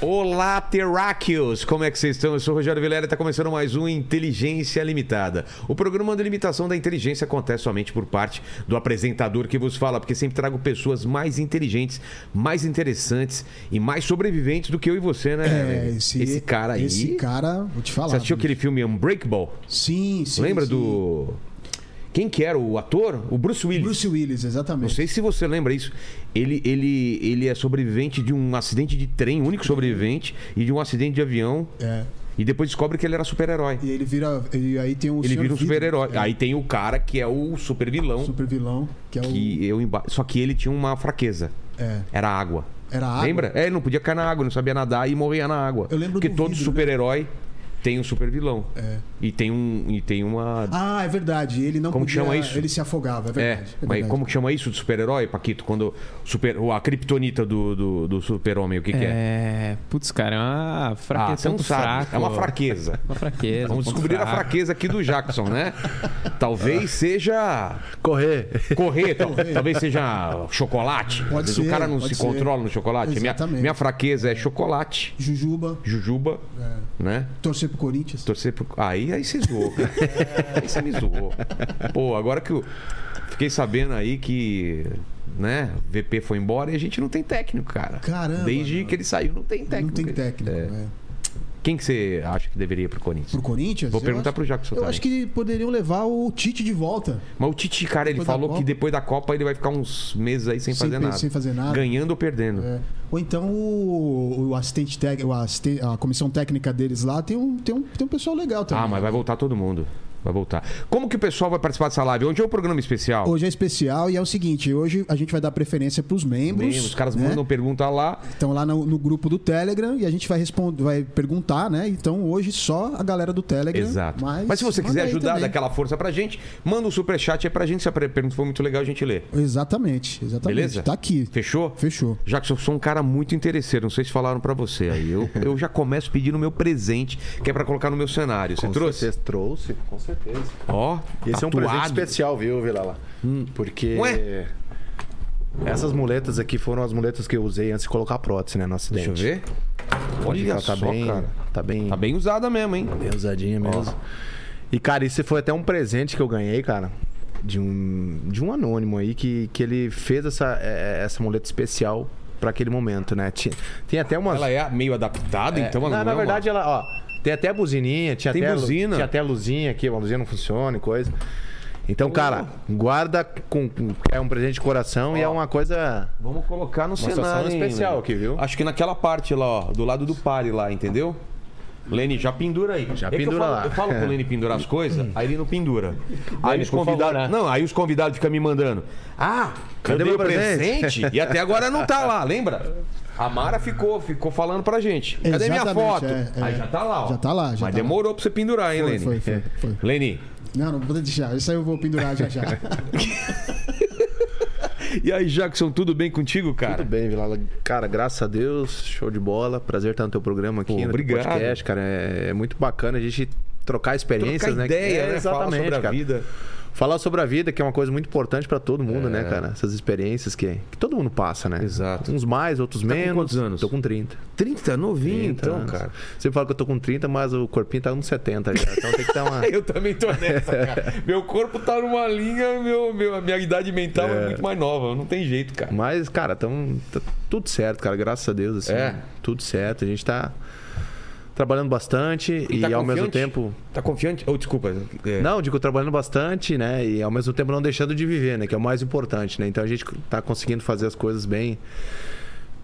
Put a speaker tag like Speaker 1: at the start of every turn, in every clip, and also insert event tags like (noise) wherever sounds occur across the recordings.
Speaker 1: Olá, Terráqueos! Como é que vocês estão? Eu sou o Rogério Vilela e está começando mais um Inteligência Limitada. O programa de limitação da inteligência acontece somente por parte do apresentador que vos fala, porque sempre trago pessoas mais inteligentes, mais interessantes e mais sobreviventes do que eu e você, né?
Speaker 2: É,
Speaker 1: Lê?
Speaker 2: esse,
Speaker 1: cara aí.
Speaker 2: Esse cara, vou te falar.
Speaker 1: Você assistiu
Speaker 2: bicho.
Speaker 1: aquele filme Unbreakable?
Speaker 2: Sim, sim.
Speaker 1: Lembra
Speaker 2: sim.
Speaker 1: do. Quem que era o ator? O Bruce Willis.
Speaker 2: Bruce Willis,
Speaker 1: Não
Speaker 2: exatamente.
Speaker 1: sei se você lembra isso. Ele, ele, ele é sobrevivente de um acidente de trem, o único sobrevivente, e de um acidente de avião.
Speaker 2: É.
Speaker 1: E depois descobre que ele era super-herói.
Speaker 2: E ele vira. E aí tem o
Speaker 1: Ele
Speaker 2: Sr.
Speaker 1: vira um
Speaker 2: Vidro,
Speaker 1: super-herói.
Speaker 2: é,
Speaker 1: Aí tem o cara que é o super-vilão.
Speaker 2: super vilão, que é
Speaker 1: que eu emba- Só que ele tinha uma fraqueza.
Speaker 2: o. É.
Speaker 1: Era água.
Speaker 2: Era água.
Speaker 1: Lembra? É, ele não podia cair na água, não sabia nadar e morria na água.
Speaker 2: Eu lembro
Speaker 1: Porque
Speaker 2: do
Speaker 1: todo
Speaker 2: vidro,
Speaker 1: super-herói tem um super-vilão.
Speaker 2: É.
Speaker 1: E tem um. E tem uma.
Speaker 2: Ah, é verdade. Ele não
Speaker 1: Como que
Speaker 2: podia,
Speaker 1: chama isso?
Speaker 2: Ele se afogava, é
Speaker 1: É,
Speaker 2: verdade. é
Speaker 1: mas
Speaker 2: verdade.
Speaker 1: como que chama isso de super-herói, Paquito? Quando super, a criptonita do, do, do super-homem, o que, que é?
Speaker 3: É. Putz, cara, é uma
Speaker 1: Ah, você
Speaker 3: fraqueza.
Speaker 1: não sabe. É uma
Speaker 2: (laughs)
Speaker 1: fraqueza.
Speaker 3: Uma fraqueza. um
Speaker 1: Vamos
Speaker 3: ponto
Speaker 1: descobrir a
Speaker 3: fraco.
Speaker 1: fraqueza aqui do Jackson, né? Talvez seja
Speaker 4: Correr.
Speaker 1: correr, tal- talvez seja chocolate. Às
Speaker 2: Pode
Speaker 1: vezes
Speaker 2: ser,
Speaker 1: o cara não
Speaker 2: pode
Speaker 1: se
Speaker 2: ser.
Speaker 1: controla no chocolate. Minha,
Speaker 2: Exatamente.
Speaker 1: minha fraqueza é chocolate,
Speaker 2: Jujuba,
Speaker 1: jujuba,
Speaker 2: É.
Speaker 1: né?
Speaker 2: torcer pro Corinthians.
Speaker 1: Torcer pro. Aí, aí você zoou,
Speaker 2: (laughs)
Speaker 1: cara. aí você me zoou. Pô, agora que eu fiquei sabendo aí que. Né? VP foi embora e a gente não tem técnico, cara.
Speaker 2: Caramba,
Speaker 1: Desde
Speaker 2: mano.
Speaker 1: que ele saiu, não tem técnico.
Speaker 2: Não tem técnico.
Speaker 1: É.
Speaker 2: é.
Speaker 1: Quem que você acha que deveria ir pro Corinthians?
Speaker 2: Pro Corinthians?
Speaker 1: Vou
Speaker 2: eu
Speaker 1: perguntar
Speaker 2: acho-
Speaker 1: pro Jackson
Speaker 2: Eu
Speaker 1: também.
Speaker 2: acho que poderiam levar o Tite de volta.
Speaker 1: Mas o Tite, cara, ele
Speaker 2: Depois da
Speaker 1: falou que
Speaker 2: Copa.
Speaker 1: depois da Copa ele vai ficar uns meses aí sem,
Speaker 2: Sem
Speaker 1: fazer
Speaker 2: pe-
Speaker 1: nada.
Speaker 2: sem fazer nada.
Speaker 1: Ganhando ou perdendo.
Speaker 2: É. Ou então o, o assistente técnico, a, assisten- a comissão técnica deles lá tem um, tem um, tem um pessoal legal também.
Speaker 1: Ah, mas vai voltar todo mundo. Vai voltar. Como que o pessoal vai participar dessa live? Onde é o programa especial?
Speaker 2: Hoje é especial e é o seguinte: hoje a gente vai dar preferência para os membros.
Speaker 1: Bem, Os caras
Speaker 2: né?
Speaker 1: mandam pergunta lá.
Speaker 2: Estão lá no, no grupo do Telegram e a gente vai responder, vai perguntar, né? Então hoje só a galera do Telegram.
Speaker 1: Exato. Mas, se você quiser
Speaker 2: manda aí
Speaker 1: ajudar,
Speaker 2: também.
Speaker 1: dá aquela força pra gente, manda um superchat aí pra gente. Se a pergunta for muito legal, a gente lê.
Speaker 2: Exatamente, exatamente.
Speaker 1: Beleza?
Speaker 2: Tá aqui.
Speaker 1: Fechou?
Speaker 2: Fechou.
Speaker 1: Jackson, eu sou um cara muito interesseiro. Não sei se falaram pra você aí. Eu, eu já começo pedindo o meu presente, que é pra colocar no meu cenário. Você
Speaker 4: Com
Speaker 1: trouxe?
Speaker 4: certeza, trouxe, com certeza.
Speaker 1: Ó,
Speaker 4: E esse é um presente
Speaker 1: tatuado. Hum.
Speaker 4: especial, viu, Vilela? Porque.
Speaker 1: Ué?
Speaker 4: Essas muletas aqui foram as muletas que eu usei antes de colocar a prótese, né? No acidente.
Speaker 1: Deixa eu ver.
Speaker 4: Pode
Speaker 1: Olha
Speaker 4: ver, tá
Speaker 1: só,
Speaker 4: bem,
Speaker 1: cara.
Speaker 4: Tá bem.
Speaker 1: Tá bem usada mesmo, hein?
Speaker 4: bem usadinha mesmo. E, cara, isso foi até um presente que eu ganhei, cara. De um, de um anônimo aí que, que ele fez essa, é, essa muleta especial pra aquele momento, né? Tinha- tem até umas.
Speaker 1: Ela é meio adaptada, então ela
Speaker 4: na,
Speaker 1: não,
Speaker 4: na
Speaker 1: é uma-
Speaker 4: verdade, ela, ó, tem até buzininha, tinha
Speaker 1: Tem
Speaker 4: até lu-
Speaker 1: buzina.
Speaker 4: tinha até luzinha aqui, uma luzinha não funciona e coisa. Então, cara, guarda com, com- é um presente de coração e é uma coisa
Speaker 1: Vamos colocar no
Speaker 4: situação
Speaker 1: cenário. hein,
Speaker 4: especial
Speaker 1: Lene?
Speaker 4: aqui, viu?
Speaker 1: Acho que naquela parte lá, ó, do lado do pare lá, entendeu? Lene, já pendura aí.
Speaker 4: Já
Speaker 1: É que eu
Speaker 4: pendura
Speaker 1: falo-
Speaker 4: lá.
Speaker 1: Eu falo pro Lene pendurar as coisas, aí ele não (laughs) pendura. Aí
Speaker 4: Lene,
Speaker 1: os
Speaker 4: por
Speaker 1: convidados.
Speaker 4: favor, né?
Speaker 1: Não, aí os convidados ficam me mandando. Ah, cadê
Speaker 4: Cadê
Speaker 1: meu
Speaker 4: meu presente?
Speaker 1: presente? e até agora não tá lá, lembra? A Mara ficou, ficou falando pra gente. Cadê minha
Speaker 2: Exatamente,
Speaker 1: foto?
Speaker 2: é, é.
Speaker 1: Aí já tá lá, ó.
Speaker 2: Já tá lá, já
Speaker 1: Mas
Speaker 2: tá
Speaker 1: demorou pra você pendurar, hein,
Speaker 2: Foi,
Speaker 1: Lene? É.
Speaker 2: foi, foi, foi.
Speaker 1: Lene,
Speaker 2: Não, não vou deixar. Isso aí eu vou pendurar
Speaker 1: (laughs)
Speaker 2: já já.
Speaker 1: e aí, Jackson, tudo bem contigo, cara?
Speaker 4: Tudo bem, Vilala. Cara, graças a Deus, show de bola. Prazer estar no teu programa aqui,
Speaker 1: Pô,
Speaker 4: no teu
Speaker 1: obrigado.
Speaker 4: podcast, cara. É, é muito bacana a gente trocar experiências,
Speaker 1: Trocar
Speaker 4: né?
Speaker 1: ideia,
Speaker 4: É,
Speaker 1: né? Falar sobre a
Speaker 4: cara.
Speaker 1: vida.
Speaker 4: Falar sobre a vida, que é uma coisa muito importante pra todo mundo, né, cara? Essas experiências que, que todo mundo passa, né?
Speaker 1: É. Exato. tá
Speaker 4: Uns mais, outros
Speaker 1: com
Speaker 4: menos.
Speaker 1: quantos anos?
Speaker 4: Tô com 30.
Speaker 1: 30, novinho,
Speaker 4: 30
Speaker 1: então,
Speaker 4: anos.
Speaker 1: cara.
Speaker 4: Você fala que eu tô com 30, mas o corpinho tá com 70 já. Então tem que dar
Speaker 1: (laughs)
Speaker 4: uma.
Speaker 1: (laughs) Eu também tô nessa, cara. Meu corpo tá numa linha, meu, meu, a minha idade mental é. muito mais nova. Não tem jeito, cara.
Speaker 4: Mas, cara, tão, tá tudo certo, cara. Graças a Deus, assim.
Speaker 1: É.
Speaker 4: Tudo certo. A gente tá trabalhando bastante e,
Speaker 1: tá
Speaker 4: ao mesmo
Speaker 1: confiante?
Speaker 4: tempo.
Speaker 1: Tá confiante? Ou desculpa. é,
Speaker 4: Não, digo, trabalhando bastante, né? E ao mesmo tempo não deixando de viver, né? Que é o mais importante, né? Então a gente tá conseguindo fazer as coisas bem.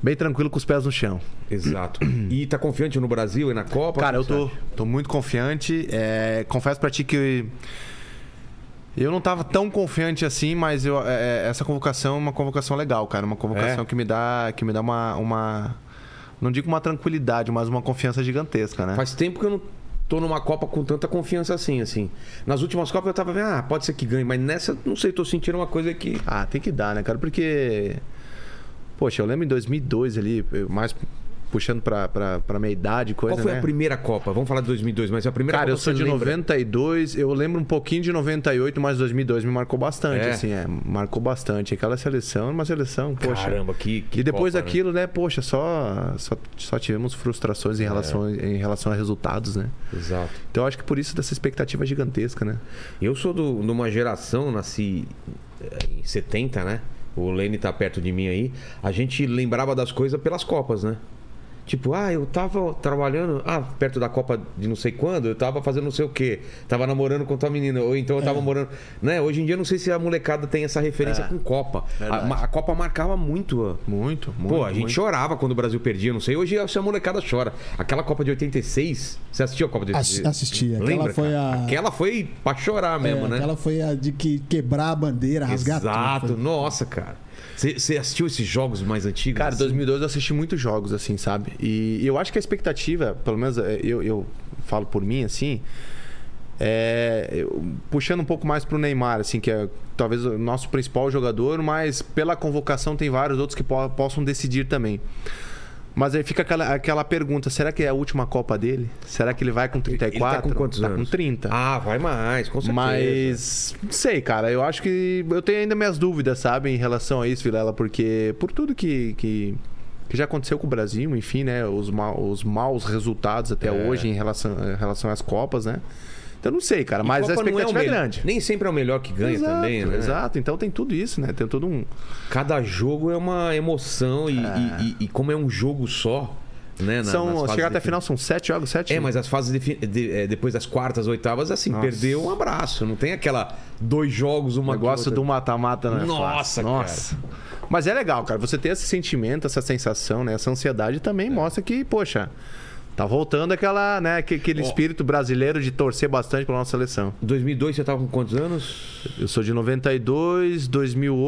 Speaker 4: Bem tranquilo com os pés no chão.
Speaker 1: Exato. E tá confiante no Brasil e na Copa?
Speaker 4: Cara, eu
Speaker 1: Como
Speaker 4: tô, tô muito confiante. É, confesso pra ti que. Eu não tava tão confiante assim, mas eu, é, é, essa convocação é uma convocação legal, cara. Uma convocação
Speaker 1: É?
Speaker 4: que me dá, que me dá uma, uma. Não digo uma tranquilidade, mas uma confiança gigantesca, né?
Speaker 1: Faz tempo que eu não tô numa Copa com tanta confiança assim, assim. Nas últimas Copas eu tava vendo, ah, pode ser que ganhe, mas nessa, não sei, tô sentindo uma coisa que.
Speaker 4: Ah, tem que dar, né, cara? Porque. Poxa, eu lembro em 2002 ali, eu mais puxando pra, pra, pra minha idade, coisa,
Speaker 1: Qual foi
Speaker 4: né?
Speaker 1: a primeira Copa? Vamos falar de 2002, mas é a primeira
Speaker 4: Cara,
Speaker 1: Copa
Speaker 4: eu sou
Speaker 1: você
Speaker 4: de
Speaker 1: lembra?
Speaker 4: 92, eu lembro um pouquinho de 98, mas 2002 me marcou bastante,
Speaker 1: É?
Speaker 4: assim, é, marcou bastante. Aquela seleção, era uma seleção, poxa.
Speaker 1: Caramba, que, que
Speaker 4: e depois
Speaker 1: Copa, né?
Speaker 4: daquilo, né? poxa, só, só, só tivemos frustrações
Speaker 1: É.
Speaker 4: em relação, em relação a resultados, né?
Speaker 1: Exato.
Speaker 4: Então eu acho que por isso dessa expectativa gigantesca, né?
Speaker 1: Eu sou do- de uma geração, nasci eh, em 70, né? O Lene tá perto de mim aí. A gente lembrava das coisas pelas Copas, né? Tipo, ah, eu tava trabalhando, ah, perto da Copa de não sei quando, eu tava fazendo não sei o quê. Tava namorando com tal menina, ou então eu
Speaker 4: É.
Speaker 1: tava morando. Né? Hoje em dia eu não sei se a molecada tem essa referência com Copa. A,
Speaker 4: Verdade.
Speaker 1: ma- a Copa marcava muito. ó.
Speaker 4: Muito, muito.
Speaker 1: Pô, a gente
Speaker 4: muito.
Speaker 1: chorava quando o Brasil perdia, não sei. Hoje se a molecada chora. Aquela Copa de 86, você assistiu a Copa de
Speaker 2: Ass-
Speaker 1: 86?
Speaker 2: assisti, aquela
Speaker 1: Lembra,
Speaker 2: foi
Speaker 1: cara?
Speaker 2: a-
Speaker 1: Aquela foi pra chorar mesmo,
Speaker 2: É,
Speaker 1: né?
Speaker 2: Aquela foi a de que quebrar a bandeira, rasgar tudo.
Speaker 1: Exato,
Speaker 2: Foi-
Speaker 1: nossa, cara. Você você assistiu esses jogos mais antigos?
Speaker 4: Cara,
Speaker 1: assim?
Speaker 4: 2012 eu assisti muitos jogos, assim, sabe? E eu acho que a expectativa, pelo menos eh, eu, eu falo por mim, assim, é, eu- puxando um pouco mais pro Neymar, assim, que é talvez o nosso principal jogador, mas pela convocação tem vários outros que po- possam decidir também. Mas aí fica aquela, aquela pergunta, será que é a última Copa dele? Será que ele vai com 34?
Speaker 1: Ele tá com quantos
Speaker 4: Tá
Speaker 1: anos?
Speaker 4: com 30.
Speaker 1: Ah, vai mais, com certeza.
Speaker 4: Mas não sei, cara. Eu acho que eu tenho ainda minhas dúvidas, sabe, em relação a isso, Vilela, porque por tudo que, que, que já aconteceu com o Brasil, enfim, né, os, ma- os maus resultados
Speaker 1: É.
Speaker 4: até hoje em relação, em relação às Copas, né? Então não sei, cara.
Speaker 1: E
Speaker 4: mas a
Speaker 1: Copa não o
Speaker 4: expectativa é,
Speaker 1: melhor-
Speaker 4: grande.
Speaker 1: Nem sempre é o melhor que ganha
Speaker 4: exato,
Speaker 1: também, né?
Speaker 4: Exato. Então tem tudo isso, né? Tem todo um.
Speaker 1: Cada jogo é uma emoção e, e- e- e como é um jogo só, né? na- nas
Speaker 4: são
Speaker 1: fases
Speaker 4: chegar até a
Speaker 1: definitivas.
Speaker 4: final são sete jogos, sete.
Speaker 1: É, mas as fases defi- de- é, depois das quartas, oitavas, assim,
Speaker 4: Nossa.
Speaker 1: perdeu um abraço. Não tem aquela dois jogos, uma
Speaker 4: O negócio
Speaker 1: que
Speaker 4: do
Speaker 1: outra.
Speaker 4: mata-mata, né?
Speaker 1: Nossa,
Speaker 4: Nossa. Mas é legal, cara. Você ter esse sentimento, essa sensação, né? Essa ansiedade
Speaker 1: É.
Speaker 4: também mostra que, poxa, tá voltando aquela, né? aque- Aquele
Speaker 1: Ó.
Speaker 4: espírito brasileiro de torcer bastante pela nossa seleção.
Speaker 1: 2002 você tava com quantos anos?
Speaker 4: Eu sou de 92,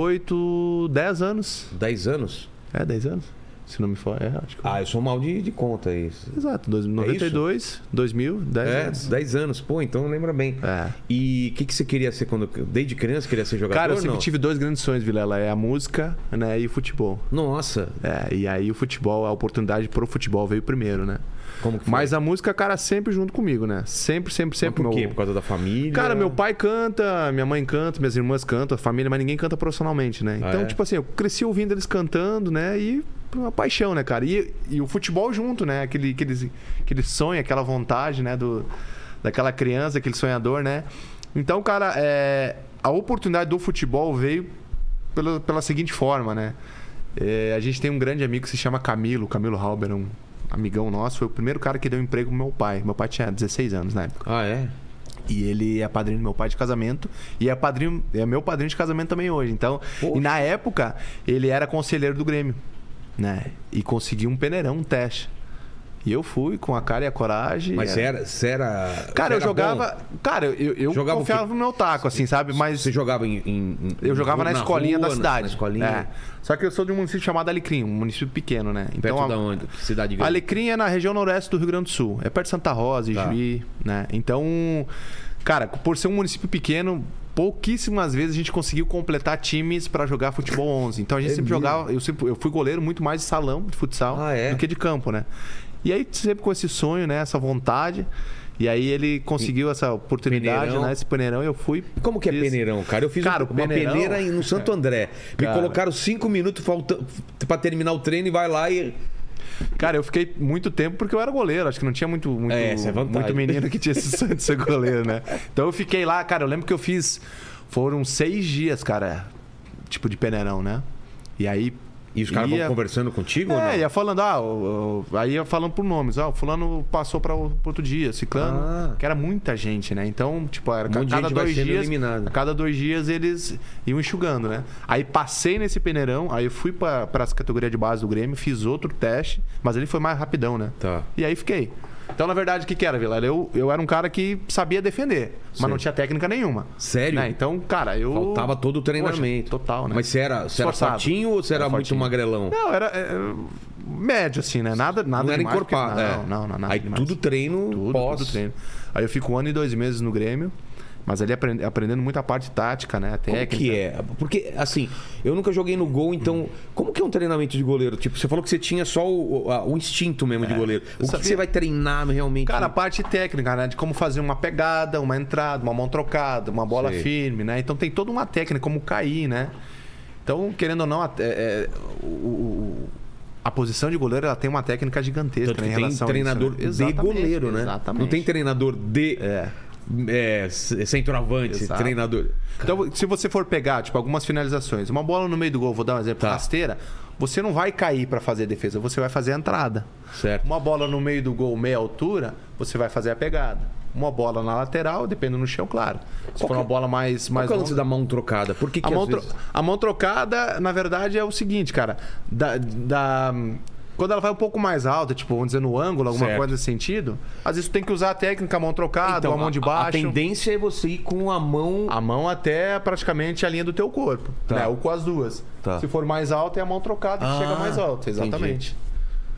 Speaker 4: 2008, 10 anos.
Speaker 1: 10 anos?
Speaker 4: É, 10 anos. Se não me for, é, acho que.
Speaker 1: Ah, eu sou mal de, de conta É isso.
Speaker 4: Exato, dois- 92, 2000, 10
Speaker 1: É,
Speaker 4: anos.
Speaker 1: 10 anos. Pô, então lembra bem.
Speaker 4: É.
Speaker 1: E o que, que você queria ser quando... Desde criança queria ser jogador
Speaker 4: Cara, eu
Speaker 1: ou
Speaker 4: sempre
Speaker 1: não?
Speaker 4: tive dois grandes sonhos, Vilela. É a música, né? E o futebol.
Speaker 1: Nossa,
Speaker 4: É, e aí o futebol, a oportunidade pro futebol veio primeiro, né?
Speaker 1: como que foi?
Speaker 4: Mas a música, cara, sempre junto comigo, né? Sempre, sempre,
Speaker 1: Mas
Speaker 4: sempre.
Speaker 1: por quê?
Speaker 4: meu-
Speaker 1: Por causa da família?
Speaker 4: Cara, meu pai canta, minha mãe canta, minhas irmãs cantam, a família, mas ninguém canta profissionalmente, né?
Speaker 1: Ah,
Speaker 4: Então,
Speaker 1: é?
Speaker 4: tipo assim, eu cresci ouvindo eles cantando, né? E uma paixão, né, cara? E, e o futebol junto, né? Aquele, aquele, aquele sonho, aquela vontade, né? Do, daquela criança, aquele sonhador, né? Então, cara, é, a oportunidade do futebol veio pela, pela seguinte forma, né? É, a gente tem um grande amigo que se chama Camilo, Camilo Halber, um amigão nosso, foi o primeiro cara que deu emprego pro meu pai. Meu pai tinha 16 anos na época.
Speaker 1: Ah, é?
Speaker 4: E ele é padrinho do meu pai de casamento e é padrinho, é meu padrinho de casamento também hoje. Então,
Speaker 1: Poxa.
Speaker 4: e na época ele era conselheiro do Grêmio, né? E conseguiu um peneirão, um teste. E eu fui com a cara e a coragem.
Speaker 1: Mas
Speaker 4: e
Speaker 1: você era... Você era
Speaker 4: Cara, eu
Speaker 1: você era
Speaker 4: jogava,
Speaker 1: bom?
Speaker 4: cara, eu, eu
Speaker 1: Jogava o quê?
Speaker 4: confiava no meu taco assim, sabe? Mas
Speaker 1: Você jogava em... em- em-
Speaker 4: eu jogava na,
Speaker 1: rua,
Speaker 4: escolinha
Speaker 1: rua,
Speaker 4: da
Speaker 1: na-
Speaker 4: cidade.
Speaker 1: Na escolinha?
Speaker 4: É. Só que eu sou de um município chamado Alecrim, um município pequeno, né?
Speaker 1: Perto
Speaker 4: a-
Speaker 1: da onde? Que Cidade grande.
Speaker 4: Alecrim é na região noroeste do Rio Grande do Sul. É perto de Santa Rosa,
Speaker 1: Tá.
Speaker 4: Ijuí, né? Então, cara, por ser um município pequeno, pouquíssimas vezes a gente conseguiu completar times pra jogar futebol 11. Então a gente
Speaker 1: É
Speaker 4: sempre
Speaker 1: mesmo?
Speaker 4: jogava, eu sempre eu fui goleiro muito mais de salão de futsal
Speaker 1: Ah, é?
Speaker 4: do que de campo, né? E aí sempre com esse sonho, né, essa vontade, e aí ele conseguiu essa oportunidade,
Speaker 1: Peneirão.
Speaker 4: né, esse peneirão, e eu fui
Speaker 1: Como que é
Speaker 4: fiz-
Speaker 1: peneirão, cara? Eu fiz
Speaker 4: Cara,
Speaker 1: um-
Speaker 4: o
Speaker 1: uma
Speaker 4: peneirão- é.
Speaker 1: peneira em- no Santo André. Me
Speaker 4: Cara.
Speaker 1: colocaram cinco minutos falta... pra terminar o treino e vai lá e...
Speaker 4: Cara, eu fiquei muito tempo porque eu era goleiro. Acho que não tinha muito, muito,
Speaker 1: É, essa é vantagem.
Speaker 4: muito menino que tinha esse sonho de ser goleiro, né? Então eu fiquei lá, cara. Eu lembro que eu fiz. Foram seis dias, cara. Tipo de peneirão, né? E aí.
Speaker 1: E os caras vão
Speaker 4: ia-
Speaker 1: conversando contigo ou não?
Speaker 4: É, ia falando, ah, o- o- aí ia falando por nomes, ah, o fulano passou para outro dia, ciclano,
Speaker 1: Ah.
Speaker 4: que era muita gente, né? Então, tipo, era
Speaker 1: Um
Speaker 4: ca-
Speaker 1: monte de
Speaker 4: cada
Speaker 1: gente vai
Speaker 4: dois
Speaker 1: sendo
Speaker 4: dias,
Speaker 1: eliminado.
Speaker 4: a cada dois dias eles iam enxugando, né? Aí passei nesse peneirão, aí eu fui para as categorias de base do Grêmio, fiz outro teste, mas ele foi mais rapidão, né?
Speaker 1: Tá.
Speaker 4: E aí fiquei. Então, na verdade, o que, que era, Vila? Eu, eu era um cara que sabia defender, mas
Speaker 1: Sim.
Speaker 4: não tinha técnica nenhuma.
Speaker 1: Sério?
Speaker 4: Né? Então, cara, eu.
Speaker 1: Faltava todo o treinamento.
Speaker 4: Poxa, total, né?
Speaker 1: Mas você era, você era
Speaker 4: Esforçado.
Speaker 1: fortinho ou você era,
Speaker 4: Era
Speaker 1: muito
Speaker 4: fortinho.
Speaker 1: magrelão?
Speaker 4: Não, era, era médio, assim, né? Nada, nada
Speaker 1: não era
Speaker 4: demais,
Speaker 1: encorpado.
Speaker 4: porque-
Speaker 1: é.
Speaker 4: Não, não, não, nada
Speaker 1: Aí
Speaker 4: demais.
Speaker 1: tudo treino
Speaker 4: tudo,
Speaker 1: pós.
Speaker 4: tudo treino. Aí eu fico um ano e dois meses no Grêmio. Mas ali aprend- aprendendo muita parte tática, né?
Speaker 1: Como
Speaker 4: Técnica.
Speaker 1: que é? Porque, assim, eu nunca joguei no gol, então. Como que é um treinamento de goleiro? Tipo, você falou que você tinha só o, o- a- o instinto mesmo de goleiro. O que
Speaker 4: É. Sabia-
Speaker 1: que você vai treinar realmente?
Speaker 4: Cara, a parte técnica, né? De como fazer uma pegada, uma entrada, uma mão trocada, uma bola
Speaker 1: Sei.
Speaker 4: firme, né? Então tem toda uma técnica, como cair, né? Então, querendo ou não, a, é- é- o- o- a posição de goleiro ela tem uma técnica gigantesca
Speaker 1: Tanto que
Speaker 4: né,
Speaker 1: Então, tem
Speaker 4: em relação
Speaker 1: treinador
Speaker 4: a isso,
Speaker 1: de
Speaker 4: né? Exatamente,
Speaker 1: goleiro, né?
Speaker 4: Exatamente.
Speaker 1: Não tem treinador de
Speaker 4: É.
Speaker 1: é, c- centroavante,
Speaker 4: Exato.
Speaker 1: treinador.
Speaker 4: Então, se você for pegar, tipo, algumas finalizações, uma bola no meio do gol, vou dar um exemplo,
Speaker 1: Tá.
Speaker 4: rasteira, você não vai cair pra fazer a defesa, você vai fazer a entrada.
Speaker 1: Certo.
Speaker 4: Uma bola no meio do gol, meia altura, você vai fazer a pegada. Uma bola na lateral, dependendo no chão, claro. Se
Speaker 1: Qual
Speaker 4: for
Speaker 1: que-
Speaker 4: uma bola mais
Speaker 1: Mas Qual
Speaker 4: mais
Speaker 1: que é o lance
Speaker 4: longa-
Speaker 1: da mão trocada? Por que, que
Speaker 4: a, mão
Speaker 1: às
Speaker 4: tro-
Speaker 1: vezes-
Speaker 4: a mão trocada, na verdade, é o seguinte, cara. Da, da- Quando ela vai um pouco mais alta, tipo, vamos dizer, no ângulo, alguma
Speaker 1: Certo. Então,
Speaker 4: coisa nesse sentido, às vezes tu tem que usar a técnica, a mão trocada, a mão de
Speaker 1: A
Speaker 4: baixo.
Speaker 1: tendência é você ir com a mão.
Speaker 4: A mão até praticamente a linha do teu corpo,
Speaker 1: Tá.
Speaker 4: né? Ou com as duas.
Speaker 1: Tá.
Speaker 4: Se for mais alta, é a mão trocada que
Speaker 1: Ah,
Speaker 4: chega mais
Speaker 1: entendi.
Speaker 4: alta, exatamente.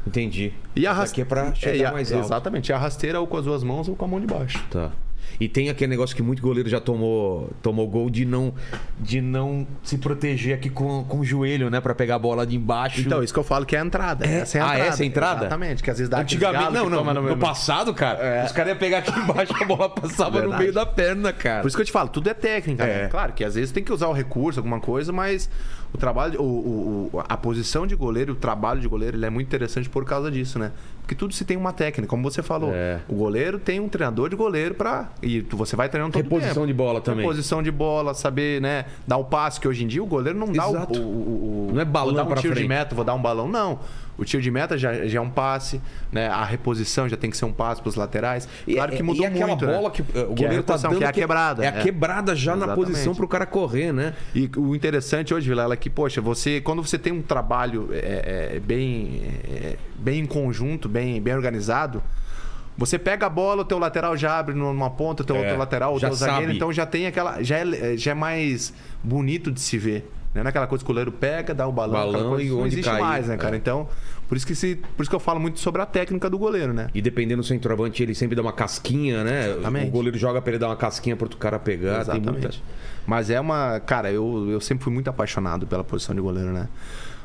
Speaker 1: Entendi.
Speaker 4: E a
Speaker 1: Essa
Speaker 4: raste-
Speaker 1: aqui é pra chegar
Speaker 4: e a-
Speaker 1: mais alto.
Speaker 4: Exatamente. E a rasteira ou com as duas mãos ou com a mão de baixo.
Speaker 1: Tá. E tem aquele negócio que muito goleiro já tomou, tomou gol de não, de não se proteger aqui com, com o joelho, né? Pra pegar a bola de embaixo.
Speaker 4: Então, isso que eu falo que é a entrada. Essa é a
Speaker 1: Ah,
Speaker 4: entrada.
Speaker 1: essa é a entrada?
Speaker 4: Exatamente. Que às vezes dá aqueles
Speaker 1: Antigamente,
Speaker 4: galos
Speaker 1: não,
Speaker 4: que
Speaker 1: não.
Speaker 4: toma
Speaker 1: No,
Speaker 4: no mesmo- É.
Speaker 1: passado, cara, os caras iam pegar aqui embaixo, a bola passava no
Speaker 4: Verdade.
Speaker 1: meio da perna, cara.
Speaker 4: Por isso que eu te falo, tudo é técnica, né?
Speaker 1: É.
Speaker 4: Claro que às vezes tem que usar o recurso, alguma coisa, mas o trabalho, o, o- o- a posição de goleiro, o trabalho de goleiro, ele é muito interessante por causa disso, né? Porque tudo se tem uma técnica, como você falou.
Speaker 1: É.
Speaker 4: O goleiro tem um treinador de goleiro pra. E tu- você vai treinando todo
Speaker 1: Reposição
Speaker 4: tempo.
Speaker 1: de bola também.
Speaker 4: Reposição de bola, saber, né? Dar o passe, que hoje em dia o goleiro não dá o-
Speaker 1: Exato.
Speaker 4: o, o- o-
Speaker 1: Não é balão
Speaker 4: Vou dar um
Speaker 1: pra
Speaker 4: tiro
Speaker 1: frente.
Speaker 4: de meta, vou dar um balão. Não. O tiro de meta já, já é um passe, né? A reposição já tem que ser um passe pros laterais. claro que mudou
Speaker 1: e aquela
Speaker 4: muito, né?
Speaker 1: bola que eh, o
Speaker 4: Que é a
Speaker 1: goleiro tá
Speaker 4: reposição,
Speaker 1: dando.
Speaker 4: que é a quebrada.
Speaker 1: É a
Speaker 4: é.
Speaker 1: quebrada já na
Speaker 4: Exatamente.
Speaker 1: posição pro cara correr, né?
Speaker 4: E o interessante hoje, Vilela, é que, poxa, você, quando você tem um trabalho é, é, bem, é, bem em conjunto, bem, bem organizado, você pega a bola, o teu lateral já abre numa ponta, o teu,
Speaker 1: É,
Speaker 4: teu lateral, o
Speaker 1: já
Speaker 4: teu zagueiro,
Speaker 1: sabe.
Speaker 4: então já tem aquela. Já é, já é mais bonito de se ver. Né? Não é aquela coisa que o goleiro pega, dá o balão,
Speaker 1: Balão
Speaker 4: aquela coisa,
Speaker 1: e
Speaker 4: isso não
Speaker 1: onde
Speaker 4: existe
Speaker 1: cair,
Speaker 4: mais, né, cara?
Speaker 1: é.
Speaker 4: Então, por isso, que se, por isso que eu falo muito sobre a técnica do goleiro, né?
Speaker 1: E dependendo do centroavante, ele sempre dá uma casquinha, né?
Speaker 4: Exatamente.
Speaker 1: O goleiro joga pra ele dar uma casquinha pro outro cara pegar. Tem muita.
Speaker 4: Exatamente. Mas é uma. Cara, eu, eu sempre fui muito apaixonado pela posição de goleiro, né?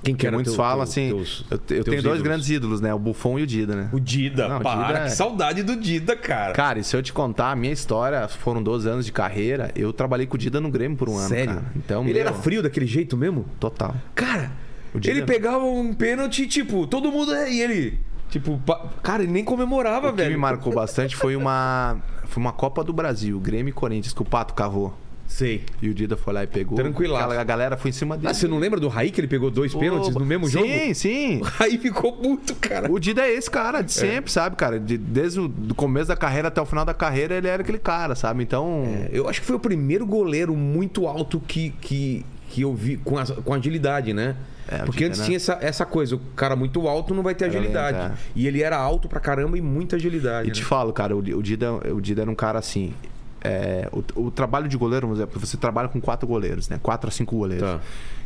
Speaker 1: Quem
Speaker 4: Porque
Speaker 1: era
Speaker 4: muitos
Speaker 1: teu-
Speaker 4: falam
Speaker 1: teu-
Speaker 4: assim.
Speaker 1: teus-
Speaker 4: eu te- eu
Speaker 1: teus
Speaker 4: tenho
Speaker 1: ídolos?
Speaker 4: dois grandes ídolos, né? O Buffon e o Dida, né?
Speaker 1: O Dida,
Speaker 4: Não, o
Speaker 1: para.
Speaker 4: Dida é-
Speaker 1: Que saudade do Dida, cara.
Speaker 4: Cara, e se eu te contar a minha história, foram 12 anos de carreira, eu trabalhei com o Dida no Grêmio por um ano.
Speaker 1: Sério.
Speaker 4: cara. Então,
Speaker 1: ele
Speaker 4: meu,
Speaker 1: era frio daquele jeito mesmo?
Speaker 4: Total.
Speaker 1: Cara,
Speaker 4: O Dida-
Speaker 1: ele pegava um pênalti, tipo, todo mundo. E ele. Tipo, pa- cara, ele nem comemorava,
Speaker 4: O que
Speaker 1: velho.
Speaker 4: me marcou bastante foi uma. Foi uma Copa do Brasil, Grêmio e Corinthians, que o Pato cavou.
Speaker 1: Sei.
Speaker 4: E o Dida foi lá e pegou.
Speaker 1: Tranquilaço.
Speaker 4: Aquela- A galera foi em cima dele.
Speaker 1: Ah, você não lembra do Raí que ele pegou dois pênaltis no mesmo jogo? (laughs)
Speaker 4: Sim, sim.
Speaker 1: O Raí ficou puto, cara.
Speaker 4: O Dida é esse cara de sempre, sabe, cara? De- desde o do começo da carreira até o final da carreira, ele era aquele cara, sabe? Então.
Speaker 1: Eu acho que foi o primeiro goleiro muito alto que, que, que eu vi com, as- com agilidade, né?
Speaker 4: É, o
Speaker 1: Porque
Speaker 4: Dida,
Speaker 1: antes
Speaker 4: né?
Speaker 1: tinha essa, essa coisa, o cara muito alto não vai ter
Speaker 4: Era
Speaker 1: agilidade.
Speaker 4: lento, é.
Speaker 1: E ele era alto pra caramba e muita agilidade.
Speaker 4: E te
Speaker 1: né?
Speaker 4: falo, cara, o, Di- o Dida, o Dida era um cara assim. é, o, o trabalho de goleiro, vamos dizer, porque você trabalha com quatro goleiros, né? Quatro a cinco goleiros.
Speaker 1: Tá.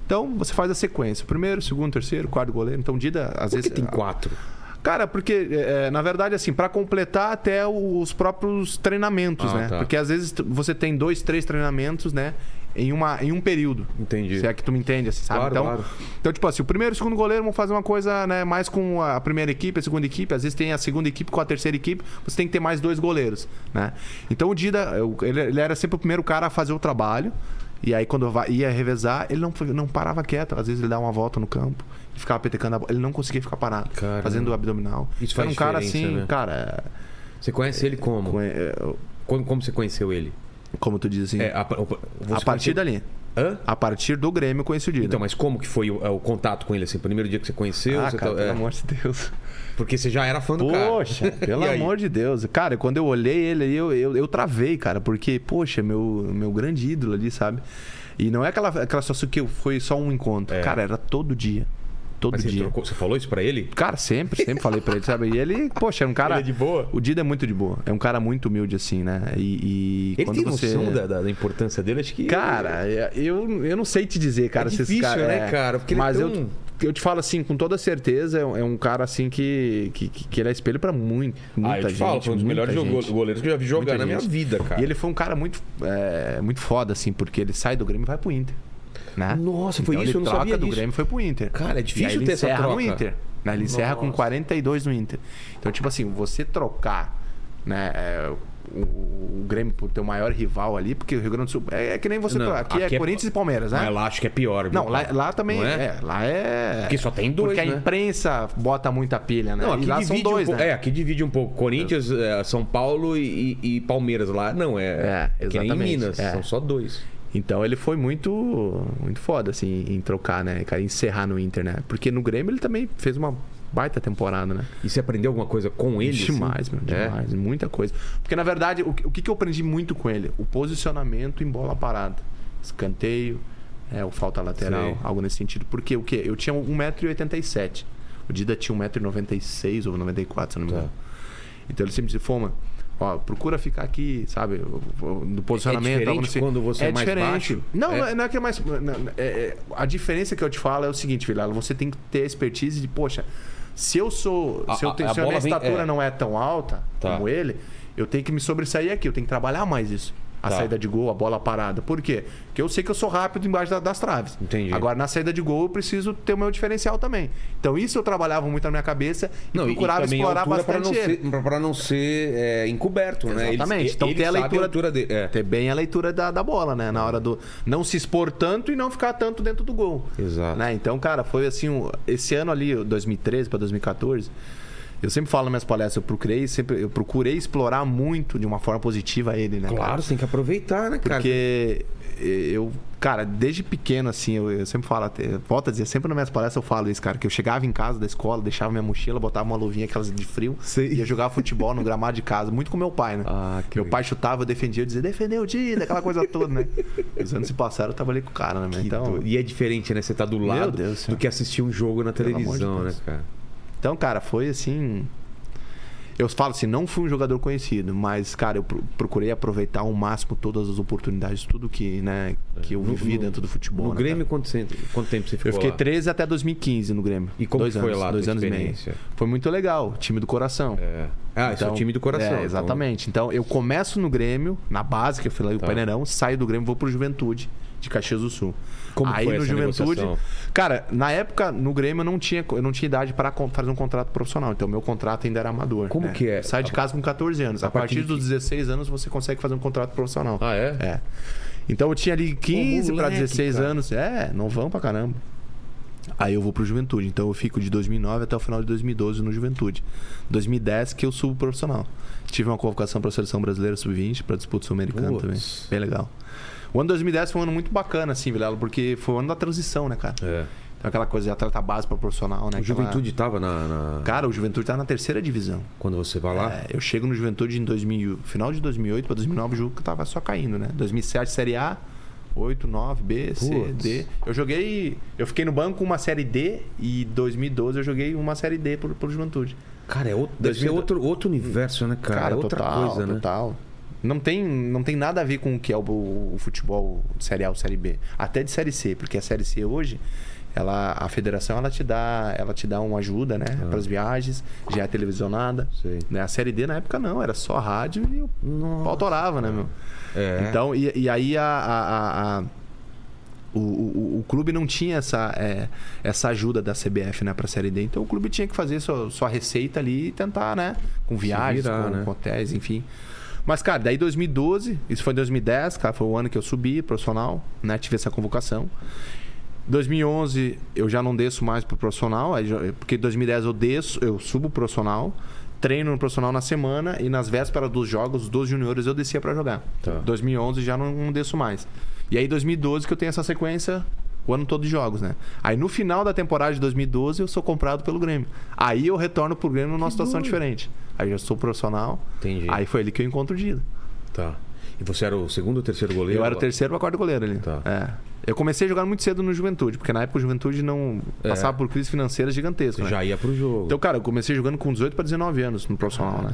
Speaker 4: Então, você faz a sequência: primeiro, segundo, terceiro, quarto goleiro. Então, o Dida,
Speaker 1: Por
Speaker 4: às
Speaker 1: que
Speaker 4: vezes.
Speaker 1: tem quatro?
Speaker 4: Cara, porque, é, é, na verdade, assim, pra completar até os próprios treinamentos,
Speaker 1: Ah,
Speaker 4: né?
Speaker 1: tá.
Speaker 4: Porque às vezes tu- você tem dois, três treinamentos, né? Em, uma, em um período.
Speaker 1: Entendi.
Speaker 4: Se é que tu me entende, assim, sabe?
Speaker 1: Claro,
Speaker 4: então,
Speaker 1: claro.
Speaker 4: então, tipo assim, o primeiro e o segundo goleiro vão fazer uma coisa, né? Mais com a primeira equipe, a segunda equipe. Às vezes tem a segunda equipe com a terceira equipe. Você tem que ter mais dois goleiros, né? Então, o Dida, eu- ele, ele era sempre o primeiro cara a fazer o trabalho. E aí, quando va- ia revezar, ele não, não parava quieto. Às vezes ele dava uma volta no campo. Ele ficava petecando a bola. Ele não conseguia ficar parado.
Speaker 1: Caramba.
Speaker 4: Fazendo o abdominal.
Speaker 1: Isso
Speaker 4: Era
Speaker 1: faz
Speaker 4: um cara
Speaker 1: diferença,
Speaker 4: assim,
Speaker 1: né?
Speaker 4: cara.
Speaker 1: Você conhece ele como?
Speaker 4: com- é,
Speaker 1: Como, como você conheceu ele?
Speaker 4: Como tu diz assim.
Speaker 1: É, a, o- você
Speaker 4: a partir dali.
Speaker 1: conheceu- Hã?
Speaker 4: A partir do Grêmio eu conheci o Dida.
Speaker 1: Então, mas como que foi o, é, o contato com ele, assim? Primeiro dia que você conheceu?
Speaker 4: ah,
Speaker 1: você
Speaker 4: cara,
Speaker 1: tá-
Speaker 4: pelo
Speaker 1: é,
Speaker 4: amor de Deus.
Speaker 1: porque você já era fã do cara.
Speaker 4: Poxa, pelo
Speaker 1: (laughs) E aí?
Speaker 4: amor de Deus. Cara, quando eu olhei ele aí, eu, eu, eu travei, cara, porque, poxa, meu, meu grande ídolo ali, sabe? E não é aquela, aquela situação que eu- foi só um encontro.
Speaker 1: É.
Speaker 4: Cara, era todo dia. Todo
Speaker 1: Mas você,
Speaker 4: dia.
Speaker 1: trocou- você falou isso pra ele?
Speaker 4: Cara, sempre, sempre falei pra ele, sabe? E ele, poxa, é um
Speaker 1: Ele
Speaker 4: cara.
Speaker 1: é de boa?
Speaker 4: O Dida é muito de boa. É um cara muito humilde, assim, né? E. e
Speaker 1: Ele
Speaker 4: quando
Speaker 1: tem
Speaker 4: você...
Speaker 1: noção da, da- da importância dele? Acho que.
Speaker 4: Cara, é, eu, eu não sei te dizer, cara. se esse
Speaker 1: difícil,
Speaker 4: cara,
Speaker 1: né, cara? Porque ele é
Speaker 4: mas
Speaker 1: tão-
Speaker 4: eu eu te falo assim, com toda certeza, é um- é um cara assim que, que, que ele é espelho pra muito, muita
Speaker 1: ah, eu te
Speaker 4: gente.
Speaker 1: falo, foi um dos
Speaker 4: muita
Speaker 1: melhores
Speaker 4: gente.
Speaker 1: jogo- goleiros que eu já vi jogar
Speaker 4: Muita
Speaker 1: na minha
Speaker 4: gente.
Speaker 1: vida, cara.
Speaker 4: E ele foi um cara muito, é, muito foda, assim, porque ele sai do Grêmio e vai pro Inter. Né?
Speaker 1: Nossa, foi
Speaker 4: Então
Speaker 1: isso?
Speaker 4: ele
Speaker 1: Eu não
Speaker 4: troca
Speaker 1: sabia
Speaker 4: do
Speaker 1: disso.
Speaker 4: Grêmio e foi pro Inter.
Speaker 1: Cara, é difícil
Speaker 4: e aí ele
Speaker 1: ter essa
Speaker 4: encerra no
Speaker 1: troca.
Speaker 4: Inter. Né? Ele encerra com
Speaker 1: Nossa.
Speaker 4: 42 no Inter. Então, tipo assim, você trocar né, é, o, o- o Grêmio por teu maior rival ali, porque o Rio Grande do Sul. É, é que nem você
Speaker 1: Não,
Speaker 4: trocar. Aqui,
Speaker 1: aqui
Speaker 4: é
Speaker 1: é-
Speaker 4: Corinthians e Palmeiras, né?
Speaker 1: Mas lá acho que é pior. viu,
Speaker 4: Não, lá,
Speaker 1: cara?
Speaker 4: lá também.
Speaker 1: Não
Speaker 4: é? lá é.
Speaker 1: Porque só tem dois,
Speaker 4: Porque
Speaker 1: né?
Speaker 4: a imprensa bota muita pilha, né?
Speaker 1: Não,
Speaker 4: e
Speaker 1: aqui
Speaker 4: lá
Speaker 1: divide
Speaker 4: são dois,
Speaker 1: um pouco.
Speaker 4: né?
Speaker 1: É, aqui divide um pouco. Corinthians, eh, São Paulo e, e- e Palmeiras lá. Não, é.
Speaker 4: É,
Speaker 1: que nem em
Speaker 4: exatamente,
Speaker 1: Minas.
Speaker 4: é.
Speaker 1: São só dois.
Speaker 4: Então ele foi muito, muito foda, assim, em trocar, né? Cara, encerrar no Inter, né? Porque no Grêmio ele também fez uma baita temporada, né?
Speaker 1: E você aprendeu alguma coisa com ele? assim?
Speaker 4: demais, meu,
Speaker 1: É?
Speaker 4: demais, muita coisa. Porque na verdade, o, que- o que que eu aprendi muito com ele? O posicionamento em bola parada, escanteio, é, o falta lateral,
Speaker 1: Sei.
Speaker 4: algo nesse sentido. Porque o quê? Eu tinha 1,87m. O Dida tinha 1,96m ou 94 se eu não me
Speaker 1: Tá.
Speaker 4: engano. Então ele sempre disse, Foma, ó, procura ficar aqui, sabe? o- o- No posicionamento.
Speaker 1: diferente
Speaker 4: algo nesse-
Speaker 1: quando você é mais baixo?
Speaker 4: Não,
Speaker 1: É.
Speaker 4: não é- não é que é mais. não, não, é- é- a diferença que eu te falo é o seguinte, Vilela, você tem que ter expertise de, poxa, se eu sou.
Speaker 1: A-
Speaker 4: se eu
Speaker 1: a-
Speaker 4: tenho,
Speaker 1: a
Speaker 4: se a minha
Speaker 1: bola vem-
Speaker 4: estatura
Speaker 1: é.
Speaker 4: não é tão alta
Speaker 1: Tá.
Speaker 4: como ele, eu tenho que me sobressair aqui, eu tenho que trabalhar mais isso. A
Speaker 1: Tá.
Speaker 4: saída de gol, a bola parada. Por quê? Porque eu sei que eu sou rápido embaixo da- das traves.
Speaker 1: Entendi.
Speaker 4: Agora, na saída de gol, eu preciso ter o meu diferencial também. Então, isso eu trabalhava muito na minha cabeça e
Speaker 1: e- e
Speaker 4: procurava
Speaker 1: também a
Speaker 4: explorar
Speaker 1: altura pra
Speaker 4: bastante
Speaker 1: não
Speaker 4: ele.
Speaker 1: ser, pra- pra não ser é, encoberto, né?
Speaker 4: Exatamente.
Speaker 1: Eles-
Speaker 4: Então
Speaker 1: ele
Speaker 4: tem a
Speaker 1: sabe
Speaker 4: leitura-
Speaker 1: dele. É.
Speaker 4: Ter bem a leitura da, da bola, né? Na hora do. Não se expor tanto e não ficar tanto dentro do gol.
Speaker 1: Exato.
Speaker 4: Né? Então, cara, foi assim. um- Esse ano ali, 2013 para 2014, eu sempre falo nas minhas palestras, eu procurei, sempre, eu procurei explorar muito de uma forma positiva ele, né? cara?
Speaker 1: Claro, você tem que aproveitar, né, cara?
Speaker 4: Porque eu, cara, desde pequeno, assim, eu, eu sempre falo, até- volto a dizer, sempre nas minhas palestras eu falo isso, cara, que eu chegava em casa da escola, deixava minha mochila, botava uma luvinha aquelas de frio,
Speaker 1: Sei.
Speaker 4: ia jogar futebol no gramado de casa, muito com meu pai, né?
Speaker 1: Ah, que
Speaker 4: meu
Speaker 1: legal.
Speaker 4: pai chutava, eu defendia, eu dizia, defendeu o dia, aquela coisa toda, né? (laughs) Os anos se passaram, eu tava ali com o cara, né? meu?
Speaker 1: Que
Speaker 4: Então,
Speaker 1: doido. E é diferente, né? Você tá do lado
Speaker 4: Deus do céu.
Speaker 1: do que assistir um jogo na
Speaker 4: amor de
Speaker 1: televisão, né,
Speaker 4: Deus.
Speaker 1: cara?
Speaker 4: Então, cara, foi assim. Eu falo assim, não fui um jogador conhecido, mas, cara, eu pro- procurei aproveitar ao máximo todas as oportunidades, tudo que, né, que eu
Speaker 1: É. No-
Speaker 4: vivi
Speaker 1: no-
Speaker 4: dentro do futebol.
Speaker 1: No
Speaker 4: né,
Speaker 1: Grêmio,
Speaker 4: cara?
Speaker 1: quanto, cento- quanto tempo você ficou
Speaker 4: Eu fiquei
Speaker 1: lá?
Speaker 4: 13 até 2015 no Grêmio.
Speaker 1: E como
Speaker 4: dois
Speaker 1: que foi
Speaker 4: anos,
Speaker 1: lá a
Speaker 4: Dois
Speaker 1: tua
Speaker 4: anos e meio.
Speaker 1: experiência?
Speaker 4: Foi muito legal, time do coração.
Speaker 1: É. Ah, esse é o time do coração.
Speaker 4: É,
Speaker 1: então-
Speaker 4: exatamente. Então, eu começo no Grêmio, na base, que eu fui lá o
Speaker 1: Tá.
Speaker 4: Peneirão, saio do Grêmio, vou pro Juventude de Caxias do Sul.
Speaker 1: Como
Speaker 4: Aí
Speaker 1: foi
Speaker 4: no
Speaker 1: essa
Speaker 4: Juventude.
Speaker 1: negociação?
Speaker 4: Cara, na época, no Grêmio eu não tinha, eu não tinha idade para fazer um contrato profissional. Então, meu contrato ainda era amador.
Speaker 1: Como
Speaker 4: né?
Speaker 1: que é?
Speaker 4: Eu saio de casa com 14 anos. A,
Speaker 1: partir
Speaker 4: partir,
Speaker 1: de
Speaker 4: dos 16 anos você consegue fazer um contrato profissional.
Speaker 1: Ah, é?
Speaker 4: É. Então eu tinha ali 15 para
Speaker 1: moleque,
Speaker 4: 16
Speaker 1: cara.
Speaker 4: anos. É, não vão pra caramba. Aí eu vou pro Juventude. Então eu fico de 2009 até o final de 2012 no Juventude. 2010 que eu subo pro profissional. Tive uma convocação para a seleção brasileira sub-20, para disputa sul-americana
Speaker 1: Putz.
Speaker 4: também. Bem legal. O ano 2010 foi um ano muito bacana, assim, Vilela, porque foi o ano da transição, né, cara?
Speaker 1: É.
Speaker 4: Então aquela coisa, já trata a base para profissional, né?
Speaker 1: O
Speaker 4: Aquela-
Speaker 1: Juventude tava na, na-
Speaker 4: Cara, o Juventude tá na terceira divisão.
Speaker 1: Quando você vai lá?
Speaker 4: É, eu chego no Juventude em 2000, final de 2008 para 2009, o jogo que tava só caindo, né? 2007 Série A, 8, 9, B, C,
Speaker 1: Putz.
Speaker 4: D. Eu joguei, eu fiquei no banco uma Série D e 2012 eu joguei uma Série D pro, pro Juventude.
Speaker 1: Cara, é outro, deve ser
Speaker 4: 2000
Speaker 1: outro, outro universo, né, cara? é outra coisa, né?
Speaker 4: total. Não tem, não tem nada a ver com o que é o, o futebol de Série A ou Série B. Até de Série C, porque a Série C hoje, ela, a federação ela te dá, ela te dá uma ajuda, né? Para as viagens, já é televisionada.
Speaker 1: Ah. Sei.
Speaker 4: Né? A Série D na época não, era só rádio e o
Speaker 1: Nossa.
Speaker 4: pau torava, né, meu?
Speaker 1: É.
Speaker 4: Então, e, e aí a- a- a- a- o, o- o clube não tinha essa, é, essa ajuda da CBF né, para a Série D. Então, o clube tinha que fazer sua, sua receita ali e tentar, né? Com viagens,
Speaker 1: virar,
Speaker 4: com,
Speaker 1: né?
Speaker 4: com hotéis, enfim. Mas, cara, daí 2012, isso foi em 2010, cara, foi o ano que eu subi profissional, né? Tive essa convocação. 2011 eu já não desço mais pro profissional, aí já- porque em 2010 eu desço, eu subo pro profissional, treino no profissional na semana e nas vésperas dos jogos dos juniores eu descia pra jogar.
Speaker 1: Tá.
Speaker 4: 2011 já não, não desço mais. E aí 2012 que eu tenho essa sequência o ano todo de jogos, né? Aí no final da temporada de 2012 eu sou comprado pelo Grêmio. Aí eu retorno pro Grêmio numa situação diferente. Aí eu já sou profissional.
Speaker 1: Entendi.
Speaker 4: Aí foi ali que eu encontro o Dida.
Speaker 1: Tá. E você era o segundo ou terceiro goleiro?
Speaker 4: Eu era o terceiro ou quarto goleiro ali.
Speaker 1: Tá.
Speaker 4: É. Eu comecei a jogar muito cedo no Juventude, porque na época o Juventude não
Speaker 1: É.
Speaker 4: passava por crise financeira gigantesca. né?
Speaker 1: Já ia pro jogo.
Speaker 4: Então, cara, eu comecei jogando com 18 para 19 anos no profissional, né?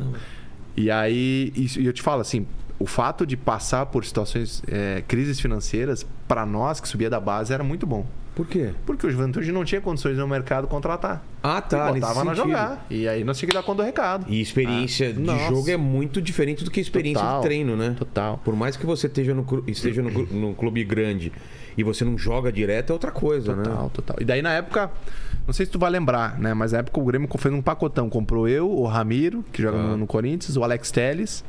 Speaker 4: E aí, isso- e eu te falo assim, o fato de passar por situações, é, crises financeiras, para nós que subia da base, era muito bom.
Speaker 1: Por quê?
Speaker 4: Porque o Juventude não tinha condições no mercado contratar.
Speaker 1: Ah, tá.
Speaker 4: e
Speaker 1: nesse
Speaker 4: botava na
Speaker 1: sentido.
Speaker 4: jogar. E aí nós tinha que dar conta do recado.
Speaker 1: E experiência de
Speaker 4: Ah, nossa.
Speaker 1: jogo é muito diferente do que experiência
Speaker 4: Total.
Speaker 1: de treino, né?
Speaker 4: Total.
Speaker 1: Por mais que você esteja no, cru- esteja no, cru- num clube grande e você não joga direto, é outra coisa, né?
Speaker 4: Total, total. E daí na época, não sei se tu vai lembrar, né? Mas na época o Grêmio fez um pacotão. Comprou eu, o Ramiro, que joga no- no Corinthians, o Alex Teles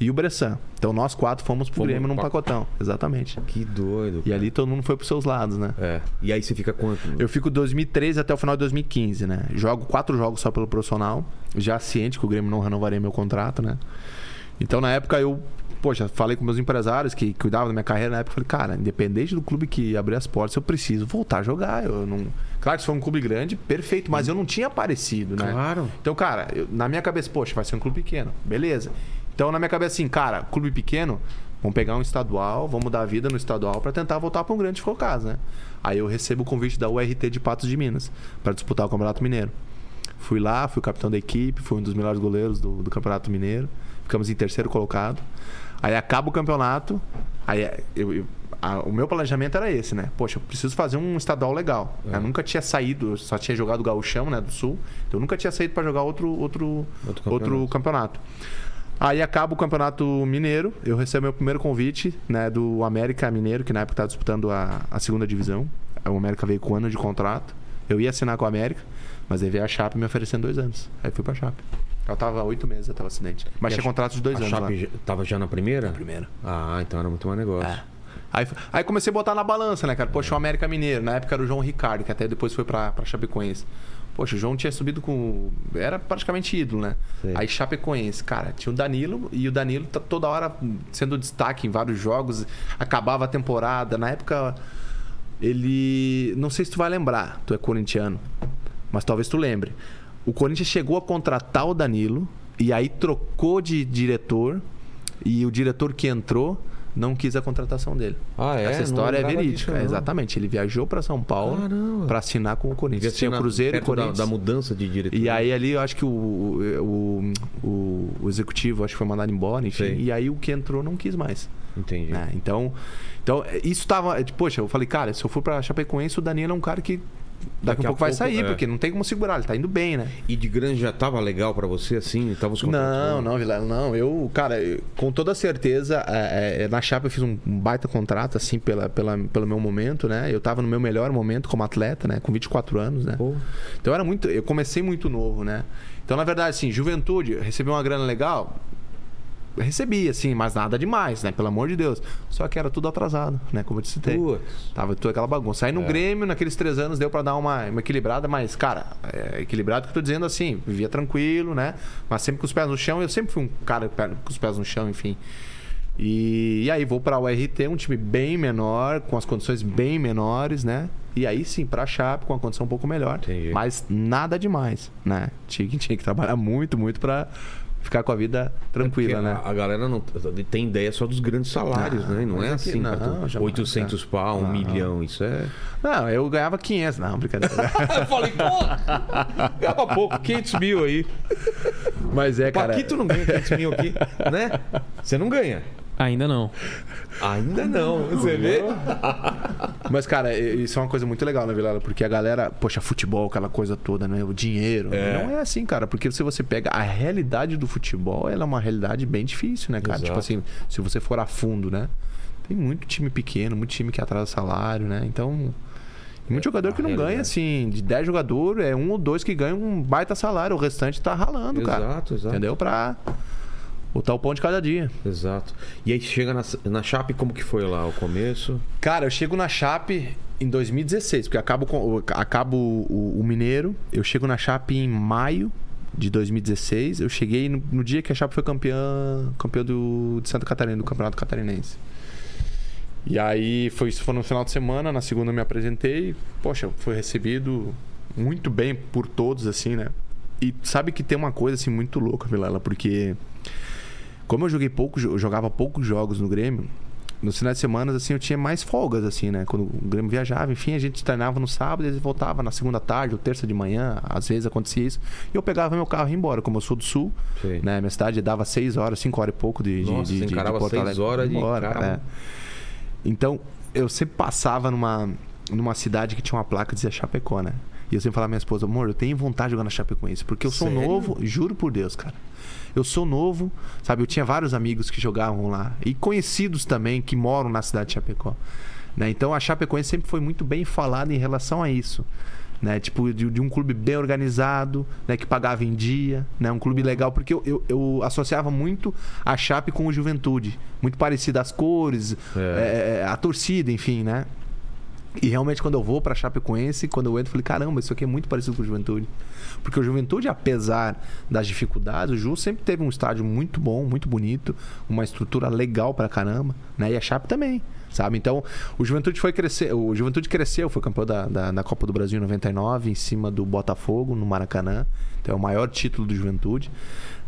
Speaker 4: e o Bressan. Então nós quatro fomos pro
Speaker 1: Fomos
Speaker 4: Grêmio num
Speaker 1: pac-
Speaker 4: pacotão. Exatamente.
Speaker 1: Que doido.
Speaker 4: E
Speaker 1: cara.
Speaker 4: ali todo mundo foi pros seus lados, né?
Speaker 1: É. E aí você fica quanto?
Speaker 4: Eu fico 2013 até o final de 2015, né? Jogo quatro jogos só pelo profissional, já ciente que o Grêmio não renovaria meu contrato, né? Então na época eu, poxa, falei com meus empresários que cuidavam da minha carreira na época, falei, cara, independente do clube que abrir as portas, eu preciso voltar a jogar. Eu não, claro que se for um clube grande, perfeito, mas eu não tinha aparecido, né?
Speaker 1: Claro.
Speaker 4: Então, cara, eu- na minha cabeça, poxa, vai ser um clube pequeno. Beleza. Então, na minha cabeça, assim, cara, clube pequeno, vamos pegar um estadual, vamos dar vida no estadual pra tentar voltar pra um grande, se for o caso, né? Aí eu recebo o convite da URT de Patos de Minas pra disputar o Campeonato Mineiro. Fui lá, fui capitão da equipe, fui um dos melhores goleiros do, do Campeonato Mineiro. Ficamos em terceiro colocado. Aí acaba o campeonato. Aí é, eu- eu- a- o meu planejamento era esse, né? Poxa, eu preciso fazer um estadual legal. Eu nunca tinha saído, eu só tinha jogado o Gauchão, né, do Sul. Então eu nunca tinha saído para jogar outro, outro,
Speaker 1: Outro
Speaker 4: outro, campeonato. Aí acaba o Campeonato Mineiro, eu recebo meu primeiro convite, né, do América Mineiro, que na época estava disputando a, a segunda divisão. O América veio com um ano de contrato. Eu ia assinar com o América, mas aí veio a Chape me oferecendo dois anos. Aí fui pra Chape. Ela tava há oito meses até o acidente. Mas
Speaker 1: E a
Speaker 4: tinha
Speaker 1: Cha-
Speaker 4: contrato de dois
Speaker 1: a
Speaker 4: anos lá.
Speaker 1: Chape já- tava já na primeira?
Speaker 4: Primeiro.
Speaker 1: Ah, então era muito mais negócio.
Speaker 4: É. Aí, aí comecei a botar na balança, né, cara? Poxa, o América Mineiro, na época era o João Ricardo, que até depois foi pra, pra Chapecoense. Poxa, o João tinha subido com. Era praticamente ídolo, né?
Speaker 1: Sei.
Speaker 4: Aí Chapecoense, cara, tinha o Danilo e o Danilo tá toda hora sendo destaque em vários jogos, acabava a temporada. Na época, ele. Não sei se tu vai lembrar, tu é corintiano, mas talvez tu lembre. O Corinthians chegou a contratar o Danilo e aí trocou de diretor e o diretor que entrou não quis a contratação dele.
Speaker 1: Ah, é?
Speaker 4: Essa
Speaker 1: Não
Speaker 4: história é
Speaker 1: lembrava disso,
Speaker 4: verídica,
Speaker 1: não.
Speaker 4: exatamente. Ele viajou para São Paulo
Speaker 1: Caramba.
Speaker 4: para assinar com o
Speaker 1: Devia
Speaker 4: Corinthians.
Speaker 1: ser
Speaker 4: Tinha
Speaker 1: na-
Speaker 4: Cruzeiro e
Speaker 1: perto da-
Speaker 4: Corinthians.
Speaker 1: Da, mudança né? de diretor.
Speaker 4: E aí ali eu acho que o, o, o- o executivo acho que foi mandado embora, enfim.
Speaker 1: Sei.
Speaker 4: E aí o que entrou não quis mais.
Speaker 1: Entendi.
Speaker 4: né? Então, então, eh, isso tava. eh, tipo, Poxa, eu falei, cara, se eu for pra Chapecoense, o Danilo é um cara que
Speaker 1: Daqui
Speaker 4: daqui,
Speaker 1: a
Speaker 4: a pouco vai
Speaker 1: pouco,
Speaker 4: sair,
Speaker 1: é.
Speaker 4: porque não tem como segurar, ele tá indo bem, né?
Speaker 1: E de grande já tava legal pra você, assim? Tava os contratos
Speaker 4: Não,
Speaker 1: bons?
Speaker 4: não, Vilela, não. Eu, cara, eu- com toda certeza, é, é, é, na Chapa eu fiz um um baita contrato, assim, pela, pela, pelo meu momento, né? Eu tava no meu melhor momento como atleta, né? Com 24 anos, né?
Speaker 1: Pô.
Speaker 4: Então eu era muito. Eu comecei muito novo, né? Então, na verdade, assim, juventude, recebi uma grana legal. Recebi, assim, mas nada demais, né? Pelo amor de Deus. Só que era tudo atrasado, né? Como eu te citei.
Speaker 1: Putz.
Speaker 4: Tava toda aquela bagunça. Aí no
Speaker 1: É.
Speaker 4: Grêmio, naqueles três anos, deu pra dar uma, uma equilibrada, mas, cara, é, equilibrado que eu tô dizendo assim, vivia tranquilo, né? Mas sempre com os pés no chão. Eu sempre fui um cara pé- com os pés no chão, enfim. E, e aí vou pra URT, um time bem menor, com as condições bem menores, né? E aí sim, pra Chape, com a condição um pouco melhor.
Speaker 1: Entendi.
Speaker 4: Mas nada demais, né? Tinha, que- (laughs) tinha que trabalhar muito, muito pra ficar com a vida
Speaker 1: Porque
Speaker 4: tranquila, né?
Speaker 1: A, a galera não tem ideia só dos grandes salários,
Speaker 4: Não,
Speaker 1: né? E Não
Speaker 4: mas
Speaker 1: é
Speaker 4: é que-
Speaker 1: assim, pra
Speaker 4: não,
Speaker 1: tu-
Speaker 4: jamais, né?
Speaker 1: 800 pau, 1
Speaker 4: Não.
Speaker 1: milhão, isso é...
Speaker 4: Não, eu ganhava 500. Não, brincadeira.
Speaker 1: (laughs) eu falei, pô, ganhava pouco, 500 mil aí.
Speaker 4: mas é, cara...
Speaker 1: Paquito não ganha 500 mil aqui, né? Você não ganha. (laughs)
Speaker 3: Ainda não.
Speaker 1: Ainda não, você vê?
Speaker 4: tá Mas, cara, e- isso é uma coisa muito legal, né, Vilela? Porque a galera, poxa, futebol, aquela coisa toda, né? O dinheiro.
Speaker 1: É.
Speaker 4: Não é assim, cara. Porque se você pega a realidade do futebol, ela é uma realidade bem difícil, né, cara?
Speaker 1: Exato.
Speaker 4: Tipo assim, se você for a fundo, né? Tem muito time pequeno, muito time que atrasa salário, né? Então. e Muito
Speaker 1: É,
Speaker 4: jogador que
Speaker 1: a
Speaker 4: não ganha,
Speaker 1: realidade.
Speaker 4: assim, de 10 jogadores, é um ou dois que ganham um baita salário, o restante tá ralando, cara.
Speaker 1: Exato, exato.
Speaker 4: Entendeu? Pra botar o pão de cada dia.
Speaker 1: Exato. E aí chega na, na Chape, como que foi lá o começo?
Speaker 4: Cara, eu chego na Chape em 2016, porque acabo, com- acabo o, o Mineiro. Eu chego na Chape em maio de 2016. Eu cheguei no, no dia que a Chape foi campeã, campeã do, de Santa Catarina, do Campeonato Catarinense. E aí foi isso foi no final de semana, na segunda eu me apresentei. Poxa, foi recebido muito bem por todos assim, né? E sabe que tem uma coisa assim muito louca, Vilela, porque como eu joguei pouco, eu jogava poucos jogos no Grêmio, nos finais de semana assim eu tinha mais folgas assim, né? Quando o Grêmio viajava, enfim, a gente treinava no sábado, eles voltava na segunda tarde ou terça de manhã, às vezes acontecia isso. E eu pegava meu carro e ia embora, como eu sou do sul,
Speaker 1: Sei.
Speaker 4: né? Minha cidade dava 6 horas, 5 horas e pouco de de,
Speaker 1: Nossa,
Speaker 4: de,
Speaker 1: você
Speaker 4: de, de
Speaker 1: encarava
Speaker 4: Porto
Speaker 1: seis
Speaker 4: Alegre.
Speaker 1: horas de
Speaker 4: Embora,
Speaker 1: carro.
Speaker 4: é. Então, eu sempre passava numa. numa cidade que tinha uma placa que dizia Chapecó, né? E eu sempre falava à minha esposa, amor, eu tenho vontade de jogar na Chapecoense, porque eu sou
Speaker 1: Sério?
Speaker 4: novo, juro por Deus, cara. Eu sou novo, sabe? Eu tinha vários amigos que jogavam lá e conhecidos também que moram na cidade de Chapecó. Né? Então a Chapecoense sempre foi muito bem falada em relação a isso. Né? Tipo, de, de um clube bem organizado, né? que pagava em dia, né? um clube legal, porque eu, eu, eu associava muito a Chape com o Juventude. Muito parecido às cores,
Speaker 1: É.
Speaker 4: eh, a torcida, enfim, né? E realmente, quando eu vou pra Chapecoense, quando eu entro, eu falei: caramba, isso aqui é muito parecido com o Juventude. Porque o Juventude, apesar das dificuldades, o Ju sempre teve um estádio muito bom, muito bonito, uma estrutura legal pra caramba, né? E a Chape também, sabe? Então, o Juventude foi crescer, o Juventude cresceu, foi campeão da, da, da Copa do Brasil em 99, em cima do Botafogo, no Maracanã. Então, é o maior título do Juventude.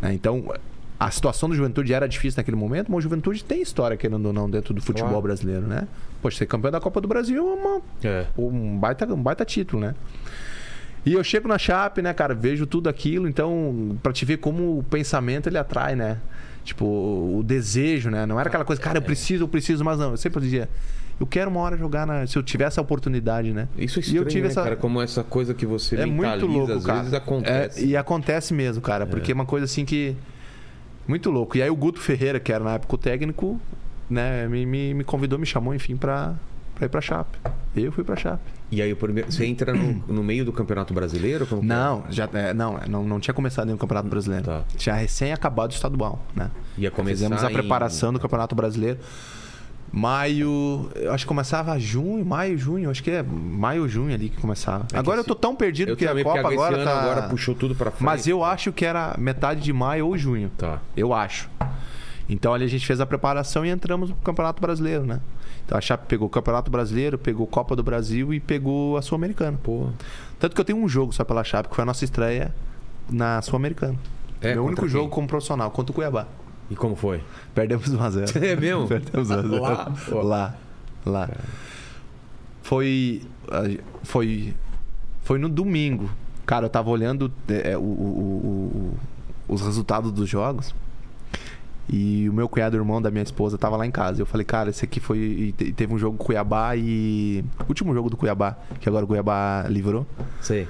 Speaker 4: né? Então. A situação do Juventude era difícil naquele momento, mas o Juventude tem história, querendo ou não, dentro do futebol
Speaker 1: Claro.
Speaker 4: brasileiro, né? Poxa, ser campeão da Copa do Brasil é uma
Speaker 1: É.
Speaker 4: um baita, um baita título, né? E eu chego na Chape, né, cara, vejo tudo aquilo, então, pra te ver como o pensamento ele atrai, né? Tipo, o desejo, né? Não era aquela coisa,
Speaker 1: É.
Speaker 4: cara, eu preciso, eu preciso, mas não. Eu sempre dizia, eu quero uma hora jogar na. Se eu tivesse a oportunidade, né?
Speaker 1: Isso é
Speaker 4: E
Speaker 1: estranho,
Speaker 4: eu tive
Speaker 1: né,
Speaker 4: essa-
Speaker 1: cara? Como essa coisa que você
Speaker 4: é muito
Speaker 1: mentaliza,
Speaker 4: louco,
Speaker 1: às
Speaker 4: cara.
Speaker 1: vezes acontece.
Speaker 4: É, e acontece mesmo, cara, porque é uma coisa assim que. Muito louco. E aí o Guto Ferreira, que era na época o técnico, né, me, me, me convidou, me chamou, enfim, pra, pra ir pra Chape. Eu fui pra Chape.
Speaker 1: E aí o primeiro, você entra no, no meio do Campeonato Brasileiro? Como que
Speaker 4: Não, já, é, não, é, não, não tinha começado nenhum Campeonato Brasileiro.
Speaker 1: Tá.
Speaker 4: Tinha recém acabado o estadual, né?
Speaker 1: é? Ia começar
Speaker 4: Fizemos a
Speaker 1: em-
Speaker 4: preparação do Campeonato Brasileiro. Maio, eu acho que começava junho, maio, junho, acho que é maio, junho ali que começava.
Speaker 1: É que
Speaker 4: agora eu
Speaker 1: esse-
Speaker 4: tô tão perdido
Speaker 1: Eu
Speaker 4: porque
Speaker 1: também,
Speaker 4: a Copa
Speaker 1: porque agora,
Speaker 4: agora
Speaker 1: esse ano
Speaker 4: tá
Speaker 1: agora puxou tudo pra frente.
Speaker 4: Mas eu acho que era metade de maio ou junho.
Speaker 1: Tá.
Speaker 4: Eu acho. Então ali a gente fez a preparação e entramos no Campeonato Brasileiro, né? Então a Chape pegou o Campeonato Brasileiro, pegou Copa do Brasil e pegou a Sul-Americana.
Speaker 1: Pô.
Speaker 4: Tanto que eu tenho um jogo só pela Chape, que foi a nossa estreia na Sul-Americana.
Speaker 1: É,
Speaker 4: Meu
Speaker 1: contra
Speaker 4: único
Speaker 1: quem?
Speaker 4: jogo como profissional, contra o Cuiabá.
Speaker 1: E como foi?
Speaker 4: Perdemos
Speaker 1: (laughs)
Speaker 4: 1x0.
Speaker 1: É mesmo?
Speaker 4: (laughs) Perdemos 1x0.
Speaker 1: Lá?
Speaker 4: Lá. Lá. Foi. a- Foi. Foi no domingo. Cara, eu tava olhando é, o- o- o- o- os resultados dos jogos. E o meu cunhado, irmão da minha esposa, tava lá em casa. Eu falei, cara, esse aqui foi. e te- teve um jogo Cuiabá e. Último jogo do Cuiabá, que agora o Cuiabá livrou.
Speaker 1: Sei.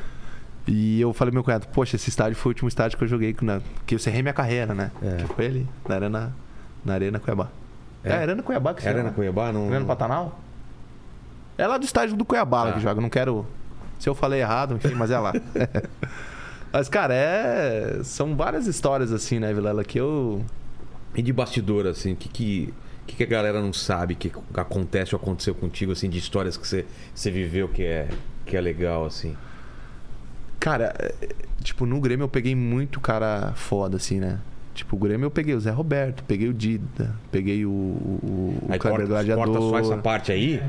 Speaker 4: E eu falei pro meu cunhado, poxa, esse estádio foi o último estádio que eu joguei, na- que eu cerrei minha carreira, né?
Speaker 1: É.
Speaker 4: Que foi ali, na Arena, na Arena Cuiabá.
Speaker 1: É.
Speaker 4: É, Arena Cuiabá que se
Speaker 1: Era
Speaker 4: chama.
Speaker 1: na Cuiabá? Não...
Speaker 4: Arena Pantanal? É lá do estádio do Cuiabá lá
Speaker 1: Tá.
Speaker 4: que joga, eu não quero... Se eu falei errado, enfim, mas
Speaker 1: (laughs)
Speaker 4: é lá. mas, cara, é... São várias histórias assim, né, Vilela, que eu...
Speaker 1: E de bastidor, assim, o que que... o que que a galera não sabe que acontece ou aconteceu contigo, assim, de histórias que você, você viveu que é, que é legal, assim?
Speaker 4: Cara, é, tipo, no Grêmio eu peguei muito cara foda, assim, né? Tipo, o Grêmio eu peguei o Zé Roberto, peguei o Dida, peguei o, o, o
Speaker 1: Aí
Speaker 4: Kleber
Speaker 1: corta,
Speaker 4: Gladiador.
Speaker 1: corta só essa parte aí,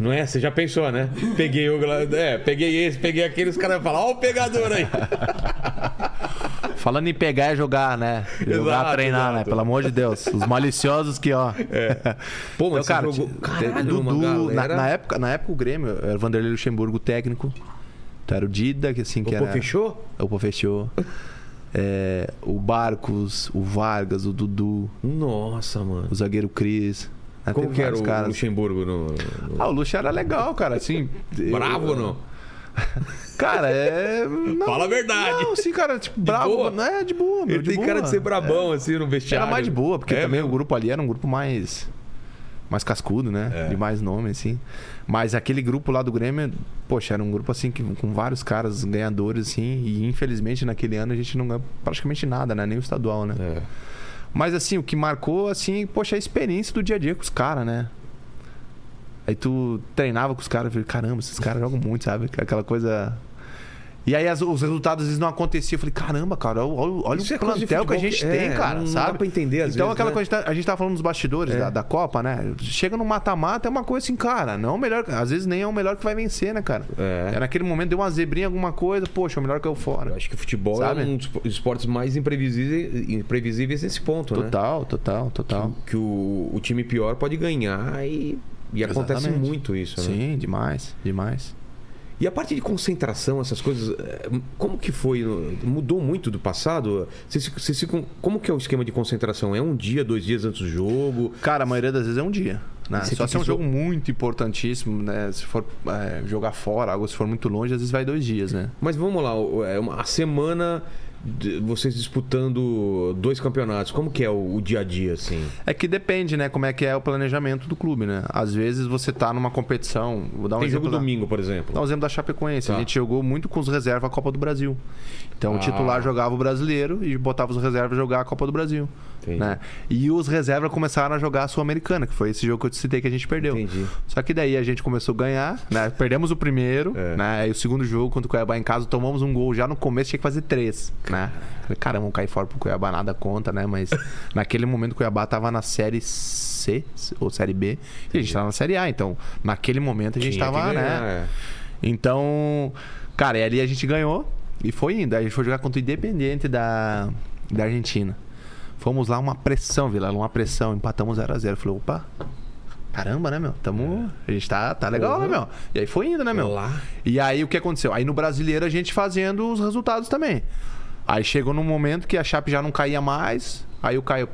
Speaker 1: não é? Você já pensou, né? Peguei o... gla- É, peguei esse, peguei aquele, os caras vão falar, ó o pegador
Speaker 4: (laughs)
Speaker 1: aí.
Speaker 4: Falando em pegar é jogar, né? Jogar,
Speaker 1: Exato,
Speaker 4: treinar,
Speaker 1: exato.
Speaker 4: né? Pelo amor de Deus.
Speaker 1: (laughs)
Speaker 4: Os maliciosos que, ó.
Speaker 1: Pô,
Speaker 4: Então,
Speaker 1: mas
Speaker 4: cara,
Speaker 1: você jogou...
Speaker 4: te-
Speaker 1: Caralho, uma
Speaker 4: Dudu, na,
Speaker 1: galera-
Speaker 4: na época, na época o Grêmio, era o Vanderlei Luxemburgo o técnico. Então era o Dida, que assim, que
Speaker 1: Opa,
Speaker 4: era...
Speaker 1: fechou?
Speaker 4: Opa, fechou. É, o Barcos, o Vargas, o Dudu,
Speaker 1: Nossa, mano.
Speaker 4: o zagueiro Cris. né?
Speaker 1: Como
Speaker 4: Teve
Speaker 1: que era
Speaker 4: vários
Speaker 1: o
Speaker 4: caras.
Speaker 1: Luxemburgo no... no-
Speaker 4: Ah, o Luxo era legal, cara, assim...
Speaker 1: (laughs)
Speaker 4: eu-
Speaker 1: Bravo ou não?
Speaker 4: Cara, é... não-
Speaker 1: Fala a verdade.
Speaker 4: Não, sim, cara, tipo, bravo...
Speaker 1: boa?
Speaker 4: Não é de boa, meu,
Speaker 1: Ele
Speaker 4: de
Speaker 1: tem
Speaker 4: boa. É.
Speaker 1: cara de ser brabão, assim, no vestiário.
Speaker 4: Era mais de boa, porque
Speaker 1: É
Speaker 4: também
Speaker 1: mesmo?
Speaker 4: o grupo ali era um grupo mais. Mais cascudo, né?
Speaker 1: É.
Speaker 4: De mais nome, assim. Mas aquele grupo lá do Grêmio, poxa, era um grupo assim que, com vários caras ganhadores, assim. E infelizmente naquele ano a gente não ganhou praticamente nada, né? Nem o estadual, né?
Speaker 1: É.
Speaker 4: Mas assim, o que marcou, assim, poxa, a experiência do dia a dia com os caras, né? Aí tu treinava com os caras, eu falei, caramba, esses caras jogam muito, sabe? Aquela coisa. E aí as- os resultados às vezes não aconteciam. Eu falei, caramba, cara, olha, olha
Speaker 1: Isso
Speaker 4: o
Speaker 1: é coisa de
Speaker 4: plantel que a
Speaker 1: futebol
Speaker 4: gente
Speaker 1: que-
Speaker 4: tem,
Speaker 1: é,
Speaker 4: cara,
Speaker 1: não dá
Speaker 4: sabe?
Speaker 1: pra entender às
Speaker 4: Então
Speaker 1: vezes,
Speaker 4: aquela
Speaker 1: né? É.
Speaker 4: coisa, que a gente tá- a gente tava falando dos bastidores da, da Copa, né? Chega no mata-mata, é uma coisa assim, cara, não é o melhor, às vezes nem é o melhor que vai vencer, né, cara?
Speaker 1: É.
Speaker 4: Naquele momento deu uma zebrinha, alguma coisa, poxa, é o melhor que eu fora.
Speaker 1: Eu acho que o futebol
Speaker 4: Sabe?
Speaker 1: é um dos esportes mais imprevisíveis, imprevisíveis nesse ponto, né?
Speaker 4: Total, total, total.
Speaker 1: Que o, o time pior pode ganhar e, e acontece
Speaker 4: Exatamente.
Speaker 1: muito isso, né?
Speaker 4: Sim, demais, demais.
Speaker 1: E a parte de concentração, essas coisas, eh, como que foi? Mudou muito do passado? Vocês- vocês ficam- como que é o esquema de concentração? É um dia, dois dias antes do jogo?
Speaker 4: Cara, a maioria das vezes é um dia. né?
Speaker 1: Você
Speaker 4: Só
Speaker 1: tem
Speaker 4: se é um
Speaker 1: que
Speaker 4: jogo muito importantíssimo, né? Se for é, jogar fora, algo se for muito longe, às vezes vai dois dias, né?
Speaker 1: Mas vamos lá, o- é uma- a semana de vocês disputando dois campeonatos, como que é o, o dia a dia, assim?
Speaker 4: É que depende, né? Como é que é o planejamento do clube, né? Às vezes você tá numa competição. Vou dar um
Speaker 1: Tem
Speaker 4: exemplo
Speaker 1: jogo
Speaker 4: da-
Speaker 1: domingo, por exemplo.
Speaker 4: Dá um exemplo da Chapecoense.
Speaker 1: Tá.
Speaker 4: A gente jogou muito com os reservas a Copa do Brasil. Então
Speaker 1: Ah.
Speaker 4: o titular jogava o brasileiro e botava os reservas a jogar a Copa do Brasil.
Speaker 1: Entendi.
Speaker 4: Né? E os reservas começaram a jogar a Sul-Americana, que foi esse jogo que eu te citei que a gente perdeu.
Speaker 1: Entendi.
Speaker 4: Só que daí a gente começou a ganhar, né? Perdemos o primeiro,
Speaker 1: É.
Speaker 4: né? Aí o segundo jogo contra o Cuiabá em casa, tomamos um gol já no começo, tinha que fazer três, né? Falei, Caramba, vamos cair fora pro Cuiabá, nada conta, né? Mas
Speaker 1: (laughs)
Speaker 4: naquele momento o Cuiabá tava na série C ou série B e a gente tava na série A, então naquele momento a gente
Speaker 1: Tinha que
Speaker 4: tava,
Speaker 1: ganhar,
Speaker 4: né?
Speaker 1: é.
Speaker 4: Então, cara, e ali a gente ganhou e foi indo. Aí a gente foi jogar contra o Independente da, da Argentina. Fomos lá, uma pressão, Vila, uma pressão, empatamos 0x0. Falei, opa, caramba, né, meu? Tamo, a gente tá, tá legal, né, meu? E aí foi indo, né, meu?
Speaker 1: Lá.
Speaker 4: E aí o que aconteceu? Aí no brasileiro a gente fazendo os resultados também. Aí chegou num momento que a Chape já não caía mais. Aí o Caio,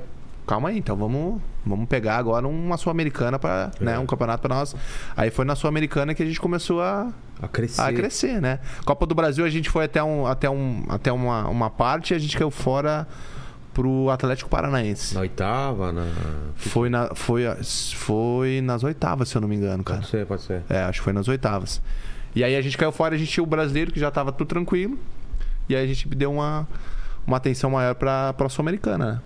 Speaker 4: calma aí, então vamos, vamos pegar agora uma Sul-Americana para, né, um campeonato para nós. Aí foi na Sul-Americana que a gente começou a
Speaker 1: A crescer.
Speaker 4: a crescer, né? Copa do Brasil a gente foi até, um, até, um, até uma, uma parte e a gente caiu fora pro Atlético Paranaense.
Speaker 1: Na oitava, na...
Speaker 4: Foi, na, foi, a- foi nas oitavas, se eu não me engano, cara.
Speaker 1: Pode ser, pode ser.
Speaker 4: É, acho que foi nas oitavas. E aí a gente caiu fora, a gente tinha o brasileiro que já tava tudo tranquilo. E aí a gente deu uma, uma atenção maior pra, pra Sul-Americana, né?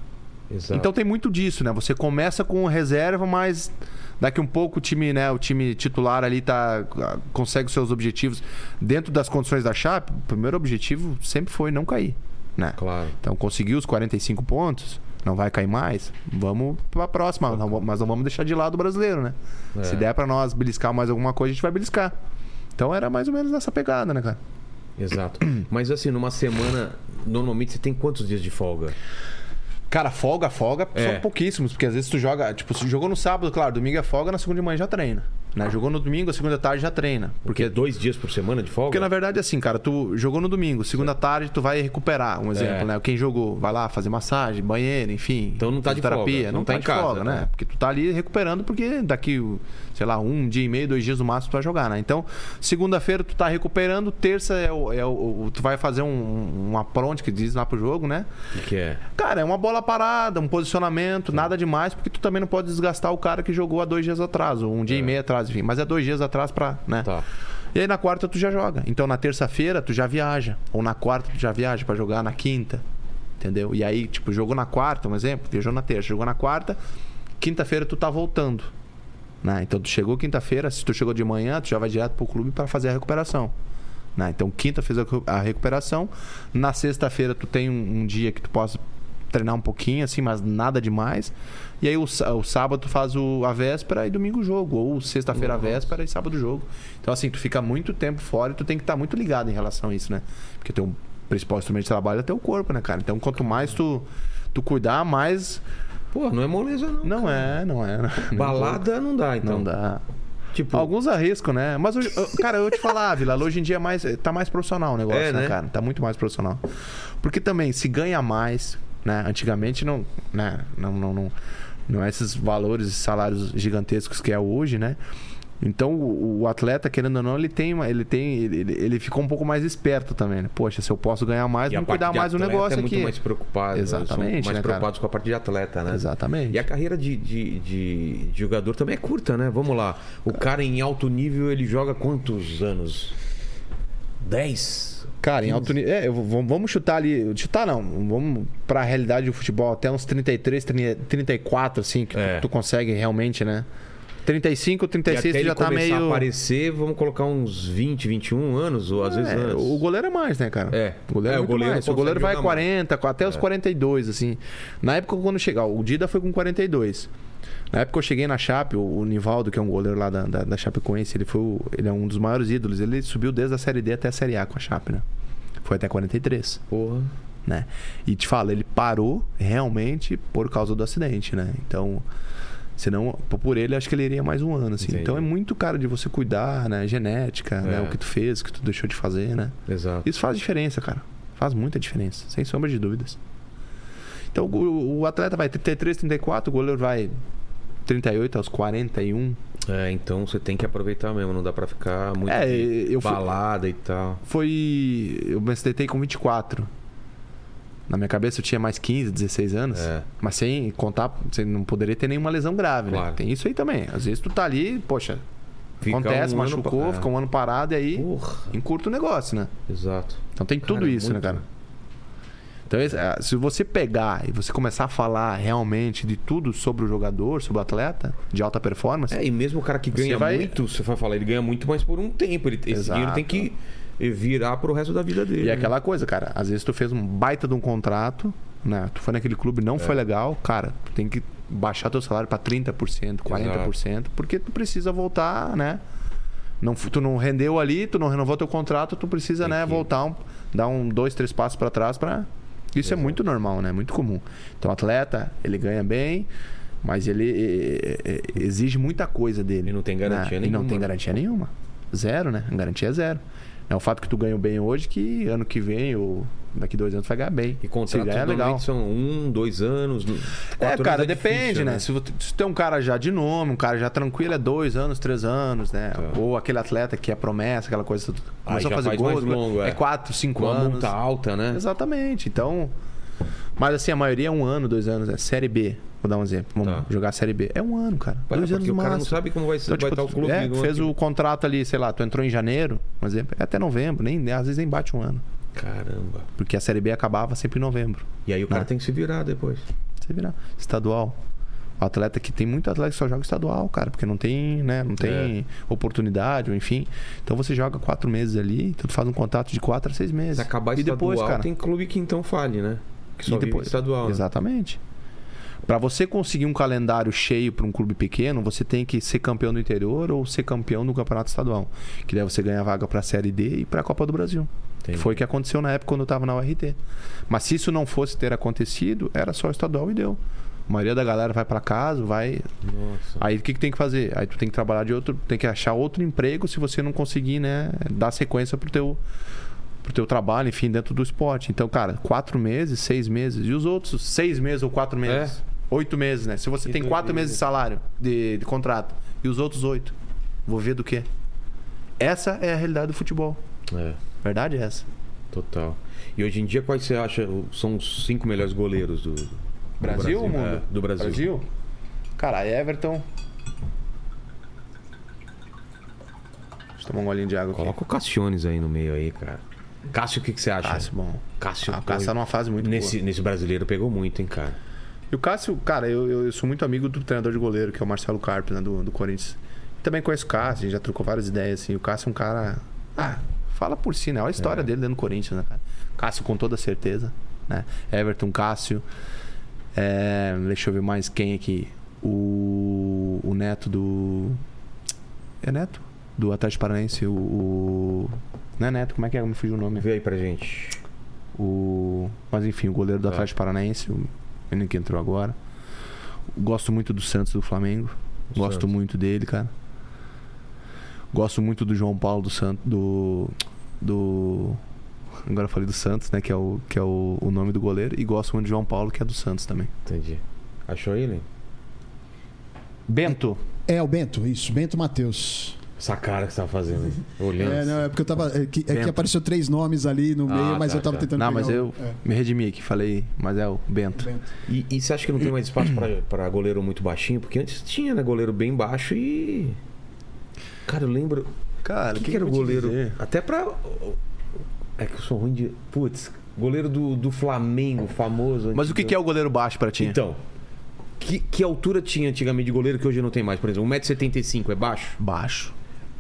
Speaker 1: Exato.
Speaker 4: Então tem muito disso, né? Você começa com reserva, mas daqui um pouco o time, né, o time titular ali tá consegue os seus objetivos dentro das condições da Chape. O primeiro objetivo sempre foi não cair, né?
Speaker 1: Claro.
Speaker 4: Então conseguiu os 45 pontos, não vai cair mais. Vamos pra próxima, não va- mas não vamos deixar de lado o brasileiro, né?
Speaker 1: É.
Speaker 4: Se der pra nós beliscar mais alguma coisa, a gente vai beliscar. Então era mais ou menos nessa pegada, né, cara? (clears throat)
Speaker 1: Exato. Mas assim, numa semana, normalmente você tem quantos dias de folga?
Speaker 4: Cara, folga, folga,
Speaker 1: É.
Speaker 4: são pouquíssimos, porque às vezes tu joga, tipo, se jogou no sábado, claro, domingo é folga, na segunda de manhã já treina. Né? Jogou no domingo, a segunda tarde já treina.
Speaker 1: Porque é dois dias por semana de folga?
Speaker 4: Porque na verdade é assim, cara, tu jogou no domingo, segunda tarde tu vai recuperar, um exemplo, né? Quem jogou, vai lá fazer massagem, banheiro, enfim.
Speaker 1: É. Então não tá de
Speaker 4: fisioterapia,
Speaker 1: folga,
Speaker 4: não, tá, em de
Speaker 1: casa,
Speaker 4: folga, né?
Speaker 1: né?
Speaker 4: Porque tu tá ali recuperando, porque daqui, sei lá, um dia e meio, dois dias no máximo tu vai jogar, né? Então, segunda-feira tu tá recuperando, terça é o. é o- o- tu vai fazer um, uma pronte que diz lá pro jogo, né?
Speaker 1: O que é?
Speaker 4: Cara, é uma bola parada, um posicionamento, nada demais, porque tu também não pode desgastar o cara que jogou há dois dias atrás, ou um dia e meio atrás, enfim. Mas é dois dias atrás pra, né?
Speaker 1: Tá.
Speaker 4: E aí na quarta tu já joga. Então na terça-feira tu já viaja. Ou na quarta tu já viaja pra jogar na quinta. Entendeu? E aí, tipo, jogou na quarta, um exemplo, viajou na terça, jogou na quarta, quinta-feira tu tá voltando. Né? Então tu chegou quinta-feira, se tu chegou de manhã, tu já vai direto pro clube pra fazer a recuperação. né? Então quinta fez a recu- a recuperação. Na sexta-feira tu tem um, um dia que tu possa treinar um pouquinho, assim, mas nada demais. E aí o, sá- o sábado tu faz o, a véspera e domingo o jogo. Ou sexta-feira a véspera e sábado o jogo. Então assim, tu fica muito tempo fora e tu tem que estar muito ligado em relação a isso, né? Porque teu principal instrumento de trabalho é teu corpo, né, cara? Então quanto mais tu, tu cuidar, mais...
Speaker 1: Pô, não é moleza não.
Speaker 4: Não é, não é. não-
Speaker 1: (laughs) Balada não dá, então.
Speaker 4: Não dá.
Speaker 1: Tipo,
Speaker 4: Alguns arriscam, né? Mas, hoje- eu- cara, eu te falar, Vila, hoje em dia é mais, tá mais profissional o negócio,
Speaker 1: É,
Speaker 4: né,
Speaker 1: né?
Speaker 4: cara? Tá muito mais profissional. Porque também, se ganha mais, né? Antigamente não, né? Não, não, não, não é esses valores, esses salários gigantescos que é hoje, né? Então, o, o atleta, querendo ou não, ele tem, uma- ele tem, ele, ele- ele ficou um pouco mais esperto também, né? Poxa, se eu posso ganhar mais,
Speaker 1: e a
Speaker 4: vamos
Speaker 1: parte
Speaker 4: cuidar
Speaker 1: de
Speaker 4: mais do
Speaker 1: atleta
Speaker 4: negócio
Speaker 1: é muito
Speaker 4: aqui.
Speaker 1: mais preocupado. eles são
Speaker 4: Exatamente, né,
Speaker 1: Mais
Speaker 4: cara?
Speaker 1: preocupados com a parte de atleta, né?
Speaker 4: Exatamente.
Speaker 1: E a carreira de, de, de- de jogador também é curta, né? Vamos lá. O cara em alto nível, ele joga quantos anos? 10?
Speaker 4: Cara, em alto nível. É, eu vou- vamos vamos chutar ali. Chutar não. Vamos pra realidade do futebol até uns 33, 30, 34, assim, que
Speaker 1: É.
Speaker 4: tu consegue realmente, né? 35,
Speaker 1: E até
Speaker 4: 36 tu
Speaker 1: ele
Speaker 4: já tá
Speaker 1: começar a
Speaker 4: meio.
Speaker 1: aparecer, vamos colocar uns 20, 21 anos, ou às vezes
Speaker 4: É,
Speaker 1: antes.
Speaker 4: o goleiro é mais, né, cara?
Speaker 1: É.
Speaker 4: O
Speaker 1: É,
Speaker 4: goleiro é,
Speaker 1: o
Speaker 4: muito
Speaker 1: goleiro
Speaker 4: mais. O
Speaker 1: consegue
Speaker 4: goleiro vai
Speaker 1: jogar É.
Speaker 4: 40, até os 42, assim. Na época quando chegar, o Dida foi com 42. Na época eu cheguei na Chape, o, o Nivaldo, que é um goleiro lá da, da, da Chapecoense, ele foi o- ele é um dos maiores ídolos. Ele subiu desde a Série D até a Série A com a Chape, né? Foi até 43.
Speaker 1: Porra.
Speaker 4: né? E te falo, ele parou realmente por causa do acidente, né? Então, Senão, por- por ele, acho que ele iria mais um ano, assim.
Speaker 1: Entendi.
Speaker 4: Então é muito cara de você cuidar, né? Genética, né?
Speaker 1: É.
Speaker 4: O que tu fez, o que tu deixou de fazer, né?
Speaker 1: Exato.
Speaker 4: Isso faz diferença, cara. Faz muita diferença, sem sombra de dúvidas. Então o, o atleta vai 33, 34, o goleiro vai 38 aos 41.
Speaker 1: É, então você tem que aproveitar mesmo, não dá pra ficar muito
Speaker 4: É,
Speaker 1: de
Speaker 4: eu fui-
Speaker 1: balada e tal.
Speaker 4: Foi. Eu me acidentei com 24. Na minha cabeça eu tinha mais 15, 16 anos.
Speaker 1: É.
Speaker 4: Mas sem contar, você não poderia ter nenhuma lesão grave,
Speaker 1: Claro.
Speaker 4: né? Tem isso aí também. Às vezes tu tá ali, poxa,
Speaker 1: Fica
Speaker 4: acontece,
Speaker 1: um ano
Speaker 4: machucou,
Speaker 1: pa- é.
Speaker 4: fica um ano parado e aí
Speaker 1: Porra,
Speaker 4: encurta o negócio, né?
Speaker 1: exato.
Speaker 4: Então tem tudo
Speaker 1: Cara, é
Speaker 4: isso,
Speaker 1: muito.
Speaker 4: né, cara? Então, esse- ah, se você pegar e você começar a falar realmente de tudo sobre o jogador, sobre o atleta, de alta performance,
Speaker 1: É, e mesmo o cara que
Speaker 4: Você
Speaker 1: ganha
Speaker 4: vai-
Speaker 1: muito, você vai falar, ele ganha muito, mas por um tempo. Ele, esse
Speaker 4: Exato.
Speaker 1: dinheiro tem que virar pro resto da vida dele.
Speaker 4: e é
Speaker 1: né?
Speaker 4: aquela coisa, cara, às vezes tu fez um baita de um contrato, né? Tu foi naquele clube, não
Speaker 1: É.
Speaker 4: foi legal, cara, tu tem que baixar teu salário pra 30%, 40%, porque tu precisa voltar, né? Não, fu- tu não rendeu ali, tu não renovou teu contrato, tu precisa, né, voltar, um, dar um, dois, três passos pra trás pra. Isso é muito normal, né? Muito comum. Então, o atleta, ele ganha bem, mas ele eh, eh, eh, exige muita coisa dele.
Speaker 1: E não tem
Speaker 4: né?
Speaker 1: garantia
Speaker 4: E não
Speaker 1: nenhuma,
Speaker 4: tem
Speaker 1: né?
Speaker 4: garantia nenhuma. Zero, né? A Garantia é zero. É o fato que tu ganhou bem hoje, que ano que vem ou daqui dois anos tu vai ganhar bem.
Speaker 1: né? E
Speaker 4: Se
Speaker 1: contratos
Speaker 4: ganhar, é
Speaker 1: normalmente
Speaker 4: legal.
Speaker 1: são um, dois anos. no-
Speaker 4: É,
Speaker 1: quatro
Speaker 4: cara,
Speaker 1: anos difícil,
Speaker 4: depende, né? Se, você, se tem um cara já de nome, um cara já tranquilo, é dois anos, três anos, né? Ou aquele atleta que é promessa, aquela coisa. tudo.
Speaker 1: Tá. Aí
Speaker 4: Começou
Speaker 1: já
Speaker 4: a fazer
Speaker 1: faz
Speaker 4: gols,
Speaker 1: mais longo,
Speaker 4: é.
Speaker 1: é.
Speaker 4: quatro, cinco
Speaker 1: Com a
Speaker 4: anos.
Speaker 1: multa alta, né?
Speaker 4: Exatamente. Então. Mas assim, a maioria é um ano, dois anos, né? Série B. Vou dar um exemplo. Vamos
Speaker 1: Tá.
Speaker 4: jogar a Série B. É um ano, cara.
Speaker 1: Para,
Speaker 4: dois anos
Speaker 1: porque
Speaker 4: no
Speaker 1: o cara não
Speaker 4: máximo.
Speaker 1: sabe como vai, ser-
Speaker 4: Então,
Speaker 1: vai estar
Speaker 4: tipo,
Speaker 1: o clube.
Speaker 4: é,
Speaker 1: no ano
Speaker 4: fez
Speaker 1: que-
Speaker 4: o contrato ali, sei lá, tu entrou em janeiro, um exemplo, é até novembro, nem, às vezes nem bate um ano.
Speaker 1: Caramba.
Speaker 4: Porque a Série B acabava sempre em novembro.
Speaker 1: E aí o cara
Speaker 4: Não.
Speaker 1: tem que se virar depois.
Speaker 4: Você virar estadual. O atleta que tem muito atleta que só joga estadual, cara, porque não tem, né, não tem
Speaker 1: É.
Speaker 4: oportunidade, ou enfim. Então você joga quatro meses ali, então tu faz um contrato de quatro a seis meses.
Speaker 1: Se acabar
Speaker 4: e
Speaker 1: estadual,
Speaker 4: depois, cara,
Speaker 1: tem clube que então fale, né? Que só
Speaker 4: e
Speaker 1: depois,
Speaker 4: depois
Speaker 1: estadual. né?
Speaker 4: Exatamente. Pra você conseguir um calendário cheio pra um clube pequeno, você tem que ser campeão do interior ou ser campeão do Campeonato Estadual, que daí você ganha a vaga pra Série D e pra Copa do Brasil.
Speaker 1: Entendi.
Speaker 4: Foi o que aconteceu na época quando eu tava na URT. Mas se isso não fosse ter acontecido, era só estadual e deu. A maioria da galera vai pra casa, vai.
Speaker 1: Nossa.
Speaker 4: Aí o que, que tem que fazer? Aí tu tem que trabalhar de outro, tem que achar outro emprego se você não conseguir, né, dar sequência pro teu pro teu trabalho, enfim, dentro do esporte. Então, cara, quatro meses, seis meses. E os outros, seis meses ou quatro
Speaker 1: É.
Speaker 4: meses? Oito meses, né? Se você
Speaker 1: Que
Speaker 4: tem quatro
Speaker 1: doideira.
Speaker 4: meses de salário, de, de contrato, e os outros oito, vou ver do quê? Essa é a realidade do futebol.
Speaker 1: É,
Speaker 4: Verdade é essa.
Speaker 1: total. E hoje em dia, quais você acha são os cinco melhores goleiros do, do
Speaker 4: Brasil, ou mundo?
Speaker 1: É, do Brasil.
Speaker 4: Cara, Everton. Deixa eu tomar um golinho de água aqui.
Speaker 1: Coloca o Cassiones aí no meio aí, cara. Cássio, o que, que você acha?
Speaker 4: Cássio, bom.
Speaker 1: Cássio,
Speaker 4: Ah, o Cássio tá numa fase muito boa.
Speaker 1: nesse, nesse brasileiro pegou muito, hein, cara.
Speaker 4: E o Cássio, cara, eu, eu- eu sou muito amigo do treinador de goleiro, que é o Marcelo Carpe, né, do, do Corinthians. Também conheço o Cássio, a gente já trocou várias ideias, assim. O Cássio é um cara. Ah, fala por si, né? Olha a história dele dentro do Corinthians, né, cara? Cássio com toda certeza, né? Everton, Cássio. É, deixa eu ver mais quem aqui. O, o neto do. É neto? Do Atlético Paranaense, o. o... Não é neto, como é que é? Me fugiu o nome.
Speaker 1: Vê aí pra gente.
Speaker 4: O... Mas enfim, o goleiro do
Speaker 1: Tá.
Speaker 4: Atlético Paranaense, o menino que entrou agora. Gosto muito do Santos do Flamengo.
Speaker 1: O
Speaker 4: Gosto
Speaker 1: Santos.
Speaker 4: muito dele, cara. Gosto muito do João Paulo do Santos. Do. Do. Agora eu falei do Santos, né? Que é, o, que é o, o nome do goleiro. E gosto muito do João Paulo, que é do Santos também.
Speaker 1: Entendi. Achou ele?
Speaker 4: Bento.
Speaker 2: É, o Bento, isso, Bento Matheus.
Speaker 1: Essa cara que você tá fazendo.
Speaker 4: (laughs)
Speaker 1: hein? Olhando.
Speaker 2: É,
Speaker 1: assim.
Speaker 2: não, é porque eu tava. É que, é que
Speaker 4: Bento.
Speaker 2: apareceu três nomes ali no
Speaker 1: Ah,
Speaker 2: meio, mas
Speaker 1: tá,
Speaker 2: eu tava
Speaker 1: tá.
Speaker 2: tentando.
Speaker 4: Não,
Speaker 2: pegar
Speaker 4: mas
Speaker 2: o-
Speaker 4: eu
Speaker 2: É,
Speaker 4: me redimi aqui, falei. Mas é o Bento.
Speaker 2: Bento.
Speaker 1: E, e você acha que não tem mais espaço pra- pra goleiro muito baixinho? Porque antes tinha, né? Goleiro bem baixo e. Cara, eu lembro.
Speaker 4: Cara,
Speaker 1: O que,
Speaker 4: que
Speaker 1: que era o
Speaker 4: eu vou te
Speaker 1: goleiro?
Speaker 4: dizer?
Speaker 1: Até pra. É que eu sou ruim de. Putz, goleiro do, do Flamengo, famoso.
Speaker 4: Mas o que, que é o goleiro baixo pra ti?
Speaker 1: Então. Que, que altura tinha antigamente de goleiro que hoje não tem mais? Por exemplo, 1,75m é baixo?
Speaker 4: Baixo.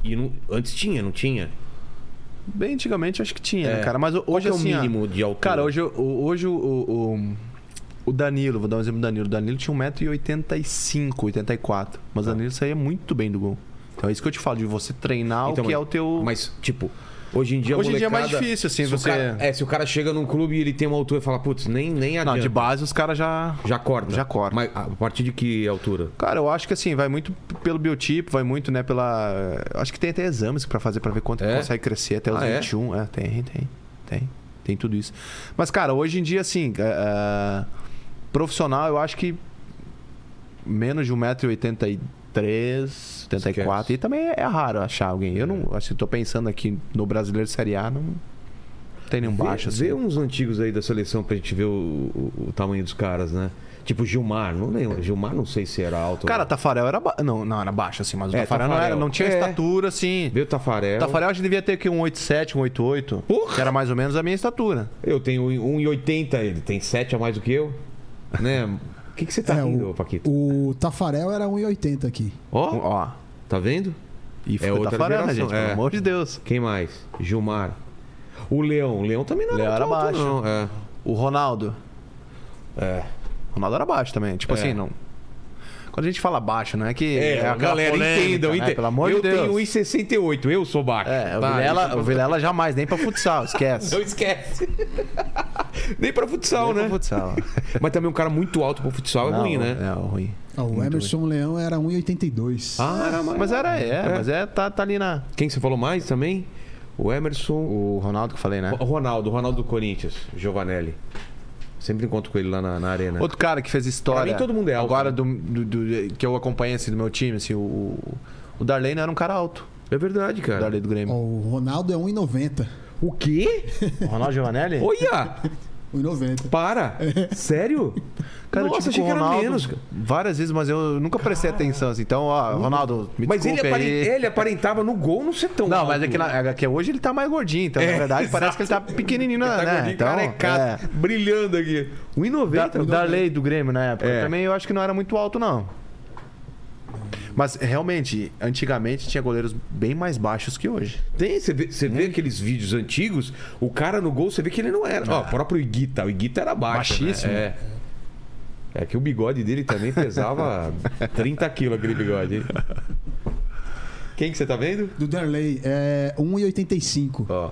Speaker 1: E não- antes tinha, não tinha?
Speaker 4: Bem antigamente acho que tinha, né,
Speaker 1: É.
Speaker 4: cara. Mas
Speaker 1: Qual
Speaker 4: hoje
Speaker 1: que é o
Speaker 4: assim, ó,
Speaker 1: mínimo de altura?
Speaker 4: Cara, hoje, o- o- hoje o, o, o Danilo, vou dar um exemplo do Danilo. O Danilo tinha 1,85m, 84 Mas o Danilo saía muito bem do gol. Então é isso que eu te falo, de você treinar
Speaker 1: Então,
Speaker 4: o que
Speaker 1: mas-
Speaker 4: é o teu.
Speaker 1: Mas, tipo, Hoje em dia, a
Speaker 4: Hoje em dia é mais
Speaker 1: molecada-
Speaker 4: difícil, assim,
Speaker 1: se o
Speaker 4: você-
Speaker 1: cara- é, se o cara chega num clube e ele tem uma altura e fala, putz, nem, nem
Speaker 4: Não,
Speaker 1: adianta.
Speaker 4: de base os caras já.
Speaker 1: Já corta.
Speaker 4: Já corta.
Speaker 1: Mas a partir de que altura?
Speaker 4: Cara, eu acho que assim, vai muito pelo biotipo, vai muito, né, pela. eu Acho que tem até exames pra fazer pra ver quanto
Speaker 1: É?
Speaker 4: que consegue crescer até os
Speaker 1: Ah, é?
Speaker 4: 21. É? tem, tem, tem. Tem tudo isso. Mas, cara, hoje em dia, assim, é, é, profissional, eu acho que menos de 1,83m, 74 E também é raro achar alguém. Eu não. Assim, tô pensando aqui no brasileiro Série A, não tem nenhum
Speaker 1: Vê-
Speaker 4: baixo. Assim.
Speaker 1: Vê um uns antigos aí da seleção pra gente ver o, o- o tamanho dos caras, né? Tipo Gilmar, não lembro. Gilmar não sei se era alto.
Speaker 4: Cara, Tafarel era. ba- Não, não, era baixo, assim, mas o
Speaker 1: É,
Speaker 4: Tafarel, Não,
Speaker 1: Tafarel.
Speaker 4: era, não tinha
Speaker 1: É.
Speaker 4: estatura, assim.
Speaker 1: Vê o Tafarel.
Speaker 4: Tafarel acho que devia ter aqui um 87, um 88.
Speaker 1: Porra!
Speaker 4: Que era mais ou menos a minha estatura.
Speaker 1: Eu tenho 1,80, ele tem 7 a mais do que eu. Né? O que, que
Speaker 4: (laughs)
Speaker 1: você tá
Speaker 2: É,
Speaker 1: rindo,
Speaker 2: o,
Speaker 1: Paquito?
Speaker 2: o Tafarel era 1,80 aqui.
Speaker 1: Ó,
Speaker 4: Um, Ó.
Speaker 1: tá vendo?
Speaker 4: E foi
Speaker 1: outra
Speaker 4: Tafarel, né,
Speaker 1: geração,
Speaker 4: gente? Pelo
Speaker 1: é.
Speaker 4: amor de Deus.
Speaker 1: Quem mais? Gilmar. O Leão. O Leão também não
Speaker 4: Leão era
Speaker 1: tão alto,
Speaker 4: baixo.
Speaker 1: Não. É.
Speaker 4: O Ronaldo.
Speaker 1: É.
Speaker 4: O Ronaldo era baixo também. Tipo
Speaker 1: É.
Speaker 4: assim, não. Quando a gente fala baixo, não é que.
Speaker 1: É,
Speaker 4: aquela
Speaker 1: galera,
Speaker 4: polêmica,
Speaker 1: entendam,
Speaker 4: né?
Speaker 1: entendam.
Speaker 4: Pelo amor
Speaker 1: eu
Speaker 4: de Deus.
Speaker 1: tenho 1,68, eu sou baixo.
Speaker 4: É, o,
Speaker 1: Tá,
Speaker 4: Vilela,
Speaker 1: isso-
Speaker 4: o Vilela jamais, nem pra futsal, esquece.
Speaker 1: Não esquece. (laughs) Nem pra futsal,
Speaker 4: nem
Speaker 1: né?
Speaker 4: pra futsal.
Speaker 1: Mas também um cara muito alto pro futsal é
Speaker 4: Não,
Speaker 1: ruim, né?
Speaker 4: É, ruim.
Speaker 2: Ah, o Emerson Leão era 1,82.
Speaker 1: Ah, era mais.
Speaker 4: Mas era, é, mas é, tá, tá ali na.
Speaker 1: Quem você falou mais também? O Emerson.
Speaker 4: O Ronaldo que eu falei, né?
Speaker 1: O Ronaldo, o Ronaldo do Corinthians, Giovanelli. Sempre encontro com ele lá na, na arena.
Speaker 4: Outro cara que fez história.
Speaker 1: né? Pra mim, todo mundo é alto,
Speaker 4: Agora,
Speaker 1: né?
Speaker 4: do, do- do- que eu acompanhei assim, do meu time, assim, o, o Darlene era um cara alto.
Speaker 1: É verdade,
Speaker 4: O
Speaker 1: cara.
Speaker 4: Darlene do
Speaker 2: Ó,
Speaker 4: Grêmio.
Speaker 2: o Ronaldo é 1,90.
Speaker 1: O quê?
Speaker 4: O Ronaldo Giovanelli?
Speaker 1: Olha!
Speaker 2: 1,90.
Speaker 1: Para! Sério?
Speaker 4: Cara,
Speaker 1: Nossa,
Speaker 4: eu tive
Speaker 1: achei
Speaker 4: com
Speaker 1: que
Speaker 4: o
Speaker 1: era
Speaker 4: Ronaldo
Speaker 1: menos. cara.
Speaker 4: várias vezes, mas eu nunca prestei atenção. Assim. Então, ó, Ronaldo, me
Speaker 1: Mas ele,
Speaker 4: desculpa
Speaker 1: aparen-
Speaker 4: aí.
Speaker 1: ele aparentava no gol não ser tão
Speaker 4: Não,
Speaker 1: alto.
Speaker 4: mas é que, na- é que hoje ele tá mais gordinho, então
Speaker 1: É,
Speaker 4: na verdade
Speaker 1: exato.
Speaker 4: parece que ele tá pequenininho, né?
Speaker 1: Tá gordinho,
Speaker 4: então,
Speaker 1: carecaço, brilhando aqui.
Speaker 4: é. Da,
Speaker 1: 1,90.
Speaker 4: Darley do Grêmio na época
Speaker 1: É.
Speaker 4: também eu acho que não era muito alto, não. Mas realmente, antigamente tinha goleiros bem mais baixos que hoje.
Speaker 1: Tem, você vê, você vê aqueles vídeos antigos, o cara no gol, você vê que ele não era. Ó, o próprio Iguita, o Iguita era baixo.
Speaker 4: É. Baixíssimo.
Speaker 1: Né? É. é que o bigode dele também
Speaker 4: (laughs)
Speaker 1: pesava 30 quilos aquele bigode. hein? Quem que você tá vendo?
Speaker 2: Do Darley é 1,85.
Speaker 1: Ó.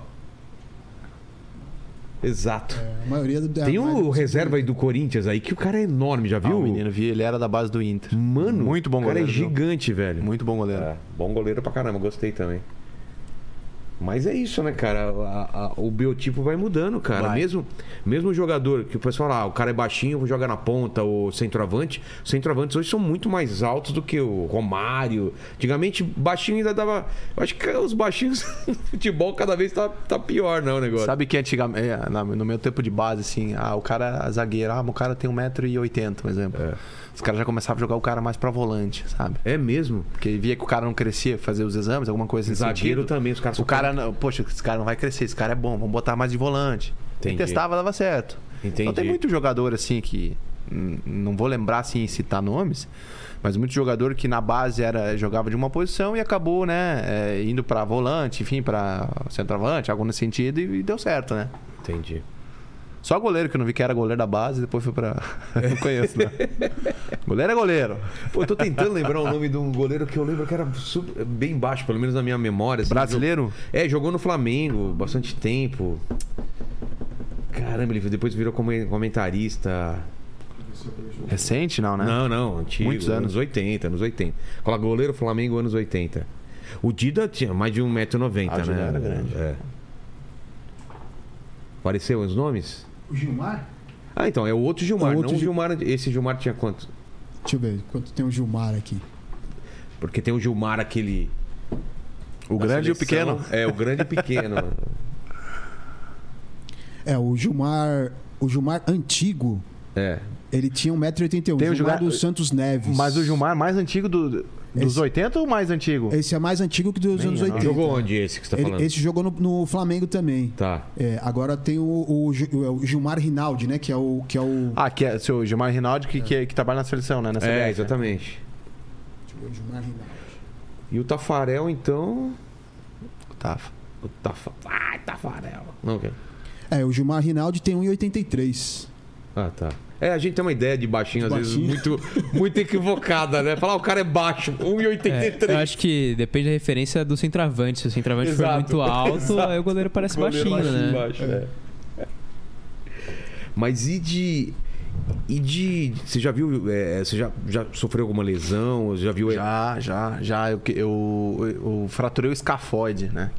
Speaker 1: Exato.
Speaker 2: A maioria do
Speaker 1: Tem o reserva aí do Corinthians aí, que o cara é enorme, já
Speaker 4: Ah,
Speaker 1: viu?
Speaker 4: o menino vi, ele era da base do Inter.
Speaker 1: Mano,
Speaker 4: muito bom
Speaker 1: o cara
Speaker 4: goleiro.
Speaker 1: é
Speaker 4: viu?
Speaker 1: gigante, velho.
Speaker 4: Muito bom goleiro.
Speaker 1: É, bom goleiro pra caramba, gostei também. Mas é isso, né, cara? A- a- o biotipo vai mudando, cara.
Speaker 4: Vai.
Speaker 1: Mesmo mesmo o jogador que o pessoal fala, ah, o cara é baixinho, joga na ponta, o centroavante. Os centroavantes hoje são muito mais altos do que o Romário. Antigamente, baixinho ainda dava. Eu acho que os baixinhos (laughs) no futebol cada vez tá, tá pior, não, o negócio.
Speaker 4: Sabe que antigamente, é, na- no meu tempo de base, assim, ah, o cara era zagueiro, ah, mas o cara tem 1,80m, por exemplo. Os caras já começavam a jogar o cara mais pra volante, sabe?
Speaker 1: É mesmo.
Speaker 4: Porque via que o cara não crescia, fazer os exames, alguma coisa nesse
Speaker 1: Zagueiro
Speaker 4: sentido.
Speaker 1: também, os caras
Speaker 4: O cara, não- poxa, esse cara não vai crescer, esse cara é bom, vamos botar mais de volante.
Speaker 1: Entendi.
Speaker 4: E testava, dava certo. Então tem
Speaker 1: Entendi.
Speaker 4: muito jogador assim que. hum, Não vou lembrar assim citar nomes, mas muito jogador que na base era jogava de uma posição e acabou, né, é, indo pra volante, enfim, pra centroavante, algo nesse sentido e, e deu certo, né?
Speaker 1: Entendi.
Speaker 4: Só goleiro que eu não vi que era goleiro da base, depois foi pra. (laughs) não conheço, né? goleiro é goleiro.
Speaker 1: Pô, eu tô tentando lembrar o nome de um goleiro que eu lembro que era super- bem baixo, pelo menos na minha memória. assim,
Speaker 4: Brasileiro?
Speaker 1: jogou- É, jogou no Flamengo bastante tempo. Caramba, ele depois virou come- comentarista.
Speaker 4: Recente, não, né?
Speaker 1: Não, não, antigo.
Speaker 4: Muitos anos.
Speaker 1: Anos 80, anos 80. Fala goleiro Flamengo, anos 80. O Dida tinha mais de 1,90m,
Speaker 4: Ah, o Dida
Speaker 1: né?
Speaker 4: era grande.
Speaker 1: É. Apareceu os nomes?
Speaker 2: O Gilmar?
Speaker 1: Ah, então, é o outro Gilmar,
Speaker 2: O outro
Speaker 1: não o
Speaker 2: Gil-
Speaker 1: Gilmar. Esse Gilmar tinha quanto?
Speaker 2: Deixa eu ver quanto tem o Gilmar aqui.
Speaker 1: Porque tem o Gilmar, aquele.
Speaker 4: O
Speaker 1: da
Speaker 4: grande e o
Speaker 1: seleção.
Speaker 4: pequeno.
Speaker 1: É, o grande e o pequeno.
Speaker 2: É, o Gilmar. O Gilmar antigo,
Speaker 1: É.
Speaker 2: ele tinha 1,81m.
Speaker 4: Tem
Speaker 2: o
Speaker 4: o
Speaker 2: Gilmar
Speaker 4: Gilmar-
Speaker 2: do Santos Neves.
Speaker 4: Mas o Gilmar mais antigo do- dos
Speaker 2: Esse- 80
Speaker 4: 80 ou mais antigo?
Speaker 2: Esse é mais antigo que dos
Speaker 4: Nem
Speaker 2: anos
Speaker 4: é, não.
Speaker 2: 80.
Speaker 1: Jogou onde esse que você tá
Speaker 2: Ele-
Speaker 1: falando?
Speaker 2: esse jogou no, no Flamengo também.
Speaker 1: Tá.
Speaker 2: É, agora tem o, o Gi- o Gilmar Rinaldi, né? Que é o. Que é o...
Speaker 4: Ah, que é seu Gilmar Rinaldi que, que, que trabalha na seleção, né? Na CBF,
Speaker 1: É,
Speaker 4: né?
Speaker 1: exatamente.
Speaker 2: Deixa eu ver o Gilmar Rinaldi.
Speaker 1: E o Tafarel, então.
Speaker 4: Tá.
Speaker 1: O Tafa... Ai, Tafarel. Não, ok.
Speaker 2: um É, o Gilmar Rinaldi tem 1,83.
Speaker 1: Ah, tá. É, a gente tem uma ideia de baixinho,
Speaker 2: De
Speaker 1: às vezes,
Speaker 2: baixinho.
Speaker 1: muito, muito equivocada, né? Falar, "Ah, o cara é baixo,
Speaker 3: É,
Speaker 1: 1,83.
Speaker 3: eu acho que depende da referência do centroavante. Se o centroavante
Speaker 1: Exato.
Speaker 3: for muito alto, aí o goleiro parece
Speaker 1: Goleiro
Speaker 3: baixinho, né?
Speaker 1: baixo, é. Mas e de. E de. Você já viu. é, você já, já sofreu alguma lesão? Já viu. é,
Speaker 4: Já, já, já. Eu, que- eu, eu fraturei o escafoide, né?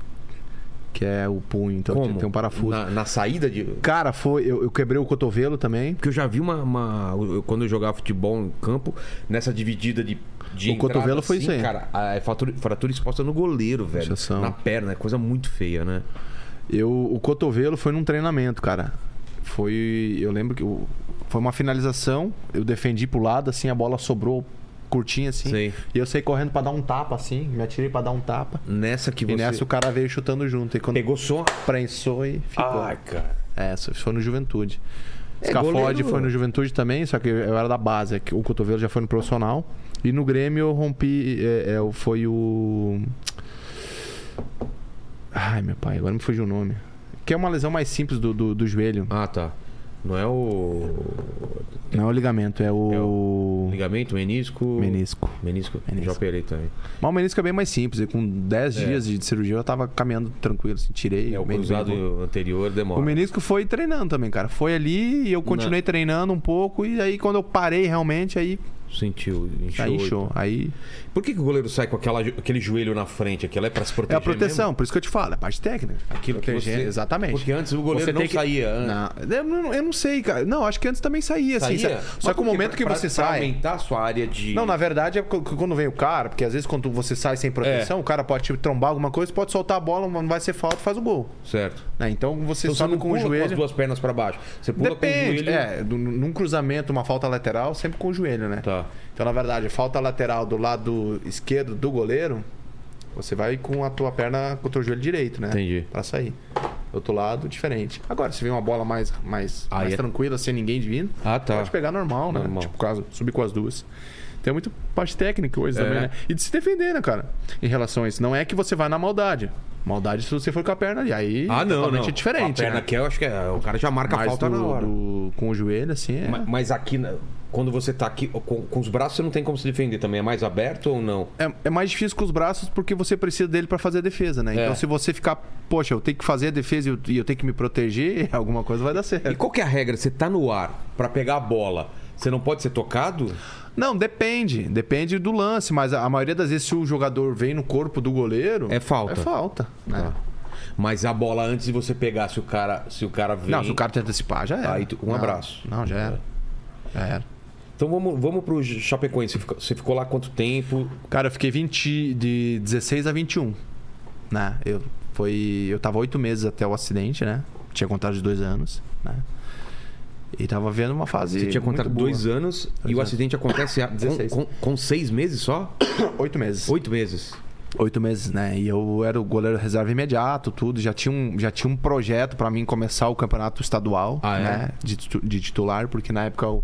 Speaker 4: Que é o punho, então
Speaker 1: Como?
Speaker 4: tem um parafuso.
Speaker 1: Na, na saída de.
Speaker 4: Cara, foi. Eu, eu quebrei o cotovelo também.
Speaker 1: Porque eu já vi uma. uma- eu- quando eu jogava futebol em campo, nessa dividida de. de
Speaker 4: O
Speaker 1: entrada,
Speaker 4: cotovelo foi
Speaker 1: assim,
Speaker 4: isso aí.
Speaker 1: Cara, a fratura, fratura exposta no goleiro, velho.
Speaker 4: Inchação.
Speaker 1: Na perna, é coisa muito feia, né?
Speaker 4: Eu, o cotovelo foi num treinamento, cara. Foi. Eu lembro que. o- foi uma finalização. Eu defendi pro lado, assim, a bola sobrou curtinha, assim.
Speaker 1: Sei.
Speaker 4: E eu saí correndo pra dar um tapa, assim. Me atirei pra dar um tapa.
Speaker 1: Nessa que você.
Speaker 4: E nessa o cara veio chutando junto. E quando
Speaker 1: Pegou só.
Speaker 4: prensou e ficou.
Speaker 1: Ai, cara.
Speaker 4: É, isso foi no Juventude.
Speaker 1: É,
Speaker 4: Scafode
Speaker 1: goleiro-
Speaker 4: foi no Juventude também, só que eu era da base. é que O cotovelo já foi no profissional. E no Grêmio eu rompi. É, é, foi o. Ai, meu pai, agora me fugiu o nome. Que é uma lesão mais simples do, do, do joelho.
Speaker 1: Ah, tá. Não é o.
Speaker 4: Não é o ligamento, é o.
Speaker 1: Ligamento, menisco.
Speaker 4: Menisco.
Speaker 1: Menisco.
Speaker 4: Menisco.
Speaker 1: Já operei também.
Speaker 4: Mas o menisco é bem mais simples. E com 10
Speaker 1: É.
Speaker 4: dias de cirurgia eu tava caminhando tranquilo, assim, tirei.
Speaker 1: É, o
Speaker 4: bem- bem
Speaker 1: cruzado
Speaker 4: bom.
Speaker 1: anterior demora.
Speaker 4: O menisco foi treinando também, cara. Foi ali e eu continuei treinando um pouco. E aí, quando eu parei realmente, aí
Speaker 1: Sentiu, inchou.
Speaker 4: Tá Aí show. então. É Aí
Speaker 1: Por que, que o goleiro sai com aquela, aquele joelho na frente? Aquela é pra se
Speaker 4: é
Speaker 1: proteger
Speaker 4: a proteção,
Speaker 1: mesmo?
Speaker 4: por isso que eu te falo, é a parte técnica.
Speaker 1: Aquilo que
Speaker 4: Proteger,
Speaker 1: você-
Speaker 4: exatamente.
Speaker 1: Porque antes o goleiro
Speaker 4: Você
Speaker 1: não
Speaker 4: tem que-
Speaker 1: saía. an-
Speaker 4: Não, eu não, eu não sei, cara. Não, acho que antes também saía, assim.
Speaker 1: saía?
Speaker 4: sabe?
Speaker 1: Mas por
Speaker 4: Só que o
Speaker 1: quê?
Speaker 4: momento que
Speaker 1: Pra-
Speaker 4: você
Speaker 1: pra
Speaker 4: sai.
Speaker 1: aumentar a sua área de...
Speaker 4: Não, na verdade é porque quando vem o cara, porque às vezes quando você sai sem proteção,
Speaker 1: É.
Speaker 4: o cara pode te trombar alguma coisa, pode soltar a bola, não vai ser falta, faz o gol.
Speaker 1: Certo.
Speaker 4: né? Então você
Speaker 1: Então você
Speaker 4: sobe
Speaker 1: não
Speaker 4: com o
Speaker 1: pula com as
Speaker 4: joelho.
Speaker 1: duas pernas pra baixo. Você pula com o
Speaker 4: Depende,
Speaker 1: joelho...
Speaker 4: é, do- num cruzamento, uma falta lateral, sempre com o joelho, né?
Speaker 1: Tá.
Speaker 4: Então, na verdade, falta lateral do lado esquerdo do goleiro, você vai com a tua perna contra o joelho direito, né?
Speaker 1: Entendi.
Speaker 4: Pra sair. Outro lado, diferente. Agora, se vem uma bola mais, mais,
Speaker 1: Aí
Speaker 4: mais
Speaker 1: é-
Speaker 4: tranquila, sem ninguém vindo,
Speaker 1: Ah, tá.
Speaker 4: pode pegar normal, né?
Speaker 1: Normal.
Speaker 4: Tipo, caso, subir com as duas. Tem muito parte técnica hoje
Speaker 1: É.
Speaker 4: também, né? E de se defender, né, cara? Em relação a isso. Não é que você vai na maldade. Maldade se você for com a perna ali. Aí
Speaker 1: Ah, não,
Speaker 4: totalmente
Speaker 1: não.
Speaker 4: é diferente.
Speaker 1: A perna
Speaker 4: né?
Speaker 1: aqui, eu acho que é, o cara já marca a
Speaker 4: Mais
Speaker 1: falta
Speaker 4: do-
Speaker 1: na hora.
Speaker 4: do- com o joelho, assim, é.
Speaker 1: Ma- Mas, aqui, na- quando você tá aqui com, com os braços, você não tem como se defender também. É mais aberto ou não?
Speaker 4: É, é mais difícil com os braços porque você precisa dele pra fazer a defesa, né?
Speaker 1: É.
Speaker 4: Então, se você ficar, poxa, eu tenho que fazer a defesa e eu, e eu tenho que me proteger, (laughs) alguma coisa vai dar
Speaker 1: E
Speaker 4: certo.
Speaker 1: qual que é a regra? Você tá no ar pra pegar a bola, você não pode ser tocado?
Speaker 4: Não, depende. Depende do lance, mas a, a maioria das vezes, se o jogador vem no corpo do goleiro.
Speaker 1: É falta.
Speaker 4: É falta. né?
Speaker 1: Tá. Mas a bola antes de você pegar, se o cara, se o cara vem.
Speaker 4: Não, se o cara tenta antecipar, já era.
Speaker 1: Aí tu- um
Speaker 4: Não,
Speaker 1: abraço.
Speaker 4: Não, já era. Já era.
Speaker 1: Então vamos, vamos pro Chapecoense. Você ficou, você ficou lá quanto tempo?
Speaker 4: Cara, eu fiquei 20, de 16 a 21. Né? Eu, foi, eu tava oito meses até o acidente, né? Tinha contado de dois anos, né? E tava vendo uma fase.
Speaker 1: Você tinha contado
Speaker 4: muito boa.
Speaker 1: dois anos e o
Speaker 4: anos.
Speaker 1: acidente acontece
Speaker 4: (coughs)
Speaker 1: há- com,
Speaker 4: 16.
Speaker 1: com, com seis meses só?
Speaker 4: Oito meses.
Speaker 1: Oito meses.
Speaker 4: Oito meses, né? E eu era o goleiro reserva imediato, tudo. Já tinha um, já tinha um projeto pra mim começar o campeonato estadual,
Speaker 1: Ah, é?
Speaker 4: né? De, titu- de titular, porque na época o,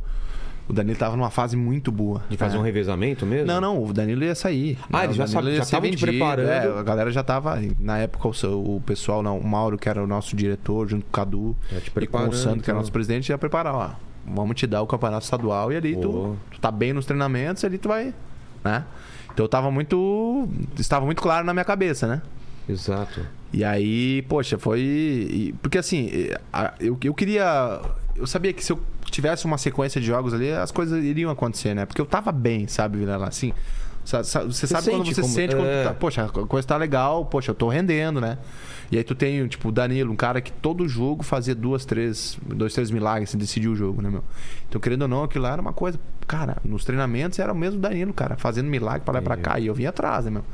Speaker 4: o Danilo tava numa fase muito boa.
Speaker 1: De fazer
Speaker 4: né?
Speaker 1: um revezamento mesmo?
Speaker 4: Não, não, o Danilo ia sair.
Speaker 1: Ah,
Speaker 4: né?
Speaker 1: ele
Speaker 4: O
Speaker 1: já
Speaker 4: Danilo
Speaker 1: sabe-
Speaker 4: ia
Speaker 1: já
Speaker 4: ser
Speaker 1: tava te
Speaker 4: vendido,
Speaker 1: preparando.
Speaker 4: é, a galera já tava. Na época, o, seu- o pessoal, não, o Mauro, que era o nosso diretor, junto com o Cadu,
Speaker 1: Já Tá te
Speaker 4: e com
Speaker 1: preparando,
Speaker 4: o Sandro, que era
Speaker 1: então.
Speaker 4: nosso presidente, já prepararam, ó. Vamos te dar o campeonato estadual e ali
Speaker 1: Boa.
Speaker 4: tu, tu tá bem nos treinamentos, ali tu vai. né? Então eu tava muito. Estava muito claro na minha cabeça, né?
Speaker 1: Exato.
Speaker 4: E aí, poxa, foi. e- Porque assim, e- a- eu, eu queria. Eu sabia que se eu tivesse uma sequência de jogos ali, as coisas iriam acontecer, né? Porque eu tava bem, sabe, Vilela? Assim. sa- sa- Você, sabe quando
Speaker 1: sente
Speaker 4: você
Speaker 1: como-
Speaker 4: sente quando
Speaker 1: é.
Speaker 4: tu tá, poxa, a coisa tá legal, poxa, eu tô rendendo, né? E aí tu tem, tipo, o Danilo, um cara que todo jogo fazia duas, três, dois, três milagres, assim, decidiu o jogo, né, meu? Então, querendo ou não, aquilo lá era uma coisa, cara, nos treinamentos era o mesmo Danilo, cara, fazendo milagre pra lá e pra cá, e eu vinha atrás, né, meu?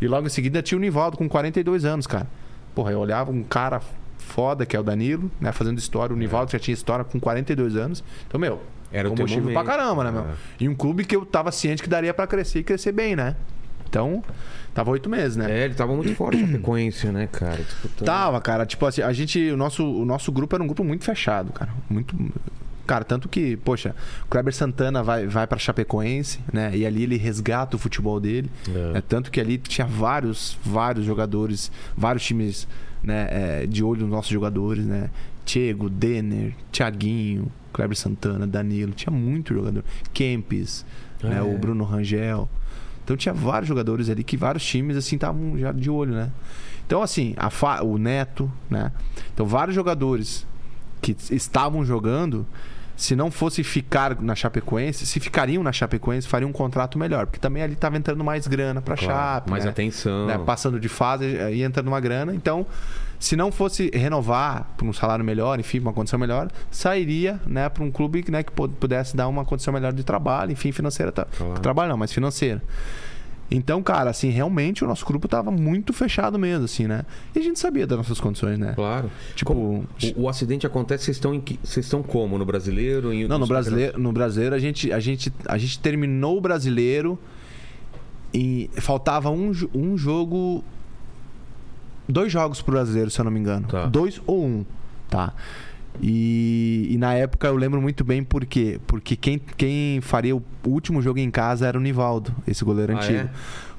Speaker 4: E logo em seguida tinha o Nivaldo com 42 anos, cara. Porra, eu olhava um cara foda que é o Danilo, né, fazendo história, o Nivaldo já tinha história com 42 anos. Então, meu,
Speaker 1: É. Era o teu
Speaker 4: combustível pra
Speaker 1: momento.
Speaker 4: caramba, né, meu?
Speaker 1: É.
Speaker 4: E um clube que eu tava ciente que daria pra crescer e crescer bem, né? Então, tava oito meses, né?
Speaker 1: É, ele tava
Speaker 4: (coughs)
Speaker 1: muito forte a Chapecoense, né, cara? Disputando.
Speaker 4: Tava, cara. Tipo assim, a gente. O nosso, o nosso grupo era um grupo muito fechado, cara. Muito. Cara, tanto que, poxa, o Kleber Santana vai, vai pra Chapecoense, né? E ali ele resgata o futebol dele.
Speaker 1: É.
Speaker 4: É. tanto que ali tinha vários, vários jogadores, vários times né, é, de olho nos nossos jogadores, né? Chego, Denner, Thiaguinho, Kleber Santana, Danilo. Tinha muito jogador. Kempis, né,
Speaker 1: É.
Speaker 4: o Bruno Rangel. Então tinha vários jogadores ali que vários times assim estavam já de olho, né? Então assim, a fa- o Neto, né? Então vários jogadores que estavam jogando, se não fosse ficar na Chapecoense, se ficariam na Chapecoense, fariam um contrato melhor, porque também ali estava entrando mais grana para Chape,
Speaker 1: mais
Speaker 4: né?
Speaker 1: atenção.
Speaker 4: né, passando de fase eh, e entrando uma grana. Então, se não fosse renovar para um salário melhor, enfim, uma condição melhor, sairia né, para um clube né, que pu- pudesse dar uma condição melhor de trabalho, enfim, financeira. Tá,
Speaker 1: Claro.
Speaker 4: Trabalho não, mas financeira. Então, cara, assim, realmente o nosso grupo tava muito fechado mesmo, assim, né? E a gente sabia das nossas condições, né?
Speaker 1: Claro.
Speaker 4: Tipo,
Speaker 1: O, o acidente acontece, vocês estão, em que- vocês estão como? No brasileiro? Em-
Speaker 4: Não, no
Speaker 1: nos
Speaker 4: brasileiro, no brasileiro a gente, a gente, a gente terminou o brasileiro e faltava um, jo- um jogo, dois jogos pro brasileiro, se eu não me engano,
Speaker 1: Tá.
Speaker 4: dois ou um, tá? E, e na época eu lembro muito bem por quê. Porque quem, quem faria o último jogo em casa era o Nivaldo, esse goleiro
Speaker 1: Ah,
Speaker 4: antigo.
Speaker 1: é?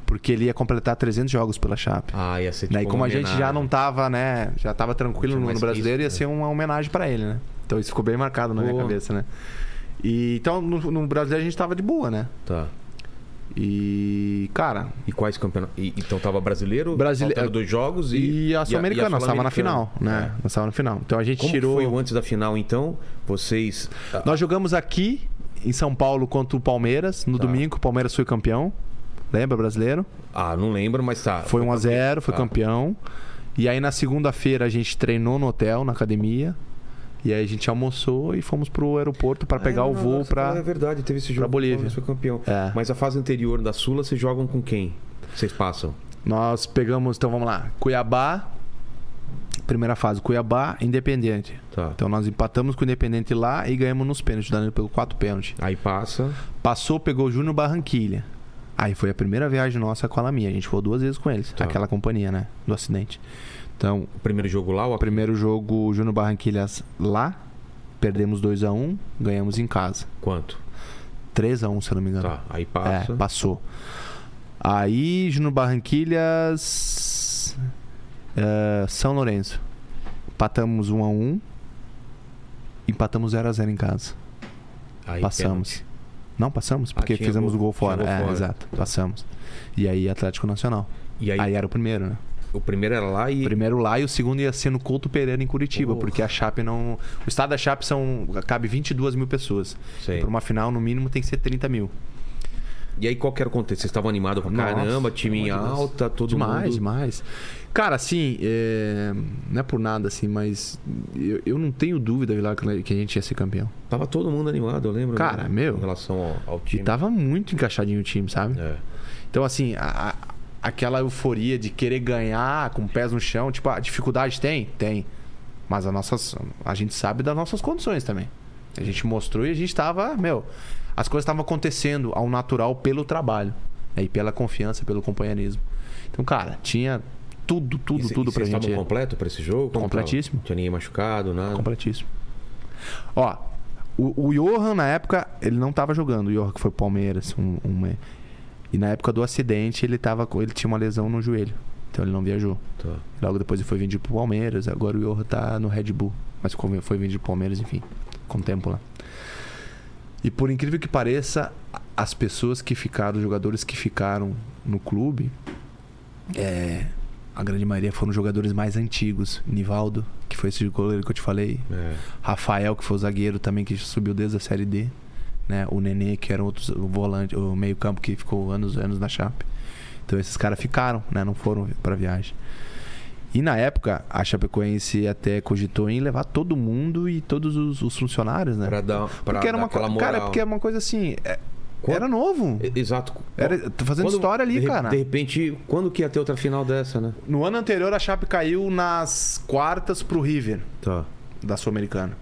Speaker 4: Porque ele ia completar 300 jogos pela Chape.
Speaker 1: Ah, ia ser tipo
Speaker 4: Né? E como
Speaker 1: uma
Speaker 4: a gente já
Speaker 1: homenagem.
Speaker 4: não tava, né? Já tava tranquilo
Speaker 1: Tinha
Speaker 4: no,
Speaker 1: mais
Speaker 4: no brasileiro,
Speaker 1: risco,
Speaker 4: ia ser uma homenagem pra ele, né? Então isso ficou bem marcado na minha
Speaker 1: Boa.
Speaker 4: cabeça, né? E, então no, no brasileiro a gente tava de boa, né?
Speaker 1: Tá.
Speaker 4: E, cara.
Speaker 1: E quais campeonatos? E- então tava brasileiro,
Speaker 4: Brasile- é,
Speaker 1: faltando dois jogos e...
Speaker 4: E, a Sul-Americana, nós tava na
Speaker 1: Sul-Americana.
Speaker 4: final, né?
Speaker 1: É.
Speaker 4: Nós tava na final. Então a gente
Speaker 1: Como
Speaker 4: tirou.
Speaker 1: foi o antes da final, então? Vocês...
Speaker 4: Nós jogamos aqui em São Paulo contra o Palmeiras no
Speaker 1: Tá.
Speaker 4: domingo. O Palmeiras foi campeão. Lembra, brasileiro?
Speaker 1: Ah, não lembro, mas tá.
Speaker 4: Foi 1 a 0 foi
Speaker 1: Tá.
Speaker 4: campeão. E aí na segunda-feira a gente treinou no hotel, na academia. E aí a gente almoçou e fomos pro aeroporto pra
Speaker 1: Ah,
Speaker 4: pegar
Speaker 1: não,
Speaker 4: o
Speaker 1: não,
Speaker 4: voo
Speaker 1: agora você falou,
Speaker 4: pra.
Speaker 1: É verdade, teve esse jogo.
Speaker 4: Bolívia.
Speaker 1: Foi campeão.
Speaker 4: É.
Speaker 1: Mas a fase anterior da Sula, vocês jogam com quem? Vocês passam?
Speaker 4: Nós pegamos, então vamos lá, Cuiabá, primeira fase, Cuiabá, Independente.
Speaker 1: Tá.
Speaker 4: Então nós empatamos com o Independente lá e ganhamos nos pênaltis, dando pelo quatro pênaltis.
Speaker 1: Aí passa.
Speaker 4: Passou, pegou o Júnior Barranquilha. Aí foi a primeira viagem nossa com a Laminha. A gente foi duas vezes com eles,
Speaker 1: Tá.
Speaker 4: aquela companhia, né? Do acidente. Então,
Speaker 1: O primeiro jogo lá, o
Speaker 4: o primeiro jogo, o Júnior Barranquilhas lá, perdemos 2 a 1 ganhamos em casa.
Speaker 1: quanto?
Speaker 4: 3 a 1 se eu não me engano.
Speaker 1: Tá, aí
Speaker 4: É,
Speaker 1: passa.
Speaker 4: passou. Aí, Juno Barranquilhas. eh, São Lourenço. Empatamos 1 a 1 Empatamos 0 a 0 em casa.
Speaker 1: Aí
Speaker 4: passamos. Não, passamos,
Speaker 1: Ah,
Speaker 4: porque
Speaker 1: tinha
Speaker 4: fizemos
Speaker 1: gol-
Speaker 4: o gol
Speaker 1: tinha
Speaker 4: fora.
Speaker 1: gol
Speaker 4: é,
Speaker 1: fora.
Speaker 4: exato. Passamos. E aí, Atlético Nacional.
Speaker 1: pênalti. E aí,
Speaker 4: Aí, era o primeiro, né?
Speaker 1: o primeiro era lá e.
Speaker 4: Primeiro lá e o segundo ia ser no Couto Pereira, em Curitiba,
Speaker 1: Porra.
Speaker 4: porque a Chape não. O estado da Chape são. cabe 22 mil pessoas.
Speaker 1: Sei.
Speaker 4: Para uma final, no mínimo, tem que ser 30 mil.
Speaker 1: E aí qual que era o contexto? Vocês estavam animados pra
Speaker 4: Nossa,
Speaker 1: caramba, time em
Speaker 4: pelo amor de Deus.
Speaker 1: alta, todo
Speaker 4: demais,
Speaker 1: mundo.
Speaker 4: demais. Cara, assim, é, não é por nada, assim, mas eu, eu não tenho dúvida, Vilar, que que a gente ia ser campeão.
Speaker 1: Tava todo mundo animado, eu lembro.
Speaker 4: Cara,
Speaker 1: né?
Speaker 4: meu.
Speaker 1: Em relação ao, ao
Speaker 4: E tá
Speaker 1: time.
Speaker 4: tava muito encaixadinho o time, sabe?
Speaker 1: É.
Speaker 4: Então, assim, a- a- aquela euforia de querer ganhar com pés no chão, tipo, a dificuldade tem? Tem. Mas a, nossas, a gente sabe das nossas condições também. A gente mostrou e a gente tava, meu, as coisas estavam acontecendo ao natural pelo trabalho. né? E pela confiança, pelo companheirismo. Então, cara, tinha tudo, tudo,
Speaker 1: E cê-
Speaker 4: tudo
Speaker 1: e
Speaker 4: pra
Speaker 1: vocês
Speaker 4: gente. é.
Speaker 1: estavam completo pra esse jogo? Como
Speaker 4: Completíssimo.
Speaker 1: tava? Tinha ninguém machucado, nada.
Speaker 4: Completíssimo. Ó, o, o Johan, na época, ele não tava jogando. O Johan, que foi pro Palmeiras. Um, um, é. e na época do acidente, ele, tava, com- ele tinha uma lesão no joelho. Então ele não viajou.
Speaker 1: Tá.
Speaker 4: Logo depois ele foi vendido pro Palmeiras. Agora o Johan tá no Red Bull. Mas como foi vendido pro Palmeiras, enfim. Com tempo lá. E por incrível que pareça, as pessoas que ficaram, os jogadores que ficaram no clube, é, a grande maioria foram jogadores mais antigos. Nivaldo, que foi esse goleiro que eu te falei.
Speaker 1: É.
Speaker 4: Rafael, que foi o zagueiro também, que subiu desde a Série D. Né? O Nenê, que era outro, o volante, o meio-campo que ficou anos anos na Chape. Então esses caras ficaram, né? não foram pra viagem. E na época, a Chapecoense até cogitou em levar todo mundo e todos os, os funcionários, né?
Speaker 1: Pra dar, pra
Speaker 4: porque era
Speaker 1: dar
Speaker 4: uma
Speaker 1: aquela
Speaker 4: coisa.
Speaker 1: moral.
Speaker 4: Cara, porque é uma coisa assim. é-
Speaker 1: Quando-
Speaker 4: Era novo.
Speaker 1: E- Exato.
Speaker 4: Era, tô fazendo
Speaker 1: Quando-
Speaker 4: história ali,
Speaker 1: de-
Speaker 4: cara.
Speaker 1: De repente, quando que ia ter outra final dessa, né?
Speaker 4: No ano anterior, a Chape caiu nas quartas pro River
Speaker 1: Tá.
Speaker 4: da Sul-Americana.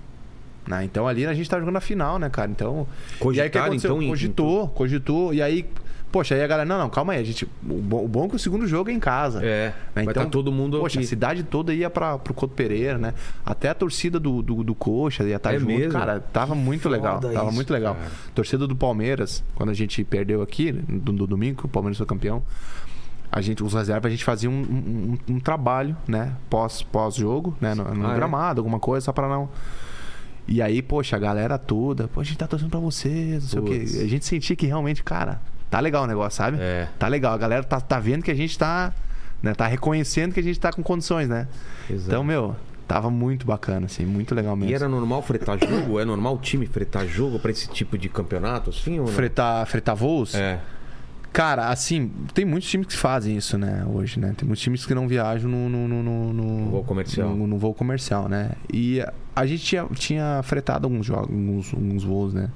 Speaker 4: Né? Então ali a gente tá jogando a final, né, cara? Então.
Speaker 1: Cogitaram,
Speaker 4: e aí o que aconteceu?
Speaker 1: então, em-
Speaker 4: cogitou, cogitou. E aí, poxa, aí a galera, não, não, calma aí, a gente. O bom, o bom é que o segundo jogo é em casa.
Speaker 1: É.
Speaker 4: Né?
Speaker 1: Vai
Speaker 4: Então,
Speaker 1: tá todo mundo
Speaker 4: Poxa,
Speaker 1: aqui.
Speaker 4: a cidade toda ia para pro Couto Pereira, né? Até a torcida do, do, do Coxa ia estar
Speaker 1: É
Speaker 4: junto.
Speaker 1: mesmo?
Speaker 4: Cara, tava muito legal.
Speaker 1: foda
Speaker 4: Tava
Speaker 1: isso,
Speaker 4: muito legal.
Speaker 1: cara.
Speaker 4: Torcida do Palmeiras, quando a gente perdeu aqui, do, do domingo, que o Palmeiras foi campeão. a gente, os reservas, a gente fazia um, um- um- um trabalho, né? Pós, pós-jogo, né? No, no
Speaker 1: Ah, é?
Speaker 4: gramado, alguma coisa, só pra não. E aí, poxa, a galera toda, pô, a gente tá torcendo pra vocês, não sei o
Speaker 1: Putz.
Speaker 4: quê. A gente sentia que realmente, cara, tá legal o negócio, sabe?
Speaker 1: É.
Speaker 4: Tá legal. A galera tá, tá vendo que a gente tá. Né, tá reconhecendo que a gente tá com condições, né?
Speaker 1: Exato.
Speaker 4: Então, meu, tava muito bacana, assim, muito legal mesmo.
Speaker 1: é. E era normal fretar jogo? É normal o time fretar jogo pra esse tipo de campeonato, assim? Ou não?
Speaker 4: fretar, fretar voos?
Speaker 1: É.
Speaker 4: Cara, assim, tem muitos times que fazem isso, né, hoje, né? Tem muitos times que não viajam no, no, no, no- no-
Speaker 1: voo comercial.
Speaker 4: No, no voo comercial, né? E a gente tinha, tinha fretado alguns jogos, alguns, alguns voos, né?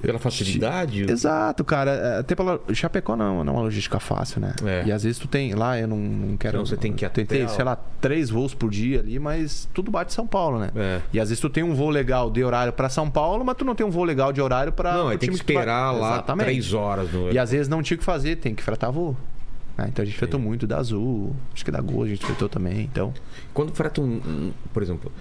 Speaker 1: Pela facilidade?
Speaker 4: Exato, cara. É, Até pela. Chapecó não, não é uma logística fácil, né?
Speaker 1: É.
Speaker 4: E às vezes tu tem. Lá eu não, não quero.
Speaker 1: Então você tem que ir
Speaker 4: eu Tentei,
Speaker 1: até a-
Speaker 4: sei lá, três voos por dia ali, mas tudo bate em São Paulo, né?
Speaker 1: É.
Speaker 4: E às vezes tu tem um voo legal de horário pra São Paulo, mas tu não tem um voo legal de horário pra.
Speaker 1: Não,
Speaker 4: pro
Speaker 1: aí tem que
Speaker 4: time tu vai-
Speaker 1: esperar lá
Speaker 4: Exatamente.
Speaker 1: três horas. No...
Speaker 4: E às vezes não tinha o que fazer, tem que fretar voo. né? Então a gente fretou muito da Azul, acho que da Gol a gente fretou também. Então,
Speaker 1: Quando freta um, um- por exemplo,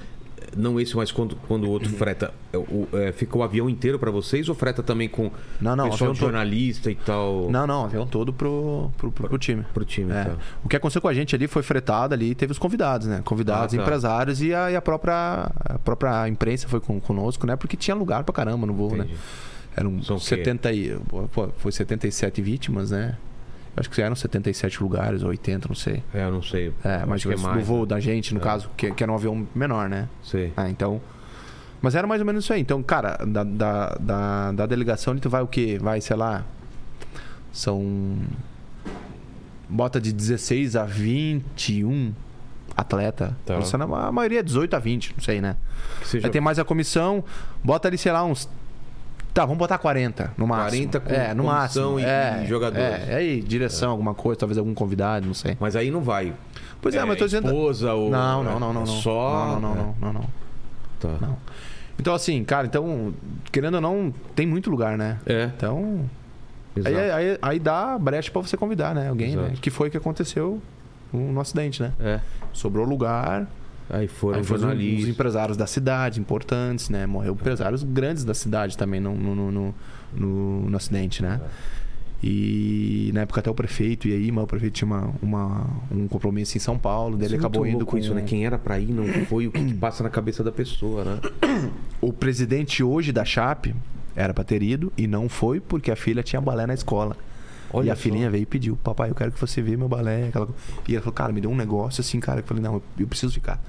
Speaker 1: não esse, mas quando, quando o outro freta, é, o- é, fica o avião inteiro pra vocês ou freta também com
Speaker 4: Não, não,
Speaker 1: pessoal
Speaker 4: avião
Speaker 1: de
Speaker 4: todo.
Speaker 1: jornalista e tal
Speaker 4: não, não, avião todo pro, pro, pro, pro time.
Speaker 1: pro time?
Speaker 4: É.
Speaker 1: Tá.
Speaker 4: O que aconteceu com a gente ali foi fretado ali, teve os convidados, né? Convidados,
Speaker 1: Ah, tá.
Speaker 4: empresários e a, e a própria, a própria imprensa foi com, conosco, né? Porque tinha lugar pra caramba no voo,
Speaker 1: Entendi.
Speaker 4: né? Eram
Speaker 1: São o quê?
Speaker 4: 70 e, pô, foi 77 vítimas, né? Eu acho que eram 77 lugares, 80, não sei.
Speaker 1: É, eu não sei.
Speaker 4: É, mas
Speaker 1: Acho que é
Speaker 4: o
Speaker 1: mais.
Speaker 4: voo da gente, no caso, que, que era um avião menor, né?
Speaker 1: Sei.
Speaker 4: Ah, então. Mas era mais ou menos isso aí. Então, cara, da, da, da, da delegação ali tu vai o quê? Vai, sei lá. São. Bota de 16 a 21 atleta.
Speaker 1: Tá.
Speaker 4: Isso é na- A maioria é 18 a 20, não sei, né?
Speaker 1: Que seja
Speaker 4: Aí tem mais a comissão, bota ali, sei lá, uns. Tá, vamos botar 40 no máximo.
Speaker 1: 40 com
Speaker 4: é, no
Speaker 1: comissão
Speaker 4: máximo.
Speaker 1: e-
Speaker 4: é,
Speaker 1: e jogadores.
Speaker 4: É, aí, direção, alguma coisa, talvez algum convidado, não sei.
Speaker 1: Mas aí não vai.
Speaker 4: Pois é, mas eu tô dizendo.
Speaker 1: Esposa ou.
Speaker 4: Não, não, não, não.
Speaker 1: é
Speaker 4: não.
Speaker 1: Só. É,
Speaker 4: Não, não, não, não, não, não.
Speaker 1: Tá.
Speaker 4: Não. Então, assim, cara, então, querendo ou não, tem muito lugar, né?
Speaker 1: É,
Speaker 4: Então. Aí,
Speaker 1: exato.
Speaker 4: aí, aí dá brecha pra você convidar, né? Alguém, né?
Speaker 1: Exato.
Speaker 4: Que foi o que aconteceu no, no acidente, né?
Speaker 1: É.
Speaker 4: Sobrou lugar.
Speaker 1: Aí foram
Speaker 4: aí foi os
Speaker 1: jornalistas.
Speaker 4: empresários da cidade, importantes, né? Morreu empresários grandes da cidade também no, no, no, no, no- no acidente, né? E na época até o prefeito, e aí, mas o prefeito tinha uma, uma- um compromisso em São Paulo, daí
Speaker 1: Isso
Speaker 4: ele
Speaker 1: é
Speaker 4: acabou
Speaker 1: muito
Speaker 4: indo
Speaker 1: louco
Speaker 4: com
Speaker 1: isso, né? Quem era pra ir não foi o que que passa na cabeça da pessoa, né?
Speaker 4: O presidente hoje da Chape era pra ter ido e não foi porque a filha tinha balé na escola.
Speaker 1: Olha
Speaker 4: e a
Speaker 1: só.
Speaker 4: filhinha veio e pediu: Papai, eu quero que você vê meu balé. aquela co- E ela falou: Cara, me deu um negócio assim, cara. Eu falei: Não, eu- eu preciso ficar.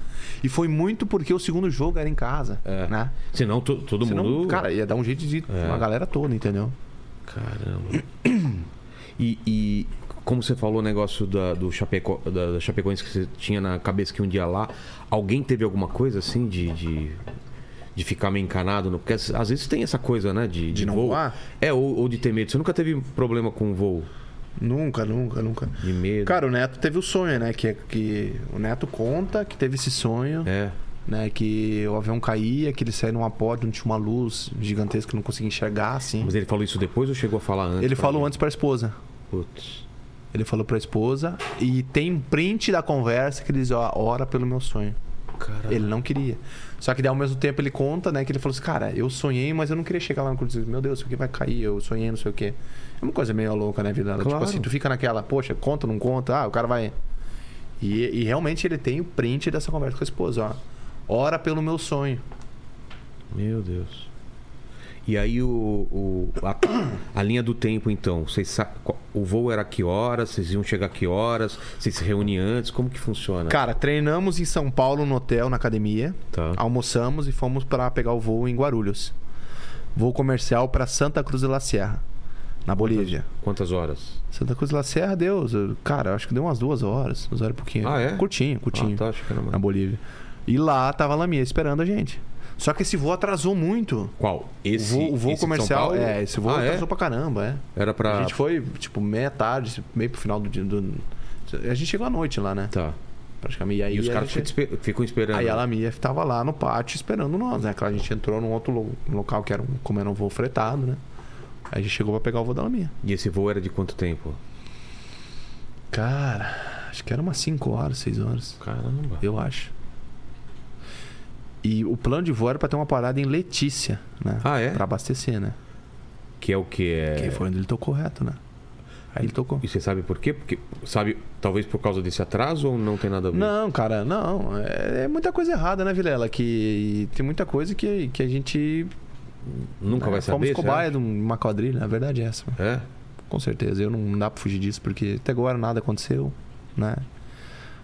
Speaker 4: E foi muito porque o segundo jogo era em casa,
Speaker 1: É.
Speaker 4: né?
Speaker 1: Senão to- todo
Speaker 4: Senão,
Speaker 1: mundo.
Speaker 4: cara, ia dar um jeito de ir
Speaker 1: É.
Speaker 4: uma galera toda, entendeu?
Speaker 1: Caramba. E, e como você falou o negócio da, do Chapeco, da, da Chapecoense que você tinha na cabeça que um dia lá, alguém teve alguma coisa assim de. de... de ficar meio encanado, no... porque às às vezes tem essa coisa, né? De, de,
Speaker 4: não
Speaker 1: voo.
Speaker 4: voar?
Speaker 1: É, ou, ou de ter medo. Você nunca teve problema com voo
Speaker 4: Nunca, nunca, nunca.
Speaker 1: de medo?
Speaker 4: Cara, o Neto teve o sonho, né? Que, que o Neto conta que teve esse sonho.
Speaker 1: É.
Speaker 4: Né, que o avião caía, que ele saía numa porta onde tinha uma luz gigantesca que não conseguia enxergar, assim.
Speaker 1: Mas ele falou isso depois ou chegou a falar antes?
Speaker 4: Ele
Speaker 1: pra
Speaker 4: falou
Speaker 1: mim?
Speaker 4: antes pra esposa.
Speaker 1: Putz.
Speaker 4: Ele falou pra esposa e tem um print da conversa que ele diz, ó, ora pelo meu sonho.
Speaker 1: Caralho.
Speaker 4: Ele não queria. Só que daí ao mesmo tempo ele conta, né, que ele falou assim, cara, eu sonhei, mas eu não queria chegar lá no Cruzeiro. Meu Deus, isso aqui vai cair, eu sonhei, não sei o quê. É uma coisa meio louca, né, vida? Tipo
Speaker 1: Claro.
Speaker 4: assim, tu fica naquela, poxa, conta, não conta, ah, o cara vai. E, e realmente ele tem o print dessa conversa com a esposa, ó. Ora pelo meu sonho.
Speaker 1: Meu Deus. E aí o, o- a, a linha do tempo então, vocês sa- qual- o voo era que horas, vocês iam chegar que horas, vocês se reúnem antes, como que funciona?
Speaker 4: Cara, treinamos em São Paulo no hotel, na academia.
Speaker 1: Tá.
Speaker 4: Almoçamos e fomos pra pegar o voo em Guarulhos. Voo comercial pra Santa Cruz de la Sierra, na Bolívia.
Speaker 1: Quantas horas?
Speaker 4: Santa Cruz de la Sierra deu, cara, acho que deu umas duas horas, duas horas e pouquinho.
Speaker 1: Ah, é?
Speaker 4: Curtinho, curtinho.
Speaker 1: Ah, tá, acho que era mais.
Speaker 4: Na Bolívia. E lá tava a Lamia esperando a gente. Só que esse voo atrasou muito.
Speaker 1: Qual?
Speaker 4: O
Speaker 1: Esse
Speaker 4: voo, o voo
Speaker 1: esse de São
Speaker 4: comercial,
Speaker 1: Paulo?
Speaker 4: é, esse voo
Speaker 1: Ah, é?
Speaker 4: atrasou pra caramba, é.
Speaker 1: Era pra
Speaker 4: A gente foi, tipo, meia tarde, meio pro final do dia. do- A gente chegou à noite lá, né?
Speaker 1: Tá.
Speaker 4: Praticamente. E, aí
Speaker 1: E, os
Speaker 4: a
Speaker 1: caras
Speaker 4: gente-
Speaker 1: ficam espe- ficam esperando.
Speaker 4: Aí a Lamia estava lá no pátio esperando nós, né? Claro, a gente entrou num outro lo- local que era um, como era um voo fretado, né? Aí a gente chegou pra pegar o voo da Lamia.
Speaker 1: E esse voo era de quanto tempo?
Speaker 4: Cara, acho que era umas 5 horas, 6 horas,
Speaker 1: Caramba.
Speaker 4: eu acho. E o plano de voo era pra ter uma parada em Letícia, né?
Speaker 1: Ah, é?
Speaker 4: Pra abastecer, né?
Speaker 1: Que é o que é
Speaker 4: Que foi onde ele tocou reto, né? Aí ele tocou.
Speaker 1: E você sabe por quê? Porque, sabe, talvez por causa desse atraso ou não tem nada a ver?
Speaker 4: Não, cara, não. É, é muita coisa errada, né, Vilela? Que tem muita coisa que, que a gente.
Speaker 1: Nunca
Speaker 4: né,
Speaker 1: vai
Speaker 4: fomos
Speaker 1: saber.
Speaker 4: cobaia de um- uma quadrilha, na verdade é essa.
Speaker 1: será? É?
Speaker 4: Com certeza. Eu não, não dá pra fugir disso, porque até agora nada aconteceu, né?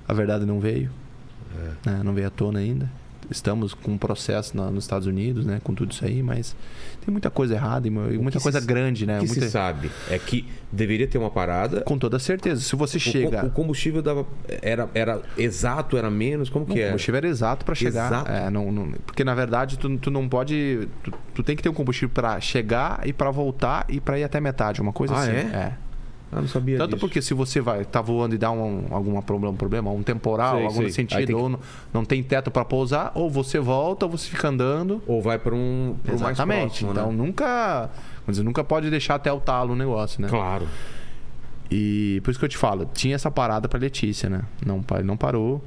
Speaker 4: A verdade não veio.
Speaker 1: É.
Speaker 4: né? Não veio à tona ainda. Estamos com um processo na- nos Estados Unidos, né? Com tudo isso aí, mas tem muita coisa errada e mu- e muita
Speaker 1: se
Speaker 4: coisa
Speaker 1: sa-
Speaker 4: grande, né?
Speaker 1: O que se
Speaker 4: Muita-
Speaker 1: sabe é que deveria ter uma parada.
Speaker 4: Com toda certeza. Se você
Speaker 1: o co-
Speaker 4: chega.
Speaker 1: O combustível dava, era, era exato, era menos, como que
Speaker 4: O
Speaker 1: era?
Speaker 4: combustível era exato para chegar.
Speaker 1: Exato.
Speaker 4: É, não, não- porque na verdade tu, tu não pode. Tu, tu tem que ter um combustível para chegar e para voltar e para ir até metade, uma coisa
Speaker 1: Ah,
Speaker 4: assim.
Speaker 1: é? Ah, não sabia
Speaker 4: Tanto
Speaker 1: disso.
Speaker 4: porque se você vai tá voando e dá um, algum problema, problema, um temporal,
Speaker 1: Sei,
Speaker 4: algum
Speaker 1: sei.
Speaker 4: nesse
Speaker 1: Aí tem
Speaker 4: sentido,
Speaker 1: que-
Speaker 4: ou não, não tem teto para pousar, ou você volta, ou você fica andando.
Speaker 1: Ou vai para um pro mais
Speaker 4: Exatamente.
Speaker 1: próximo,
Speaker 4: então
Speaker 1: né?
Speaker 4: nunca. vamos dizer, nunca pode deixar até o talo o negócio, né?
Speaker 1: Claro.
Speaker 4: E por isso que eu te falo, tinha essa parada pra Letícia, né? Não, pa- não parou.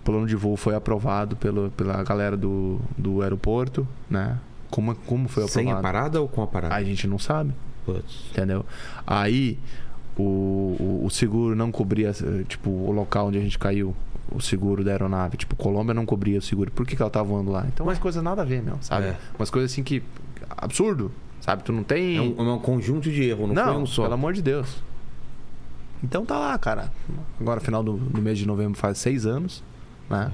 Speaker 4: O plano de voo foi aprovado pelo, pela galera do, do aeroporto, né? Como, é- como foi
Speaker 1: Sem a
Speaker 4: aprovado?
Speaker 1: parada ou com a parada?
Speaker 4: a gente não sabe,
Speaker 1: Putz.
Speaker 4: entendeu? Aí o, o, o seguro não cobria, eh, tipo, o local onde a gente caiu, o seguro da aeronave. Tipo, Colômbia não cobria o seguro. Por que, que ela tava voando lá? Então, umas coisas nada a ver, meu, sabe?
Speaker 1: É.
Speaker 4: Umas coisas assim que. Absurdo, sabe? Tu não tem.
Speaker 1: É um, é um conjunto de erro, não,
Speaker 4: Não,
Speaker 1: foi um só.
Speaker 4: pelo amor de Deus. Então tá lá, cara. Agora, final do, do mês de novembro, faz seis anos, né?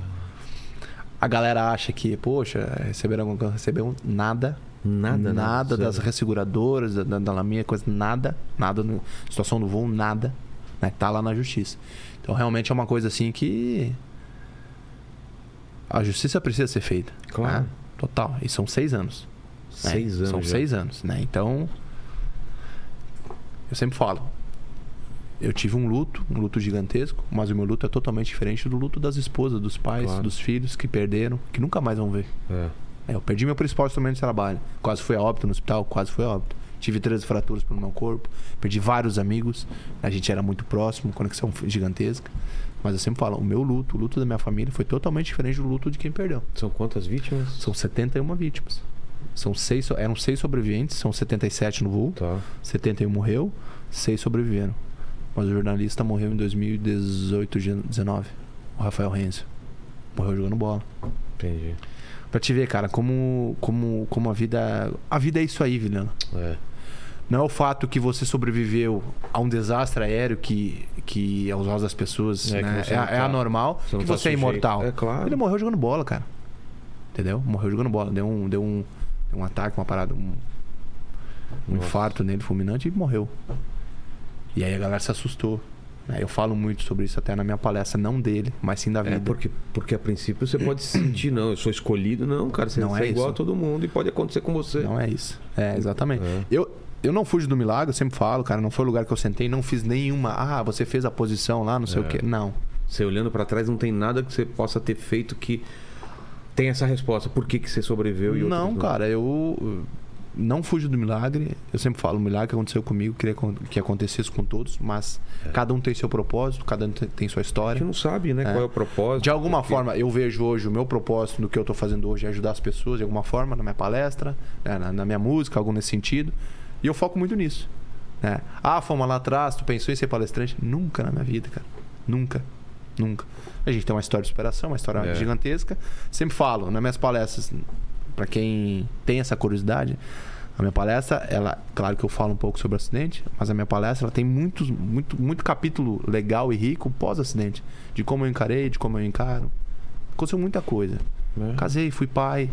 Speaker 4: A galera acha que, poxa, receberam alguma coisa, receberam nada.
Speaker 1: Nada, né?
Speaker 4: Nada das
Speaker 1: sério.
Speaker 4: resseguradoras, da, da, da Laminha, coisa, nada. Nada. no- Situação do voo, nada. Né? Tá lá na justiça. Então realmente é uma coisa assim que. A justiça precisa ser feita.
Speaker 1: Claro.
Speaker 4: né? Total. E são seis anos. né?
Speaker 1: Seis anos.
Speaker 4: São
Speaker 1: já.
Speaker 4: seis anos, né? Então, eu sempre falo. Eu tive um luto, um luto gigantesco, mas o meu luto é totalmente diferente do luto das esposas, dos pais,
Speaker 1: Claro.
Speaker 4: dos filhos que perderam, que nunca mais vão ver.
Speaker 1: É.
Speaker 4: É, Eu perdi meu principal instrumento de trabalho. Quase fui a óbito no hospital, quase fui a óbito. Tive 13 fraturas pelo meu corpo, perdi vários amigos. A gente era muito próximo, conexão gigantesca. Mas eu sempre falo, o meu luto, o luto da minha família foi totalmente diferente do luto de quem perdeu.
Speaker 1: São quantas vítimas?
Speaker 4: São 71 vítimas. São seis, so- eram seis sobreviventes, são 77 no voo.
Speaker 1: Tá.
Speaker 4: 71 morreu, seis sobreviveram. Mas o jornalista morreu em 2018, 19. O Rafael Renzo. Morreu jogando bola.
Speaker 1: Entendi.
Speaker 4: Pra te ver, cara, como, como, como a vida. A vida é isso aí, Vilhana.
Speaker 1: É.
Speaker 4: Não é o fato que você sobreviveu a um desastre aéreo que, que é os olhos das pessoas.
Speaker 1: É,
Speaker 4: É,
Speaker 1: que
Speaker 4: né?
Speaker 1: você
Speaker 4: é,
Speaker 1: não
Speaker 4: é
Speaker 1: tá-
Speaker 4: anormal
Speaker 1: você não
Speaker 4: que
Speaker 1: tá
Speaker 4: você é
Speaker 1: sujeito.
Speaker 4: imortal.
Speaker 1: É claro.
Speaker 4: Ele morreu jogando bola, cara. Entendeu? Morreu jogando bola. Deu um, deu um, deu um ataque, uma parada, um, um
Speaker 1: Nossa.
Speaker 4: infarto nele fulminante e morreu. E aí a galera se assustou. né? Eu falo muito sobre isso até na minha palestra, não dele, mas sim da vida.
Speaker 1: É porque, porque a princípio você pode se sentir, não, eu sou escolhido, não, cara, você
Speaker 4: Não
Speaker 1: você
Speaker 4: é
Speaker 1: igual
Speaker 4: isso.
Speaker 1: a todo mundo e pode acontecer com você.
Speaker 4: Não é isso. É, exatamente.
Speaker 1: É.
Speaker 4: Eu, eu não fujo do milagre, eu sempre falo, cara, não foi o lugar que eu sentei, não fiz nenhuma. Ah, você fez a posição lá, não sei
Speaker 1: É.
Speaker 4: o quê. Não.
Speaker 1: Você olhando pra trás não tem nada que você possa ter feito que tem essa resposta. Por que, que você sobreviveu e outros
Speaker 4: não, cara, eu eu não fujo do milagre. Eu sempre falo, o milagre aconteceu comigo, queria con- que acontecesse com todos, mas cada um tem seu propósito, cada um te- tem
Speaker 1: É.
Speaker 4: sua
Speaker 1: A gente
Speaker 4: história.
Speaker 1: não sabe, né? Qual é o propósito.
Speaker 4: De alguma
Speaker 1: por quê.
Speaker 4: forma, eu vejo hoje o meu propósito do que eu tô fazendo hoje é ajudar as pessoas de alguma forma, na minha palestra, né, na, na minha música, algo nesse sentido. E eu foco muito nisso. né? Ah, fama lá atrás, tu pensou em ser palestrante? Nunca na minha vida, cara. Nunca. Nunca. A gente tem uma história de superação, uma história
Speaker 1: É.
Speaker 4: gigantesca. Sempre falo, nas minhas palestras, pra quem tem essa curiosidade, a minha palestra, ela, claro que eu falo um pouco sobre o acidente, mas a minha palestra ela tem muitos, muito, muito capítulo legal e rico pós-acidente. De como eu encarei, de como eu encaro. Aconteceu muita coisa.
Speaker 1: É.
Speaker 4: Casei, fui pai,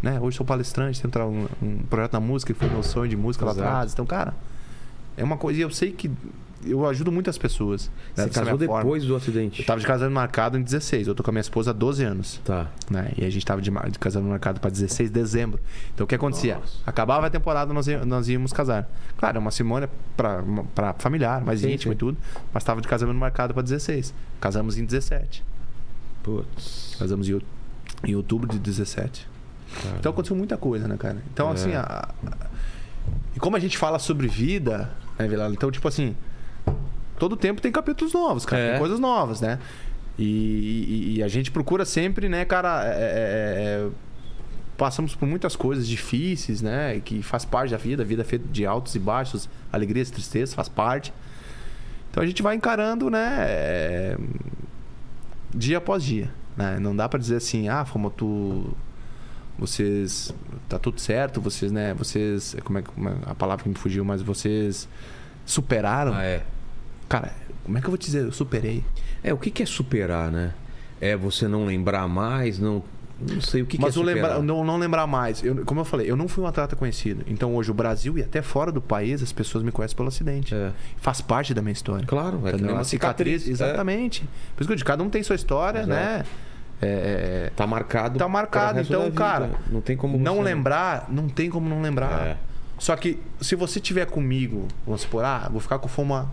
Speaker 4: né? Hoje sou palestrante, tenho tra- um, um projeto na música, que foi meu sonho de música lá
Speaker 1: Exato.
Speaker 4: atrás. Então, cara, é uma coisa. E eu sei que eu ajudo muitas pessoas. né,
Speaker 1: Você
Speaker 4: dessa
Speaker 1: casou
Speaker 4: minha forma.
Speaker 1: depois do acidente.
Speaker 4: Eu tava de casamento marcado em 16. Eu tô com a minha esposa há 12 anos.
Speaker 1: Tá.
Speaker 4: Né? E a gente tava de, ma- de casamento marcado pra 16 de dezembro. Então o que acontecia?
Speaker 1: Nossa.
Speaker 4: Acabava a temporada, nós, ia- nós íamos casar. Claro, é uma cerimônia pra, uma- pra familiar, mais
Speaker 1: Sim,
Speaker 4: íntima
Speaker 1: sim.
Speaker 4: e tudo. Mas tava de casamento marcado pra 16. Casamos em 17.
Speaker 1: Putz.
Speaker 4: Casamos em, out- em outubro de 17.
Speaker 1: Cara.
Speaker 4: Então aconteceu muita coisa, né, cara? Então,
Speaker 1: É.
Speaker 4: assim, a- a- e como a gente fala sobre vida, né, Vilela? Então, tipo assim, todo tempo tem capítulos novos, cara,
Speaker 1: É.
Speaker 4: tem coisas novas, né? E, e- e a gente procura sempre, né, cara, é- é- é- passamos por muitas coisas difíceis, né? Que faz parte da vida, a vida é feita de altos e baixos, alegrias, tristezas, faz parte. Então a gente vai encarando, né? é, Dia após dia. né? Não dá pra dizer assim, ah, Fama, tu. Vocês. Tá tudo certo, vocês, né? Vocês. Como é que. como é A palavra que me fugiu, mas vocês superaram.
Speaker 1: Ah, é.
Speaker 4: Cara, como é que eu vou te dizer? Eu superei.
Speaker 1: É, o que que é superar, né? É você não lembrar mais, não. Não sei o que, que
Speaker 4: Mas
Speaker 1: é
Speaker 4: o
Speaker 1: superar.
Speaker 4: lembra- não, não lembrar mais. Eu- como eu falei, eu não fui um atleta conhecido. Então hoje o Brasil e até fora do país as pessoas me conhecem pelo acidente.
Speaker 1: É.
Speaker 4: Faz parte da minha história.
Speaker 1: Claro, é que
Speaker 4: Entendeu?
Speaker 1: nem uma
Speaker 4: A cicatriz.
Speaker 1: cicatriz, é.
Speaker 4: Exatamente. Por isso que eu digo, cada um tem sua história,
Speaker 1: Exato.
Speaker 4: né? É, é,
Speaker 1: Tá marcado.
Speaker 4: Tá
Speaker 1: para o
Speaker 4: marcado.
Speaker 1: resto
Speaker 4: Então,
Speaker 1: da vida.
Speaker 4: cara,
Speaker 1: Não tem como.
Speaker 4: não
Speaker 1: você-
Speaker 4: lembrar, não tem como não lembrar.
Speaker 1: É.
Speaker 4: Só que se você tiver comigo, vamos supor, ah, vou ficar com fome,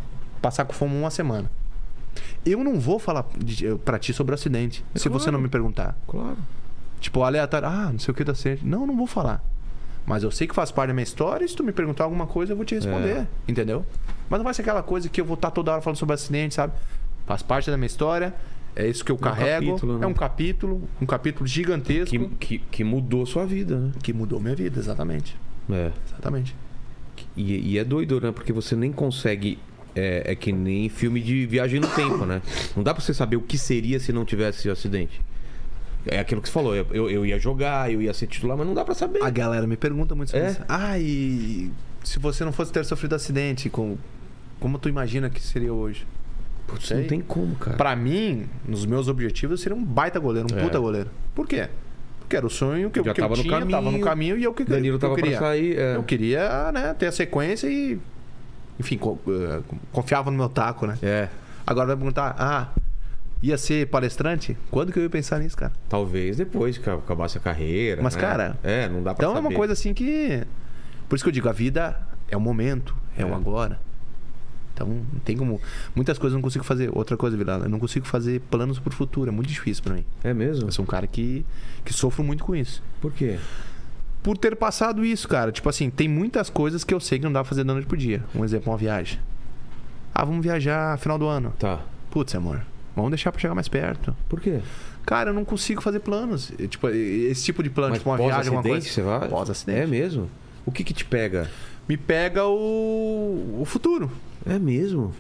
Speaker 4: passar com fome uma semana. Eu não vou falar de- pra ti sobre o acidente,
Speaker 1: É
Speaker 4: se você
Speaker 1: claro.
Speaker 4: não me perguntar.
Speaker 1: Claro.
Speaker 4: Tipo, aleatório. Ah, não sei o que da certo. Não, não vou falar. Mas eu sei que faz parte da minha história e se tu me perguntar alguma coisa, eu vou te responder.
Speaker 1: É.
Speaker 4: Entendeu? Mas não vai ser aquela coisa que eu vou estar toda hora falando sobre acidente, sabe? Faz parte da minha história. É isso que eu carrego.
Speaker 1: capítulo, né?
Speaker 4: É um capítulo, um capítulo gigantesco
Speaker 1: Que, que,
Speaker 4: que,
Speaker 1: que mudou sua vida, né?
Speaker 4: mudou minha vida, exatamente.
Speaker 1: É.
Speaker 4: Exatamente.
Speaker 1: E, e é doido, né? Porque você nem consegue. É, é que nem filme de viagem no tempo, né? Não dá pra você saber o que seria se não tivesse o acidente. É aquilo que você falou. Eu, eu- eu ia jogar, eu ia ser titular, mas não dá pra saber.
Speaker 4: A galera me pergunta muito sobre
Speaker 1: É?
Speaker 4: isso. Ah, e se você não fosse ter sofrido acidente, como, como tu imagina que seria hoje?
Speaker 1: Putz,
Speaker 4: sei.
Speaker 1: não tem como, cara.
Speaker 4: Pra mim, nos meus objetivos, eu seria um baita goleiro, um
Speaker 1: É.
Speaker 4: puta goleiro. Por quê? Porque era o sonho que, eu-
Speaker 1: Já
Speaker 4: que eu
Speaker 1: tava no
Speaker 4: tinha, tava no
Speaker 1: caminho,
Speaker 4: caminho e eu que que
Speaker 1: Danilo
Speaker 4: eu
Speaker 1: tava pra
Speaker 4: queria.
Speaker 1: sair. é.
Speaker 4: Eu queria, né, ter a sequência e. Enfim, co- eh, confiava no meu taco, né?
Speaker 1: É,
Speaker 4: Agora vai perguntar, ah, ia ser palestrante? Quando que eu ia pensar nisso, cara?
Speaker 1: talvez depois que acabasse a carreira.
Speaker 4: Mas,
Speaker 1: né?
Speaker 4: cara,
Speaker 1: É, não dá pra
Speaker 4: Então é
Speaker 1: saber.
Speaker 4: uma coisa assim que. Por isso que eu digo, a vida é o momento, é,
Speaker 1: É.
Speaker 4: o agora. Então, não tem como. Muitas coisas eu não consigo fazer. Outra coisa, Vilela, eu não consigo fazer planos pro futuro. É muito difícil pra mim.
Speaker 1: É mesmo?
Speaker 4: Eu sou um cara que, que sofro muito com isso.
Speaker 1: Por quê?
Speaker 4: Por ter passado isso, cara. Tipo assim, tem muitas coisas que eu sei que não dá pra fazer da noite pro dia. Um exemplo, uma viagem. Ah, vamos viajar final do ano.
Speaker 1: Tá.
Speaker 4: Putz, amor, vamos deixar pra chegar mais perto.
Speaker 1: Por quê?
Speaker 4: Cara, eu não consigo fazer planos. Eu, tipo, esse tipo de plano,
Speaker 1: Mas
Speaker 4: tipo uma viagem, alguma
Speaker 1: pós-acidente,
Speaker 4: coisa.
Speaker 1: você vai?
Speaker 4: Pós-acidente.
Speaker 1: É mesmo? O que que te pega?
Speaker 4: Me pega o, o futuro.
Speaker 1: É mesmo?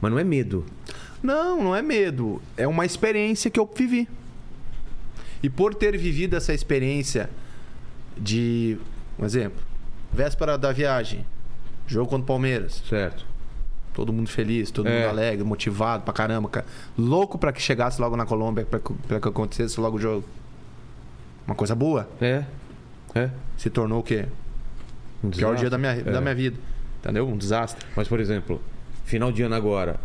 Speaker 1: Mas não é medo.
Speaker 4: Não, não é medo. É uma experiência que eu vivi. E por ter vivido essa experiência de. Um exemplo. Véspera da viagem. Jogo contra o Palmeiras.
Speaker 1: Certo.
Speaker 4: Todo mundo feliz, todo
Speaker 1: É.
Speaker 4: mundo alegre, motivado pra caramba. Cara. Louco pra que chegasse logo na Colômbia, pra, que- pra que acontecesse logo o jogo. Uma coisa boa.
Speaker 1: É. É.
Speaker 4: Se tornou o quê?
Speaker 1: Um
Speaker 4: O pior
Speaker 1: desastre.
Speaker 4: dia da minha, da
Speaker 1: É.
Speaker 4: minha vida. Entendeu? Um desastre.
Speaker 1: Mas, por exemplo, final de ano agora.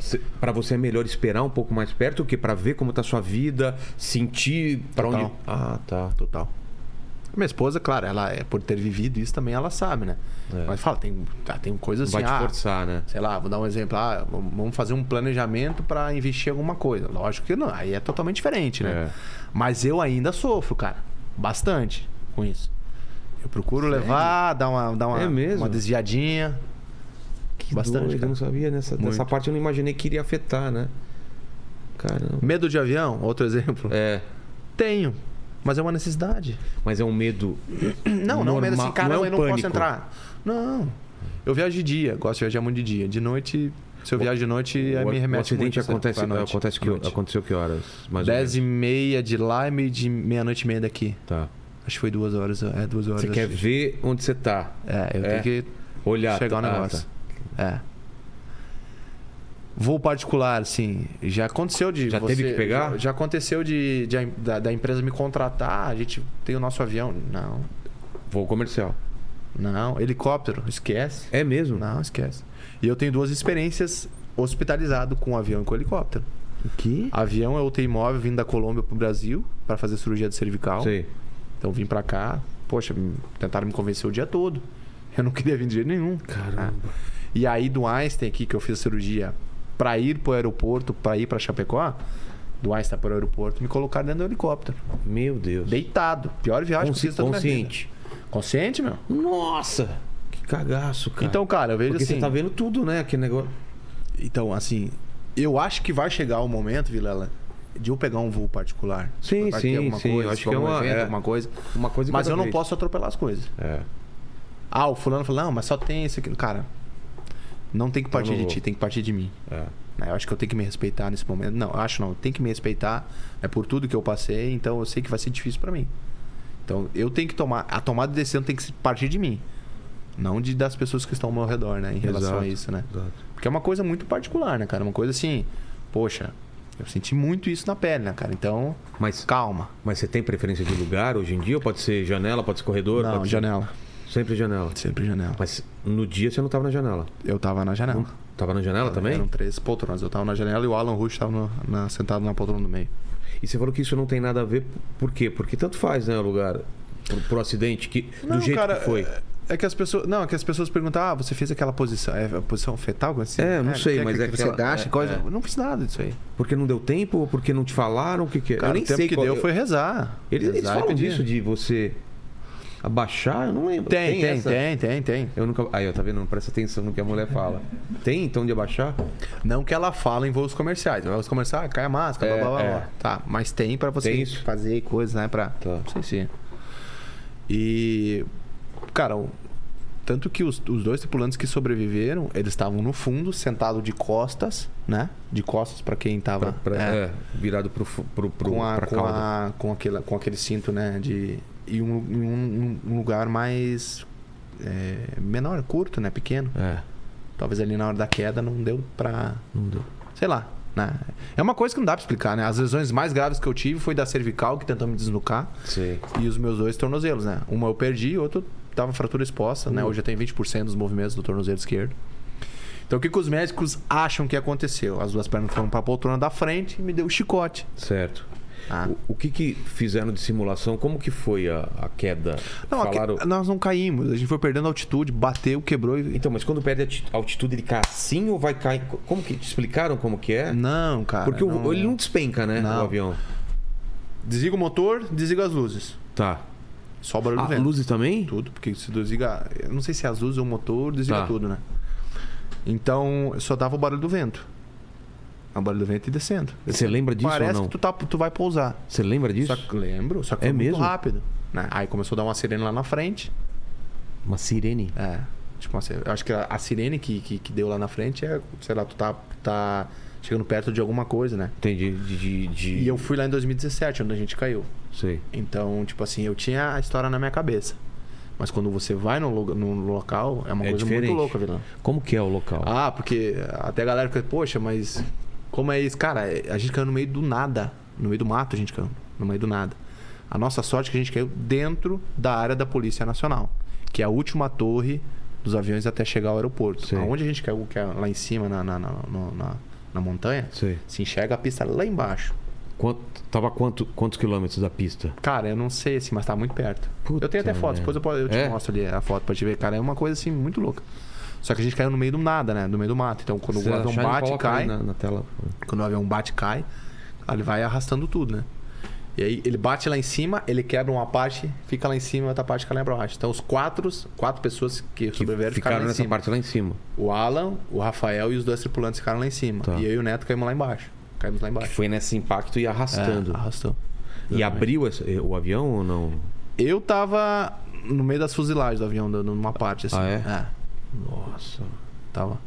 Speaker 1: se- Pra você é melhor esperar um pouco mais perto do que pra ver como tá sua vida, sentir pra
Speaker 4: Total.
Speaker 1: onde. Ah, tá.
Speaker 4: Total. Minha esposa, claro, ela é por ter vivido isso também, ela sabe, né?
Speaker 1: É.
Speaker 4: Mas fala, tem, tá, tem coisas
Speaker 1: Vai
Speaker 4: assim.
Speaker 1: te
Speaker 4: ah,
Speaker 1: forçar, né?
Speaker 4: sei lá, vou dar um exemplo. Ah, vamos vamos fazer um planejamento pra investir em alguma coisa. Lógico que não, aí é totalmente diferente, né?
Speaker 1: É.
Speaker 4: Mas eu ainda sofro, cara, bastante com isso. Eu procuro levar, dar uma, dar uma,
Speaker 1: É mesmo?
Speaker 4: uma desviadinha.
Speaker 1: Que
Speaker 4: Bastante,
Speaker 1: doido, né?
Speaker 4: cara.
Speaker 1: eu não sabia nessa
Speaker 4: Muito.
Speaker 1: dessa parte, eu não imaginei que iria afetar, né? Caramba.
Speaker 4: Medo de avião, outro exemplo.
Speaker 1: É,
Speaker 4: Tenho, mas é uma necessidade.
Speaker 1: mas é um medo.
Speaker 4: Não, não, mas
Speaker 1: Normal-
Speaker 4: assim, cara,
Speaker 1: não é
Speaker 4: não,
Speaker 1: um
Speaker 4: eu não posso
Speaker 1: pânico.
Speaker 4: entrar. Não. Eu viajo de dia, gosto de viajar muito de dia. De noite, se eu viajo de noite, aí
Speaker 1: o,
Speaker 4: me remete
Speaker 1: o acidente
Speaker 4: muito, sabe,
Speaker 1: acontece,
Speaker 4: pra noite.
Speaker 1: acontece que,
Speaker 4: Noite.
Speaker 1: aconteceu que horas? Mais ou
Speaker 4: Dez e meia de lá e meio de meia-noite e meia daqui.
Speaker 1: menos? Tá.
Speaker 4: Acho que foi duas horas. É, duas horas.
Speaker 1: Você quer ver onde você tá.
Speaker 4: É, eu
Speaker 1: É.
Speaker 4: tenho que
Speaker 1: Olhar.
Speaker 4: chegar o
Speaker 1: tá- ah,
Speaker 4: negócio.
Speaker 1: tá.
Speaker 4: É. Voo particular, sim. Já aconteceu de.
Speaker 1: Já teve que pegar?
Speaker 4: Já, já aconteceu de, de a- da, da empresa me contratar, a gente tem o nosso avião. Não,
Speaker 1: Voo comercial.
Speaker 4: não. Helicóptero, esquece.
Speaker 1: É mesmo?
Speaker 4: Não, esquece. E eu tenho duas experiências hospitalizado com avião e com helicóptero.
Speaker 1: O que?
Speaker 4: Avião é eu UTI móvel vindo da Colômbia pro Brasil para fazer cirurgia de cervical.
Speaker 1: Sei.
Speaker 4: Então vim pra cá. Poxa, me- tentaram me convencer o dia todo. Eu não queria vir de jeito nenhum. É.
Speaker 1: Caramba.
Speaker 4: E aí do Einstein aqui que eu fiz a cirurgia para ir pro aeroporto, para ir pra Chapecó, do Einstein pro aeroporto, me colocaram dentro do helicóptero,
Speaker 1: Meu Deus.
Speaker 4: deitado. Pior viagem que eu
Speaker 1: Consci-
Speaker 4: fiz toda a minha
Speaker 1: consciente.
Speaker 4: vida. Consciente, meu?
Speaker 1: Nossa! Que cagaço, cara.
Speaker 4: Então, cara, eu vejo
Speaker 1: Porque
Speaker 4: assim,
Speaker 1: você tá vendo tudo, né? Aquele negócio.
Speaker 4: Então, assim, eu acho que vai chegar o momento, Vilela, de eu pegar um voo particular.
Speaker 1: Sim,
Speaker 4: Vai ter
Speaker 1: sim,
Speaker 4: alguma
Speaker 1: sim,
Speaker 4: Coisa,
Speaker 1: eu acho que é
Speaker 4: algum
Speaker 1: uma-
Speaker 4: evento,
Speaker 1: é.
Speaker 4: alguma coisa.
Speaker 1: Uma coisa de
Speaker 4: Mas
Speaker 1: cada
Speaker 4: eu não
Speaker 1: vez.
Speaker 4: posso atropelar as coisas.
Speaker 1: É.
Speaker 4: Ah, o fulano falou, não, mas só tem isso aqui. Cara, Não tem que partir
Speaker 1: não
Speaker 4: de
Speaker 1: vou.
Speaker 4: ti, tem que partir de mim.
Speaker 1: É.
Speaker 4: né? Eu acho que eu tenho que me respeitar nesse momento. Não, eu acho não. Eu tenho que me respeitar. É por tudo que eu passei, então eu sei que vai ser difícil pra mim. Então eu tenho que tomar. A tomada de decisão tem que se- partir de mim. Não de das pessoas que estão ao meu redor, né? Em relação
Speaker 1: Exato,
Speaker 4: a isso, né?
Speaker 1: exato.
Speaker 4: Porque é uma coisa muito particular, né, cara? Uma coisa assim, poxa, eu senti muito isso na pele, né, cara? Então,
Speaker 1: Mas,
Speaker 4: calma.
Speaker 1: mas você tem preferência de lugar hoje em dia? Ou Pode ser janela, pode ser corredor?
Speaker 4: Não,
Speaker 1: pode ser-
Speaker 4: janela.
Speaker 1: Sempre janela.
Speaker 4: Sempre janela.
Speaker 1: Mas no dia você não tava na janela.
Speaker 4: Eu tava na janela.
Speaker 1: Tava na janela também?
Speaker 4: Eram três poltronas. Eu tava na janela e o Alan Rush tava no- na- sentado na poltrona do meio.
Speaker 1: E você falou que isso não tem nada a ver. Por quê? Porque tanto faz, né, o lugar. Pro, pro acidente, que, do jeito que foi.
Speaker 4: É, é que as pessoas. Não, é que as pessoas perguntam, ah, você fez aquela posição. É a posição fetal? como assim?
Speaker 1: É, não sei,
Speaker 4: que-
Speaker 1: mas
Speaker 4: que
Speaker 1: é
Speaker 4: você
Speaker 1: aquela-
Speaker 4: agacha
Speaker 1: é,
Speaker 4: e coisa.
Speaker 1: é.
Speaker 4: Eu não fiz nada disso aí.
Speaker 1: Porque não deu tempo ou porque não te falaram? O que, que é?
Speaker 4: Cara,
Speaker 1: eu nem
Speaker 4: o tempo
Speaker 1: sei
Speaker 4: que
Speaker 1: qual
Speaker 4: deu
Speaker 1: eu-
Speaker 4: foi rezar.
Speaker 1: Eles, eles
Speaker 4: Rezar e
Speaker 1: falam
Speaker 4: pedir.
Speaker 1: disso de você abaixar? Eu não lembro.
Speaker 4: Tem, tem,
Speaker 1: essa?
Speaker 4: tem, tem, tem.
Speaker 1: Eu nunca. Aí, ó, tá vendo? Não presta atenção no que a mulher fala. Tem então de abaixar?
Speaker 4: Não que ela fala em voos comerciais. Em voos comerciais, ah, cai a máscara,
Speaker 1: É,
Speaker 4: blá, blá, blá,
Speaker 1: é.
Speaker 4: blá. Tá, mas tem pra você
Speaker 1: Tem isso.
Speaker 4: fazer coisas, né? Pra...
Speaker 1: Tá.
Speaker 4: Não sei se... E... Cara, o- tanto que os, os dois tripulantes que sobreviveram, eles estavam no fundo, sentado de costas, né? De costas pra quem tava...
Speaker 1: Pra, pra-
Speaker 4: é,
Speaker 1: é, virado pro, fu- pro, pro,
Speaker 4: com, a,
Speaker 1: pra
Speaker 4: com,
Speaker 1: cauda.
Speaker 4: a, com, aquele, com aquele cinto, né? De, e um, em um- um lugar mais... é, menor, curto, né? Pequeno.
Speaker 1: É,
Speaker 4: Talvez ali na hora da queda não deu pra
Speaker 1: não deu.
Speaker 4: sei lá, né? É uma coisa que não dá pra explicar, né? As lesões mais graves que eu tive foi da cervical, que tentou me desnucar,
Speaker 1: Sei.
Speaker 4: e os meus dois tornozelos, né? Uma eu perdi, outro tava fratura exposta,
Speaker 1: Hum.
Speaker 4: né? Hoje eu tenho 20% dos movimentos do tornozelo esquerdo. Então, o que, que os médicos acham que aconteceu? As duas pernas foram pra poltrona da frente e me deu o chicote.
Speaker 1: Certo.
Speaker 4: Ah.
Speaker 1: O, o que que fizeram de simulação? Como que foi a, a queda?
Speaker 4: Não, aqui-
Speaker 1: Falaram...
Speaker 4: nós não caímos, a gente foi perdendo altitude, bateu, quebrou e.
Speaker 1: Então, mas quando perde a ati- altitude, ele cai assim ou vai cair? Como que te explicaram como que é?
Speaker 4: Não, cara.
Speaker 1: Porque o- ele não despenca, né?
Speaker 4: Não.
Speaker 1: O avião.
Speaker 4: Desliga o motor, desliga as luzes.
Speaker 1: Tá.
Speaker 4: Só o barulho
Speaker 1: Ah,
Speaker 4: do vento.
Speaker 1: luzes também?
Speaker 4: tudo, porque se desliga. Eu não sei se é as luzes ou o motor, desliga
Speaker 1: Tá.
Speaker 4: tudo, né? Então, só dava o barulho do vento. O barulho do vento e descendo.
Speaker 1: Você lembra disso
Speaker 4: Parece
Speaker 1: ou não?
Speaker 4: que tu, tá, tu vai pousar.
Speaker 1: Você lembra disso?
Speaker 4: Só que, lembro, só que
Speaker 1: É
Speaker 4: foi muito
Speaker 1: mesmo?
Speaker 4: rápido. né? Aí começou a dar uma sirene lá na frente.
Speaker 1: Uma sirene.
Speaker 4: É. Tipo, uma sirene- eu acho que a, a sirene que, que, que deu lá na frente é, sei lá, tu tá, tá chegando perto de alguma coisa, né?
Speaker 1: Entendi. De, de, de-
Speaker 4: E eu fui lá em 2017, onde a gente caiu.
Speaker 1: Sei.
Speaker 4: Então, tipo assim, eu tinha a história na minha cabeça. Mas quando você vai no, lo- no local, é uma
Speaker 1: É
Speaker 4: coisa
Speaker 1: diferente.
Speaker 4: muito louca, Vilão.
Speaker 1: Como que é o local?
Speaker 4: Ah, porque até a galera fica, poxa, mas como é isso? Cara, a gente caiu no meio do nada. No meio do mato a gente caiu. No meio do nada. A nossa sorte é que a gente caiu dentro da área da Polícia Nacional, que é a última torre dos aviões até chegar ao aeroporto.
Speaker 1: Sim.
Speaker 4: Onde a gente caiu, que é lá em cima, na, na, na, no- na- na montanha,
Speaker 1: Sei.
Speaker 4: se enxerga a pista lá embaixo.
Speaker 1: Quanto, tava quanto, quantos quilômetros da pista?
Speaker 4: Cara, eu não sei assim, mas tá muito perto.
Speaker 1: Puta
Speaker 4: eu tenho até foto,
Speaker 1: merda.
Speaker 4: depois eu, posso- eu te
Speaker 1: É?
Speaker 4: mostro ali a foto pra te ver. Cara, é uma coisa assim muito louca. Só que a gente caiu no meio do nada, né? No meio do mato. Então quando
Speaker 1: Se
Speaker 4: o avião
Speaker 1: achar,
Speaker 4: bate,
Speaker 1: coloca né? aí
Speaker 4: cai.
Speaker 1: Na, na tela.
Speaker 4: Quando o avião bate, cai. Ele vai arrastando tudo, né? E aí ele bate lá em cima, ele quebra uma parte, fica lá em cima e outra parte fica lá embaixo. Então os quatro, quatro pessoas que
Speaker 1: Que ficaram
Speaker 4: sobreviveram ficaram lá em
Speaker 1: nessa
Speaker 4: cima.
Speaker 1: parte lá em cima.
Speaker 4: O Alan, o Rafael e os dois tripulantes ficaram lá em cima.
Speaker 1: Tá.
Speaker 4: E eu e o Neto caímos lá embaixo. Caímos lá embaixo.
Speaker 1: Foi nesse impacto e arrastando.
Speaker 4: É, arrastou.
Speaker 1: e abriu essa- eh, o avião ou não?
Speaker 4: Eu tava no meio das fuzilagens do avião, dando numa parte, assim.
Speaker 1: Ah, é?
Speaker 4: Nossa. Tava.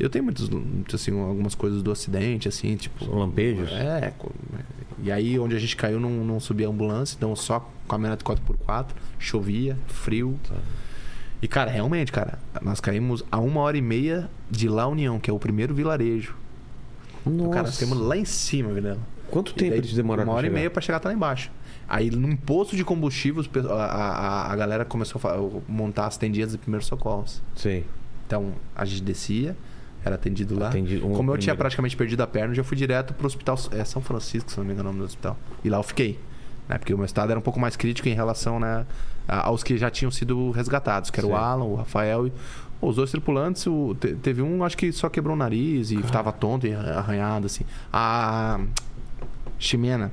Speaker 4: Eu tenho muitos, muitos, assim, algumas coisas do acidente, assim, tipo...
Speaker 1: São lampejos?
Speaker 4: É. co- E aí, onde a gente caiu, não, não subia a ambulância, então só caminhonete 4x4, chovia, frio.
Speaker 1: Tá.
Speaker 4: E, cara, realmente, cara, nós caímos a uma hora e meia de La União, que é o primeiro vilarejo. Então, cara, nós caímos lá em cima, Vilela.
Speaker 1: Quanto
Speaker 4: E
Speaker 1: tempo
Speaker 4: daí,
Speaker 1: eles demoraram
Speaker 4: Uma
Speaker 1: pra
Speaker 4: hora
Speaker 1: chegar?
Speaker 4: e meia pra chegar até lá embaixo. Aí num posto de combustível, os pe- a, a- a- a galera começou a fa- montar as tendinhas de primeiros socorros.
Speaker 1: Sim.
Speaker 4: Então a gente descia, era atendido lá.
Speaker 1: Atendi- um
Speaker 4: Ah, Como eu tinha
Speaker 1: primeiro.
Speaker 4: praticamente perdido a perna, eu já fui direto pro hospital é, São Francisco, se não me engano o nome do hospital. E lá eu fiquei. Né? Porque o meu estado era um pouco mais crítico em relação né, a- aos que já tinham sido resgatados, que era
Speaker 1: Sim.
Speaker 4: o Alan, o Rafael e. Os dois tripulantes, o- te- teve um, acho que só quebrou o nariz e estava tonto e arranhado, assim. A Ximena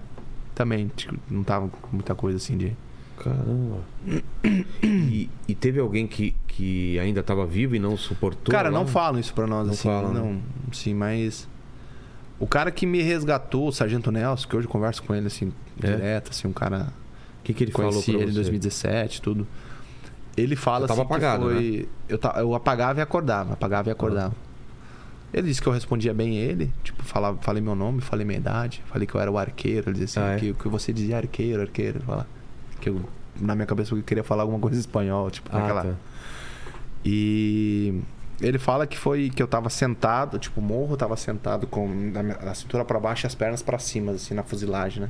Speaker 4: também, tipo, não tava com muita coisa assim de.
Speaker 1: Caramba. E, e teve alguém que, que ainda estava vivo e não suportou?
Speaker 4: Cara,
Speaker 1: lá?
Speaker 4: não falam isso pra nós
Speaker 1: Não
Speaker 4: assim.
Speaker 1: falam, né?
Speaker 4: não, sim, mas. O cara que me resgatou, o Sargento Nelson, que hoje eu converso com ele assim,
Speaker 1: É?
Speaker 4: direto, assim, um cara.
Speaker 1: O que, que ele falou
Speaker 4: conheci
Speaker 1: pra
Speaker 4: ele em
Speaker 1: você?
Speaker 4: 2017, tudo. Ele fala
Speaker 1: Eu tava
Speaker 4: assim que
Speaker 1: apagado, né? Tá.
Speaker 4: foi- eu, ta- eu apagava e acordava, apagava e acordava. Ele disse que eu respondia bem ele, tipo, falava, falei meu nome, falei minha idade, falei que eu era o arqueiro, ele disse assim,
Speaker 1: Ah, é?
Speaker 4: que, que você dizia arqueiro, arqueiro, fala, que eu, na minha cabeça eu queria falar alguma coisa em espanhol, tipo,
Speaker 1: Ah,
Speaker 4: naquela...
Speaker 1: tá.
Speaker 4: E ele fala que foi que eu tava sentado, tipo, morro, tava sentado com a, minha- a cintura pra baixo e as pernas pra cima, assim, na fusilagem, né?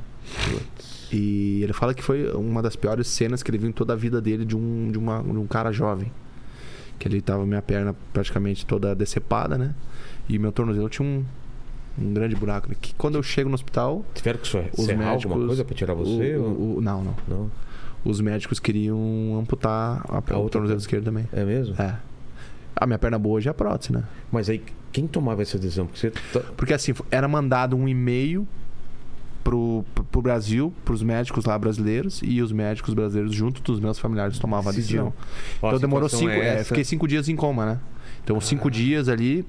Speaker 4: E ele fala que foi uma das piores cenas que ele viu em toda a vida dele de um, de uma, de um cara jovem. Que ele tava minha perna praticamente toda decepada, né? E meu tornozelo tinha um, um grande buraco. né? Que quando eu chego no hospital,
Speaker 1: Tiveram que serrar
Speaker 4: os médicos.
Speaker 1: alguma coisa pra tirar você?
Speaker 4: o-
Speaker 1: ou-
Speaker 4: o- o- não, não.
Speaker 1: Não?
Speaker 4: Os médicos queriam amputar a,
Speaker 1: A
Speaker 4: o
Speaker 1: outra
Speaker 4: tornozelo
Speaker 1: perna.
Speaker 4: esquerdo também.
Speaker 1: É mesmo?
Speaker 4: É. A minha perna boa hoje é a prótese, né?
Speaker 1: Mas aí, quem tomava essa decisão? Porque você tá-
Speaker 4: Porque assim, era mandado um e-mail pro, pro- pro Brasil, pros médicos lá brasileiros, e os médicos brasileiros, junto dos meus familiares, tomavam a decisão.
Speaker 1: Decidiam. Ó, a
Speaker 4: então demorou
Speaker 1: situação
Speaker 4: cinco.
Speaker 1: é
Speaker 4: é,
Speaker 1: essa. Ah.
Speaker 4: fiquei cinco dias em coma, né? Então, cinco dias ali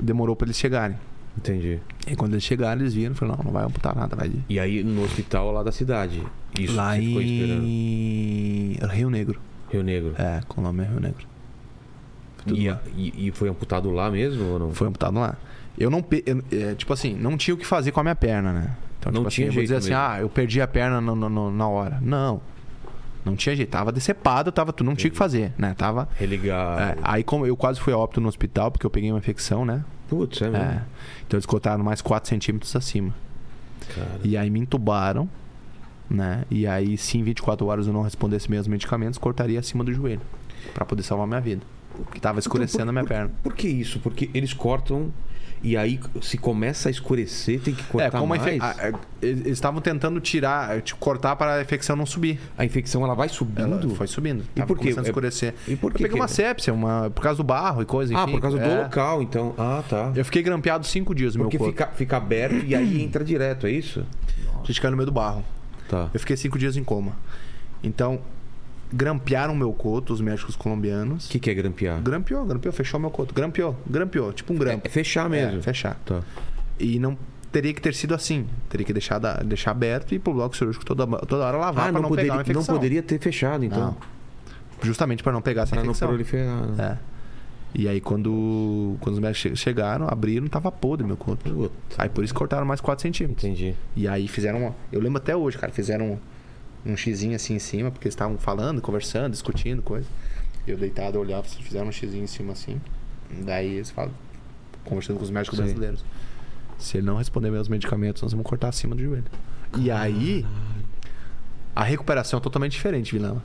Speaker 4: demorou pra eles chegarem.
Speaker 1: Entendi.
Speaker 4: E quando eles chegaram, eles viram e falaram, não, não vai amputar nada, vai.
Speaker 1: E aí, no hospital lá da cidade. Isso,
Speaker 4: lá
Speaker 1: você ficou esperando.
Speaker 4: em Rio Negro.
Speaker 1: Rio Negro.
Speaker 4: É, com o nome é Rio Negro. tudo
Speaker 1: E,
Speaker 4: lá.
Speaker 1: e- e foi amputado lá mesmo ou não?
Speaker 4: É, Foi amputado lá. Eu não. pe- eu- é, tipo assim, não tinha o que fazer com a minha perna, né? Então,
Speaker 1: Não
Speaker 4: tipo
Speaker 1: tinha
Speaker 4: assim, eu vou
Speaker 1: jeito
Speaker 4: dizer assim,
Speaker 1: mesmo.
Speaker 4: ah, eu perdi a perna no- no- no- na hora. Não. Não tinha jeito. Tava decepado, tava, tu não tinha o que fazer, né? Tava.
Speaker 1: Religar.
Speaker 4: é, aí como eu quase fui a óbito no hospital, porque eu peguei uma infecção, né?
Speaker 1: Putz, é mesmo?
Speaker 4: É. Então eles cortaram mais 4 centímetros acima.
Speaker 1: Cara.
Speaker 4: E aí me entubaram, né? E aí, se em 24 horas eu não respondesse meus medicamentos, cortaria acima do joelho. Pra poder salvar minha vida. Porque tava escurecendo a minha perna.
Speaker 1: Então, Por que isso? Porque eles cortam e aí se começa a escurecer, tem que cortar
Speaker 4: É, como a
Speaker 1: mais.
Speaker 4: infe- a- a- eles eles estavam tentando tirar, tipo, cortar para a infecção não subir.
Speaker 1: A infecção ela vai subindo.
Speaker 4: Ela foi subindo.
Speaker 1: E
Speaker 4: Tava
Speaker 1: por quê?
Speaker 4: Começando a
Speaker 1: É-
Speaker 4: escurecer.
Speaker 1: e por
Speaker 4: eu
Speaker 1: que
Speaker 4: peguei
Speaker 1: que- é?
Speaker 4: uma sepsia, uma por causa do barro e coisa, enfim.
Speaker 1: ah, por causa do
Speaker 4: É.
Speaker 1: local, então. Ah, tá.
Speaker 4: Eu fiquei grampeado cinco dias no meu
Speaker 1: Porque
Speaker 4: corpo.
Speaker 1: fica, fica aberto e aí entra direto, é isso?
Speaker 4: A gente caiu no meio do barro.
Speaker 1: Tá.
Speaker 4: Eu fiquei cinco dias em coma. Então, grampearam meu coto, os médicos colombianos.
Speaker 1: O que, que é grampear?
Speaker 4: Grampeou, grampeou, fechou meu coto. Grampeou, grampeou. Tipo um grampo.
Speaker 1: É fechar mesmo.
Speaker 4: É, fechar.
Speaker 1: Tá.
Speaker 4: E não teria que ter sido assim. Teria que deixar, da- deixar aberto e ir pro bloco cirúrgico toda, toda hora lavar
Speaker 1: Ah,
Speaker 4: pra
Speaker 1: não,
Speaker 4: não,
Speaker 1: poderia,
Speaker 4: pegar uma
Speaker 1: não
Speaker 4: infecção.
Speaker 1: poderia ter fechado, então.
Speaker 4: Não. Justamente para não pegar essa
Speaker 1: Pra não
Speaker 4: infecção.
Speaker 1: proliferar. né?
Speaker 4: É. E aí quando, quando os médicos che- chegaram, abriram, tava podre meu corpo.
Speaker 1: Puta,
Speaker 4: Aí por isso cortaram mais 4 centímetros.
Speaker 1: entendi.
Speaker 4: E aí fizeram uma... Eu lembro até hoje, cara. Fizeram um, um xizinho assim em cima, porque eles estavam falando, conversando, discutindo coisa. Eu deitado, eu olhava, assim, fizeram um xizinho em cima assim. Daí eles falam, conversando com os médicos
Speaker 1: Sim.
Speaker 4: brasileiros. Se ele não responder meus medicamentos, nós vamos cortar acima do joelho. E aí, a recuperação é totalmente diferente, Vilama.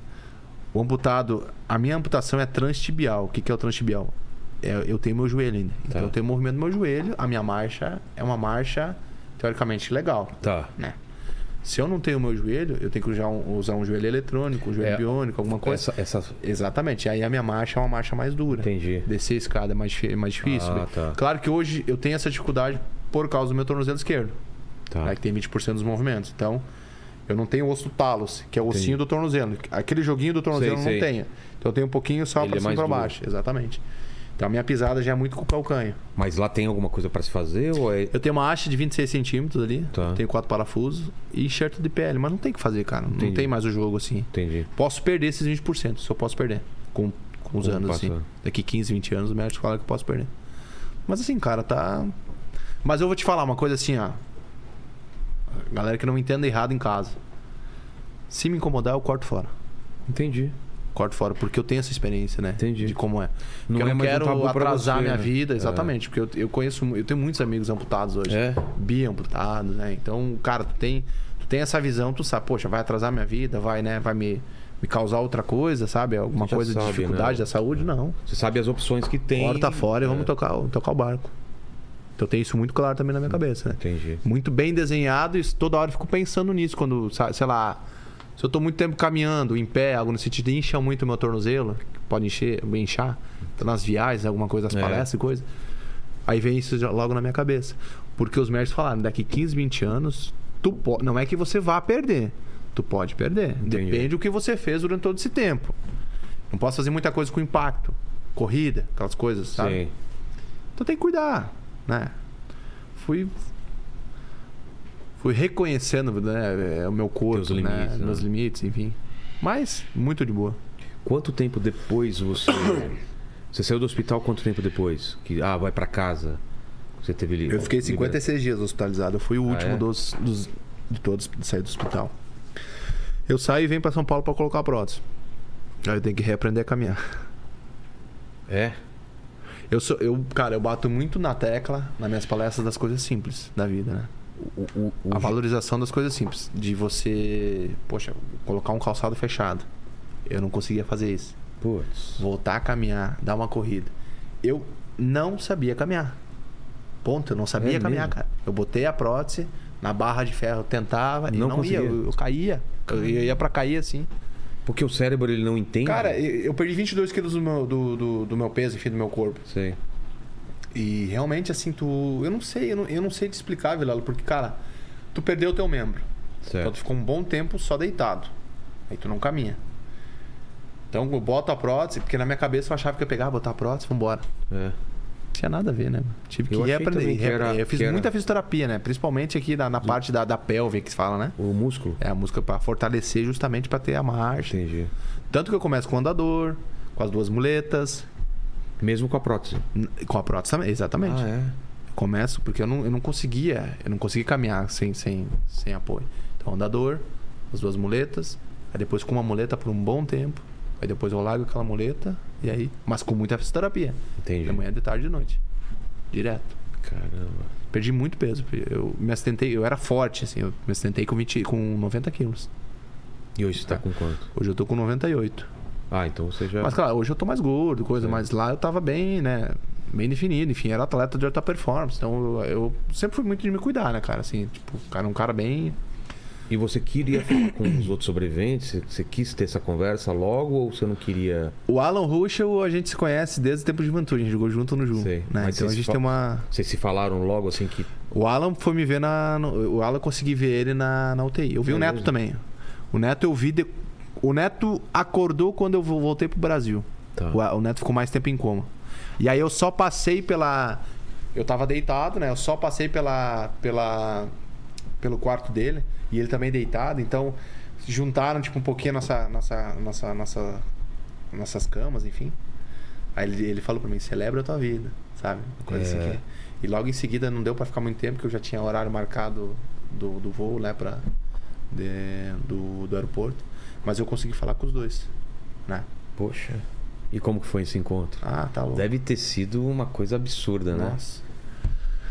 Speaker 4: O amputado, a minha amputação é transtibial. O que, que é o transtibial? É, eu tenho meu joelho ainda. Então
Speaker 1: Tá.
Speaker 4: eu tenho movimento do meu joelho, a minha marcha é uma marcha teoricamente legal.
Speaker 1: Tá.
Speaker 4: Né? Se eu não tenho meu joelho, eu tenho que usar um, usar um joelho eletrônico, um joelho
Speaker 1: É,
Speaker 4: biônico, alguma coisa.
Speaker 1: Essa, essa...
Speaker 4: Exatamente. Aí a minha marcha é uma marcha mais dura.
Speaker 1: Entendi.
Speaker 4: Descer a escada é mais, fi- mais difícil.
Speaker 1: Ah, tá.
Speaker 4: Claro que hoje eu tenho essa dificuldade por causa do meu tornozelo esquerdo,
Speaker 1: Tá.
Speaker 4: né, que tem 20% dos movimentos. Então, eu não tenho o osso do talos, que é o ossinho do tornozelo. Aquele joguinho do tornozelo
Speaker 1: Sei,
Speaker 4: eu
Speaker 1: sei.
Speaker 4: não tenho. Então, eu tenho um pouquinho só
Speaker 1: Ele
Speaker 4: pra
Speaker 1: é
Speaker 4: cima e
Speaker 1: mais
Speaker 4: pra
Speaker 1: duro.
Speaker 4: baixo. Exatamente. Então, a minha pisada já é muito com o calcanho.
Speaker 1: Mas lá tem alguma coisa pra se fazer ou é...
Speaker 4: Eu tenho uma haste de 26 centímetros ali,
Speaker 1: Tá.
Speaker 4: tenho quatro parafusos e enxerto de pele, mas não tem o que fazer, cara.
Speaker 1: Entendi.
Speaker 4: Não tem mais o jogo assim.
Speaker 1: Entendi.
Speaker 4: Posso perder esses 20%, só posso perder. Com, com os
Speaker 1: Com o
Speaker 4: anos,
Speaker 1: passar.
Speaker 4: assim. Daqui 15, 20 anos, o médico fala que eu posso perder. Mas assim, cara, tá. Mas eu vou te falar uma coisa assim, ó. Galera que não me entenda errado em casa. Se me incomodar, eu corto fora.
Speaker 1: Entendi.
Speaker 4: Corto fora, porque eu tenho essa experiência, né?
Speaker 1: Entendi.
Speaker 4: De como é.
Speaker 1: Não é
Speaker 4: Porque eu não
Speaker 1: mais um
Speaker 4: quero
Speaker 1: tabu pra
Speaker 4: atrasar
Speaker 1: você,
Speaker 4: minha
Speaker 1: né?
Speaker 4: vida,
Speaker 1: É.
Speaker 4: exatamente. Porque eu, eu conheço, eu tenho muitos amigos amputados hoje
Speaker 1: É?
Speaker 4: biamputado, né? Então, cara, tu tem, tu tem essa visão, tu sabe, poxa, vai atrasar minha vida, vai, né? Vai me, me causar outra coisa, sabe? Alguma
Speaker 1: Já
Speaker 4: coisa
Speaker 1: sabe,
Speaker 4: de dificuldade
Speaker 1: né?
Speaker 4: da saúde, não.
Speaker 1: Você sabe as opções que tem.
Speaker 4: Corta fora e
Speaker 1: É.
Speaker 4: vamos tocar, o- tocar o barco. Então tem isso muito claro também na
Speaker 1: Hum.
Speaker 4: minha cabeça, né?
Speaker 1: Entendi.
Speaker 4: Muito bem desenhado e toda hora eu fico pensando nisso quando, sa- sei lá, se eu tô muito tempo caminhando em pé, algo no sentido de incha muito o meu tornozelo, que pode encher, inchar, tô nas viagens, alguma coisa, nas
Speaker 1: É.
Speaker 4: palestras e coisa. Aí vem isso já logo na minha cabeça. Porque os médicos falaram, daqui 15, 20 anos, tu po... não é que você vá perder. Tu pode perder.
Speaker 1: Entendi.
Speaker 4: Depende do que você fez durante todo esse tempo. Não posso fazer muita coisa com impacto. Corrida, aquelas coisas, sabe?
Speaker 1: Sim.
Speaker 4: Então tem que cuidar, né? Fui fui reconhecendo né, é, o meu corpo,
Speaker 1: Teus limites,
Speaker 4: né,
Speaker 1: né?
Speaker 4: meus limites, enfim. Mas muito de boa.
Speaker 1: Quanto tempo depois você. (coughs) você saiu do hospital quanto tempo depois? Que, ah, vai pra casa. Você teve li-
Speaker 4: Eu fiquei
Speaker 1: libera-
Speaker 4: 56 dias hospitalizado. Eu fui o último
Speaker 1: é?
Speaker 4: dos, dos- de todos de sair do hospital. Eu saio e venho pra São Paulo pra colocar a prótese. Aí eu tenho que reaprender a caminhar.
Speaker 1: É?
Speaker 4: Eu sou, eu, cara, eu bato muito na tecla nas minhas palestras das coisas simples da vida, né?
Speaker 1: O, o- o-
Speaker 4: A valorização das coisas simples. De você, poxa, colocar um calçado fechado. Eu não conseguia fazer isso.
Speaker 1: Putz.
Speaker 4: voltar a caminhar, dar uma corrida. Eu não sabia caminhar. Ponto, eu não sabia
Speaker 1: É
Speaker 4: caminhar,
Speaker 1: mesmo?
Speaker 4: cara. Eu botei a prótese na barra de ferro, eu tentava e
Speaker 1: Não
Speaker 4: não
Speaker 1: conseguia.
Speaker 4: ia. Eu, eu caía. Eu eu ia pra cair assim.
Speaker 1: Porque o cérebro ele não entende.
Speaker 4: Cara, eu, eu perdi 22 quilos do meu, do, do, do meu peso, enfim, do meu corpo.
Speaker 1: Sei.
Speaker 4: E realmente, assim, tu. Eu não sei, eu não, eu não sei te explicar, Vilalo, porque, cara, tu perdeu o teu membro. Então tu
Speaker 1: Certo.
Speaker 4: ficou um bom tempo só deitado. Aí tu não caminha. Então eu boto a prótese, porque na minha cabeça eu achava que eu ia pegar, botar a prótese, vambora.
Speaker 1: É.
Speaker 4: tinha nada a ver, né? mano? Tive que
Speaker 1: Eu achei
Speaker 4: reaprender.
Speaker 1: também que era-
Speaker 4: eu fiz
Speaker 1: que era-
Speaker 4: muita fisioterapia, né? Principalmente aqui na, na parte da, da pelve que se fala, né?
Speaker 1: O músculo?
Speaker 4: É a música pra fortalecer justamente pra ter a marcha.
Speaker 1: Entendi.
Speaker 4: Tanto que eu começo com o andador, com as duas muletas,
Speaker 1: Mesmo com a prótese.
Speaker 4: n- com a prótese também. Exatamente.
Speaker 1: é?
Speaker 4: Começo porque eu não, eu não conseguia, eu não conseguia caminhar sem, sem, sem apoio. Então, andador, as duas muletas, aí depois com uma muleta por um bom tempo, aí depois eu largo aquela muleta, e aí, mas com muita fisioterapia.
Speaker 1: Entendi.
Speaker 4: De manhã, de tarde e de noite. Direto.
Speaker 1: Caramba.
Speaker 4: Perdi muito peso. Eu me acidentei, eu era forte, assim. Eu me acidentei com, 20, com 90 quilos.
Speaker 1: E hoje você tá com quanto?
Speaker 4: Hoje eu tô com 98.
Speaker 1: Ah, então você já.
Speaker 4: Mas, claro, hoje eu tô mais gordo, coisa, mas lá eu tava bem, né? Bem definido, enfim, era atleta de alta performance. Então eu, eu sempre fui muito de me cuidar, né, cara? Assim, tipo, cara, um cara bem.
Speaker 1: E você queria falar com os outros sobreviventes? Você- Você quis ter essa conversa logo ou você não queria.
Speaker 4: O Alan Ruschel, a gente se conhece desde o tempo de juventude, a gente jogou junto no Ju.
Speaker 1: Sei,
Speaker 4: Né?
Speaker 1: mas
Speaker 4: Então a
Speaker 1: vocês
Speaker 4: gente
Speaker 1: fa-
Speaker 4: tem uma.
Speaker 1: Vocês se falaram logo assim que.
Speaker 4: O Alan foi me ver na. no- o Alan consegui ver ele na, na UTI. Eu vi o
Speaker 1: É
Speaker 4: Neto
Speaker 1: mesmo?
Speaker 4: também. O Neto eu vi. de- O Neto acordou quando eu vo- voltei pro Brasil.
Speaker 1: Tá.
Speaker 4: O, A- o Neto ficou mais tempo em coma. E aí eu só passei pela. Eu tava deitado, né? Eu só passei pela. pela. pelo quarto dele. E ele também deitado. Então, juntaram, tipo, um pouquinho a nossa. nossa. nossa. nossa nossas camas, enfim. Aí ele, ele falou pra mim, celebra a tua vida, sabe? Uma Coisa assim
Speaker 1: É.
Speaker 4: que... E logo em seguida não deu pra ficar muito tempo, porque eu já tinha horário marcado do, do voo, né, pra, de- do, do aeroporto. Mas eu consegui falar com os dois, né?
Speaker 1: Poxa. E como que foi esse encontro?
Speaker 4: Ah, tá louco.
Speaker 1: Deve ter sido uma coisa absurda, né?
Speaker 4: Nossa.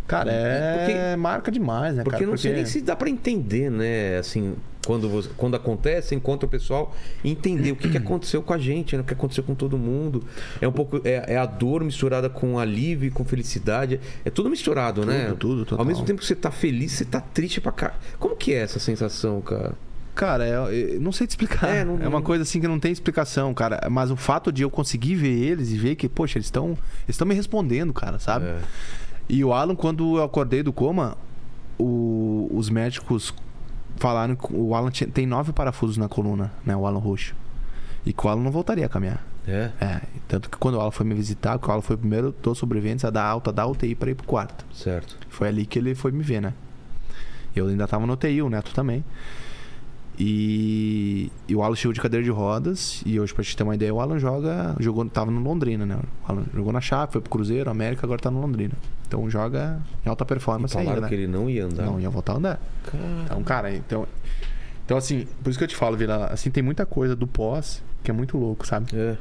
Speaker 4: Cara, é marca demais, né,
Speaker 1: Porque
Speaker 4: cara?
Speaker 1: não sei nem se dá pra entender, né? Assim, quando, você- quando acontece, encontra o pessoal, entender o que,
Speaker 4: (clears throat)
Speaker 1: que aconteceu com a gente, né? o que aconteceu com todo mundo. É um pouco. É, é a dor misturada com alívio, e com felicidade. É tudo misturado, né?
Speaker 4: Tudo, tudo, total.
Speaker 1: Ao mesmo tempo que você tá feliz, você tá triste pra cá. Como que é essa sensação, cara?
Speaker 4: Cara, eu, eu não sei te explicar.
Speaker 1: É,
Speaker 4: É,
Speaker 1: não-
Speaker 4: uma coisa assim que não tem explicação, cara. Mas o fato de eu conseguir ver eles e ver que, poxa, eles estão eles estão me respondendo, cara, sabe?
Speaker 1: É.
Speaker 4: E o Alan, quando eu acordei do coma, o- os médicos falaram que o Alan tinha- tem nove parafusos na coluna, né? O Alan roxo. E que o Alan não voltaria a caminhar.
Speaker 1: É.
Speaker 4: É, tanto que quando o Alan foi me visitar, que o Alan foi o primeiro dos sobreviventes a dar alta da UTI pra ir pro quarto.
Speaker 1: Certo.
Speaker 4: Foi ali que ele foi me ver, né? Eu ainda tava no UTI, o Neto também. E, e o Alan chegou de cadeira de rodas. E hoje, pra gente ter uma ideia, o Alan joga. Jogou, tava no Londrina, né? O Alan jogou na chave, foi pro Cruzeiro, América, agora tá no Londrina. Então joga em alta
Speaker 1: E
Speaker 4: performance
Speaker 1: falaram
Speaker 4: ainda, né?
Speaker 1: que ele não ia andar.
Speaker 4: Não, ia voltar a andar.
Speaker 1: Cara,
Speaker 4: Então, cara, então. Então, assim, por isso que eu te falo, Vila, assim, tem muita coisa do pós que é muito louco, sabe?
Speaker 1: é.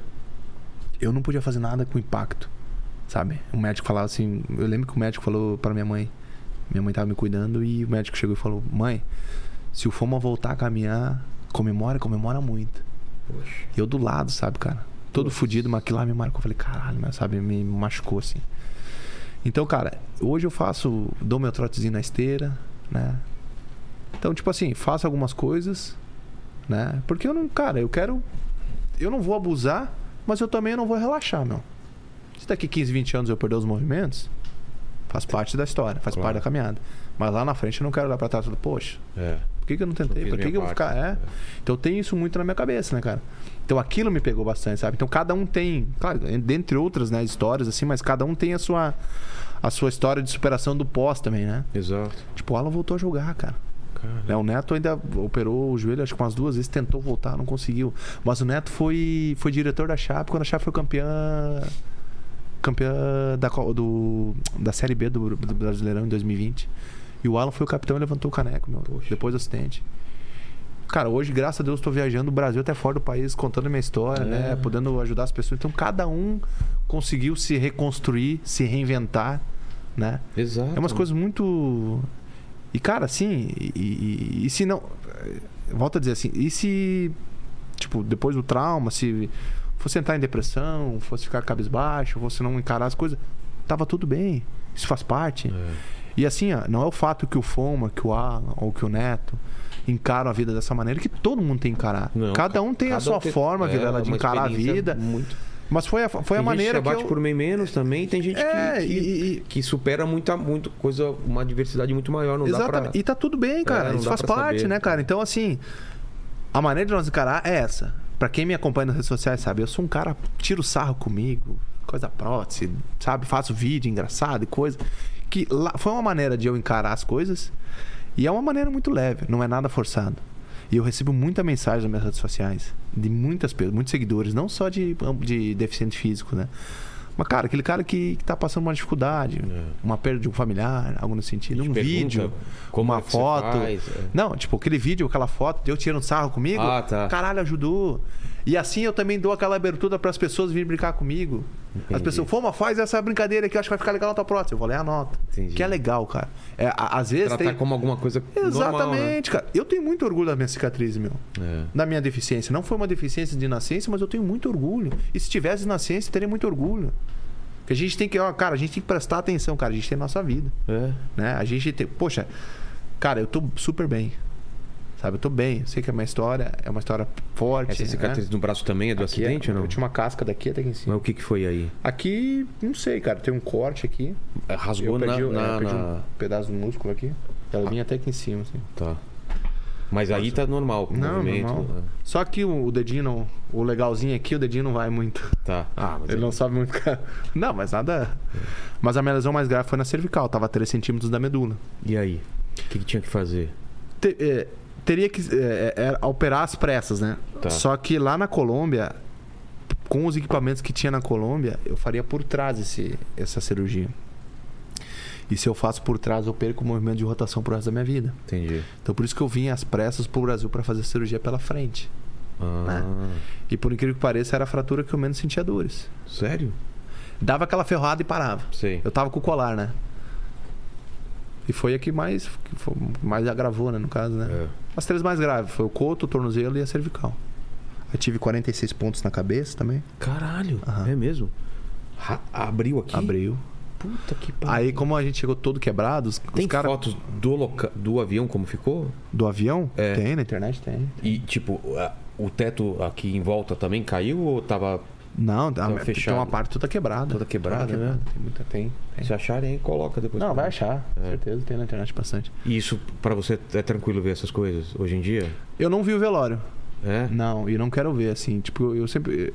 Speaker 4: eu não podia fazer nada com impacto, sabe? O médico falava assim, eu lembro que o médico falou pra minha mãe, minha mãe tava me cuidando e o médico chegou e falou: "Mãe, se o Foma voltar a caminhar, comemora, comemora muito".
Speaker 1: Poxa.
Speaker 4: E eu do lado, sabe, cara? Todo fudido, mas aquilo lá me marcou, eu falei: "Caralho, mas sabe, me machucou assim". Então, cara, hoje eu faço, dou meu trotezinho na esteira, né? Então, tipo assim, faço algumas coisas, né? Porque eu não, cara, eu quero eu não vou abusar, mas eu também não vou relaxar, meu. Se daqui 15, 20 anos eu perder os movimentos, faz parte da história, faz
Speaker 1: Claro.
Speaker 4: parte da caminhada. Mas lá na frente eu não quero olhar pra trás e falar, poxa,
Speaker 1: É.
Speaker 4: por que, que eu não
Speaker 1: Não
Speaker 4: tentei?
Speaker 1: fiz
Speaker 4: por que,
Speaker 1: minha
Speaker 4: que eu vou
Speaker 1: parte.
Speaker 4: ficar. É. Então tem isso muito na minha cabeça, né, cara? Então aquilo me pegou bastante, sabe? Então cada um tem, claro, dentre outras, né, histórias assim, mas cada um tem a sua a sua história de superação do pós também, né?
Speaker 1: Exato.
Speaker 4: Tipo, o Alan voltou a jogar, cara. Né, o Neto ainda operou o joelho, acho que umas duas vezes, tentou voltar, não conseguiu. Mas o Neto foi, foi diretor da Chape quando a Chape foi campeã. Campeã da, co- do, da Série B do, do Brasileirão em 2020. E o Alan foi o capitão e levantou o caneco, meu. Depois do acidente. Cara, hoje, graças a Deus, estou viajando o Brasil até fora do país, contando a minha história, né? Podendo ajudar as pessoas. Então, cada um conseguiu se reconstruir, se reinventar, né?
Speaker 1: Exato.
Speaker 4: É umas coisas muito. E, cara, assim, e, e- e se não. eh, Volto a dizer assim, e se. Tipo, depois do trauma, se fosse entrar em depressão, fosse ficar cabisbaixo, fosse não encarar as coisas, tava tudo bem. Isso faz
Speaker 1: É.
Speaker 4: parte. E assim, ó, não é o fato que o Foma, que o Alan ou que o Neto encaram a vida dessa maneira que todo mundo tem que encarar.
Speaker 1: Não,
Speaker 4: cada um tem a
Speaker 1: cada
Speaker 4: sua forma,
Speaker 1: é,
Speaker 4: Vilela, de
Speaker 1: uma
Speaker 4: encarar a
Speaker 1: experiência
Speaker 4: vida.
Speaker 1: Muito...
Speaker 4: Mas foi a, foi a
Speaker 1: Tem
Speaker 4: maneira
Speaker 1: gente que
Speaker 4: que.
Speaker 1: abate
Speaker 4: Eu...
Speaker 1: por meio menos também, tem gente
Speaker 4: É,
Speaker 1: que, que,
Speaker 4: e- e-
Speaker 1: que supera muita, muito coisa, uma diversidade muito maior, não dá
Speaker 4: Exatamente.
Speaker 1: pra...
Speaker 4: E tá tudo bem,
Speaker 1: É,
Speaker 4: cara.
Speaker 1: não
Speaker 4: Isso
Speaker 1: dá
Speaker 4: faz
Speaker 1: pra
Speaker 4: parte,
Speaker 1: saber.
Speaker 4: né, cara? Então, assim, a maneira de nós encarar é essa. Pra quem me acompanha nas redes sociais, sabe? Eu sou um cara, tiro sarro comigo, coisa prótese, sabe? Faço vídeo engraçado e coisa. Que lá- foi uma maneira de eu encarar as coisas. E é uma maneira muito leve, não é nada forçado. E eu recebo muita mensagem nas minhas redes sociais, de muitas pessoas, muitos seguidores, não só de, de deficiente físico, né? Mas, cara, aquele cara que, que tá passando uma dificuldade, uma perda de um familiar, algo nesse sentido, um
Speaker 1: É. pergunta
Speaker 4: vídeo,
Speaker 1: como
Speaker 4: uma
Speaker 1: é que você
Speaker 4: foto.
Speaker 1: faz, é.
Speaker 4: Não, tipo, aquele vídeo, aquela foto, eu tirando sarro comigo,
Speaker 1: Ah, tá.
Speaker 4: caralho, ajudou. E assim eu também dou aquela abertura para as pessoas virem brincar comigo. As pessoas, Foma, faz essa brincadeira aqui, eu acho que vai ficar legal na tua próxima. Eu vou ler a nota.
Speaker 1: Entendi.
Speaker 4: Que é legal, cara. É, a- às vezes
Speaker 1: Tratar
Speaker 4: tem...
Speaker 1: como alguma coisa normal, né?
Speaker 4: Exatamente, cara. Eu tenho muito orgulho da minha cicatriz, meu.
Speaker 1: É.
Speaker 4: Da minha deficiência. Não foi uma deficiência de nascença, mas eu tenho muito orgulho. E se tivesse de nascença, eu teria muito orgulho. Porque a gente tem que, ó, cara, a gente tem que prestar atenção, cara. A gente tem nossa vida,
Speaker 1: É.
Speaker 4: né? A gente tem, poxa, cara, eu tô super bem. Sabe? Eu tô bem. Eu sei que a minha história é uma história forte.
Speaker 1: Essa cicatriz
Speaker 4: né?
Speaker 1: no braço também é do
Speaker 4: Aqui
Speaker 1: acidente
Speaker 4: é,
Speaker 1: ou não?
Speaker 4: Eu tinha uma casca daqui até aqui em
Speaker 1: Mas
Speaker 4: cima.
Speaker 1: o que, que foi aí?
Speaker 4: Aqui, não sei, cara. Tem um corte aqui.
Speaker 1: É, Rasgou
Speaker 4: Eu
Speaker 1: na...
Speaker 4: perdi, eu
Speaker 1: na,
Speaker 4: perdi
Speaker 1: na-
Speaker 4: um pedaço do músculo aqui. Ela vinha até aqui em cima, assim.
Speaker 1: Tá. Mas aí tá normal, com o
Speaker 4: Não,
Speaker 1: movimento.
Speaker 4: normal.
Speaker 1: né?
Speaker 4: Só que o, o dedinho não. O legalzinho aqui, o dedinho não vai muito.
Speaker 1: Tá. Ah, mas
Speaker 4: Ele não sabe muito. cara. (laughs) Não, mas nada. Mas a minha lesão mais grave foi na cervical, tava 3 centímetros da medula.
Speaker 1: E aí? O que, que tinha que fazer?
Speaker 4: Te- é, teria que é, é, era operar às pressas, né?
Speaker 1: Tá.
Speaker 4: Só que lá na Colômbia, com os equipamentos que tinha na Colômbia, eu faria por trás esse, essa cirurgia. E se eu faço por trás, eu perco o movimento de rotação pro resto da minha vida.
Speaker 1: Entendi.
Speaker 4: Então por isso que eu vim às pressas pro Brasil para fazer a cirurgia pela frente.
Speaker 1: Ah,
Speaker 4: E por incrível que pareça, era a fratura que eu menos sentia dores.
Speaker 1: Sério?
Speaker 4: Dava aquela ferrada e parava.
Speaker 1: Sei.
Speaker 4: Eu tava com o colar, né? E foi a que mais, que foi- mais agravou, né? No caso, né?
Speaker 1: É.
Speaker 4: As três mais graves foi o coto, o tornozelo e a cervical. Eu tive 46 pontos na cabeça também.
Speaker 1: Caralho,
Speaker 4: Aham.
Speaker 1: é mesmo? Ra- abriu aqui?
Speaker 4: Abriu.
Speaker 1: Puta que
Speaker 4: Aí, como a gente chegou todo quebrado, os, os
Speaker 1: Tem
Speaker 4: cara-
Speaker 1: fotos do, loca... do avião como ficou?
Speaker 4: do avião?
Speaker 1: É.
Speaker 4: Tem, na internet tem.
Speaker 1: E, tipo, a- o teto aqui em volta também caiu ou tava...
Speaker 4: Não, tá, tem
Speaker 1: fechado.
Speaker 4: uma parte toda quebrada. é
Speaker 1: Toda quebrada, né?
Speaker 4: Tem muita, tem. tem.
Speaker 1: Se acharem aí, coloca depois.
Speaker 4: Não,
Speaker 1: pra
Speaker 4: vai
Speaker 1: nós.
Speaker 4: achar. Com certeza, tem na internet bastante.
Speaker 1: E isso, pra você, é tranquilo ver essas coisas hoje em dia?
Speaker 4: Eu não vi o velório.
Speaker 1: É?
Speaker 4: Não, e não quero ver, assim. Tipo, eu sempre.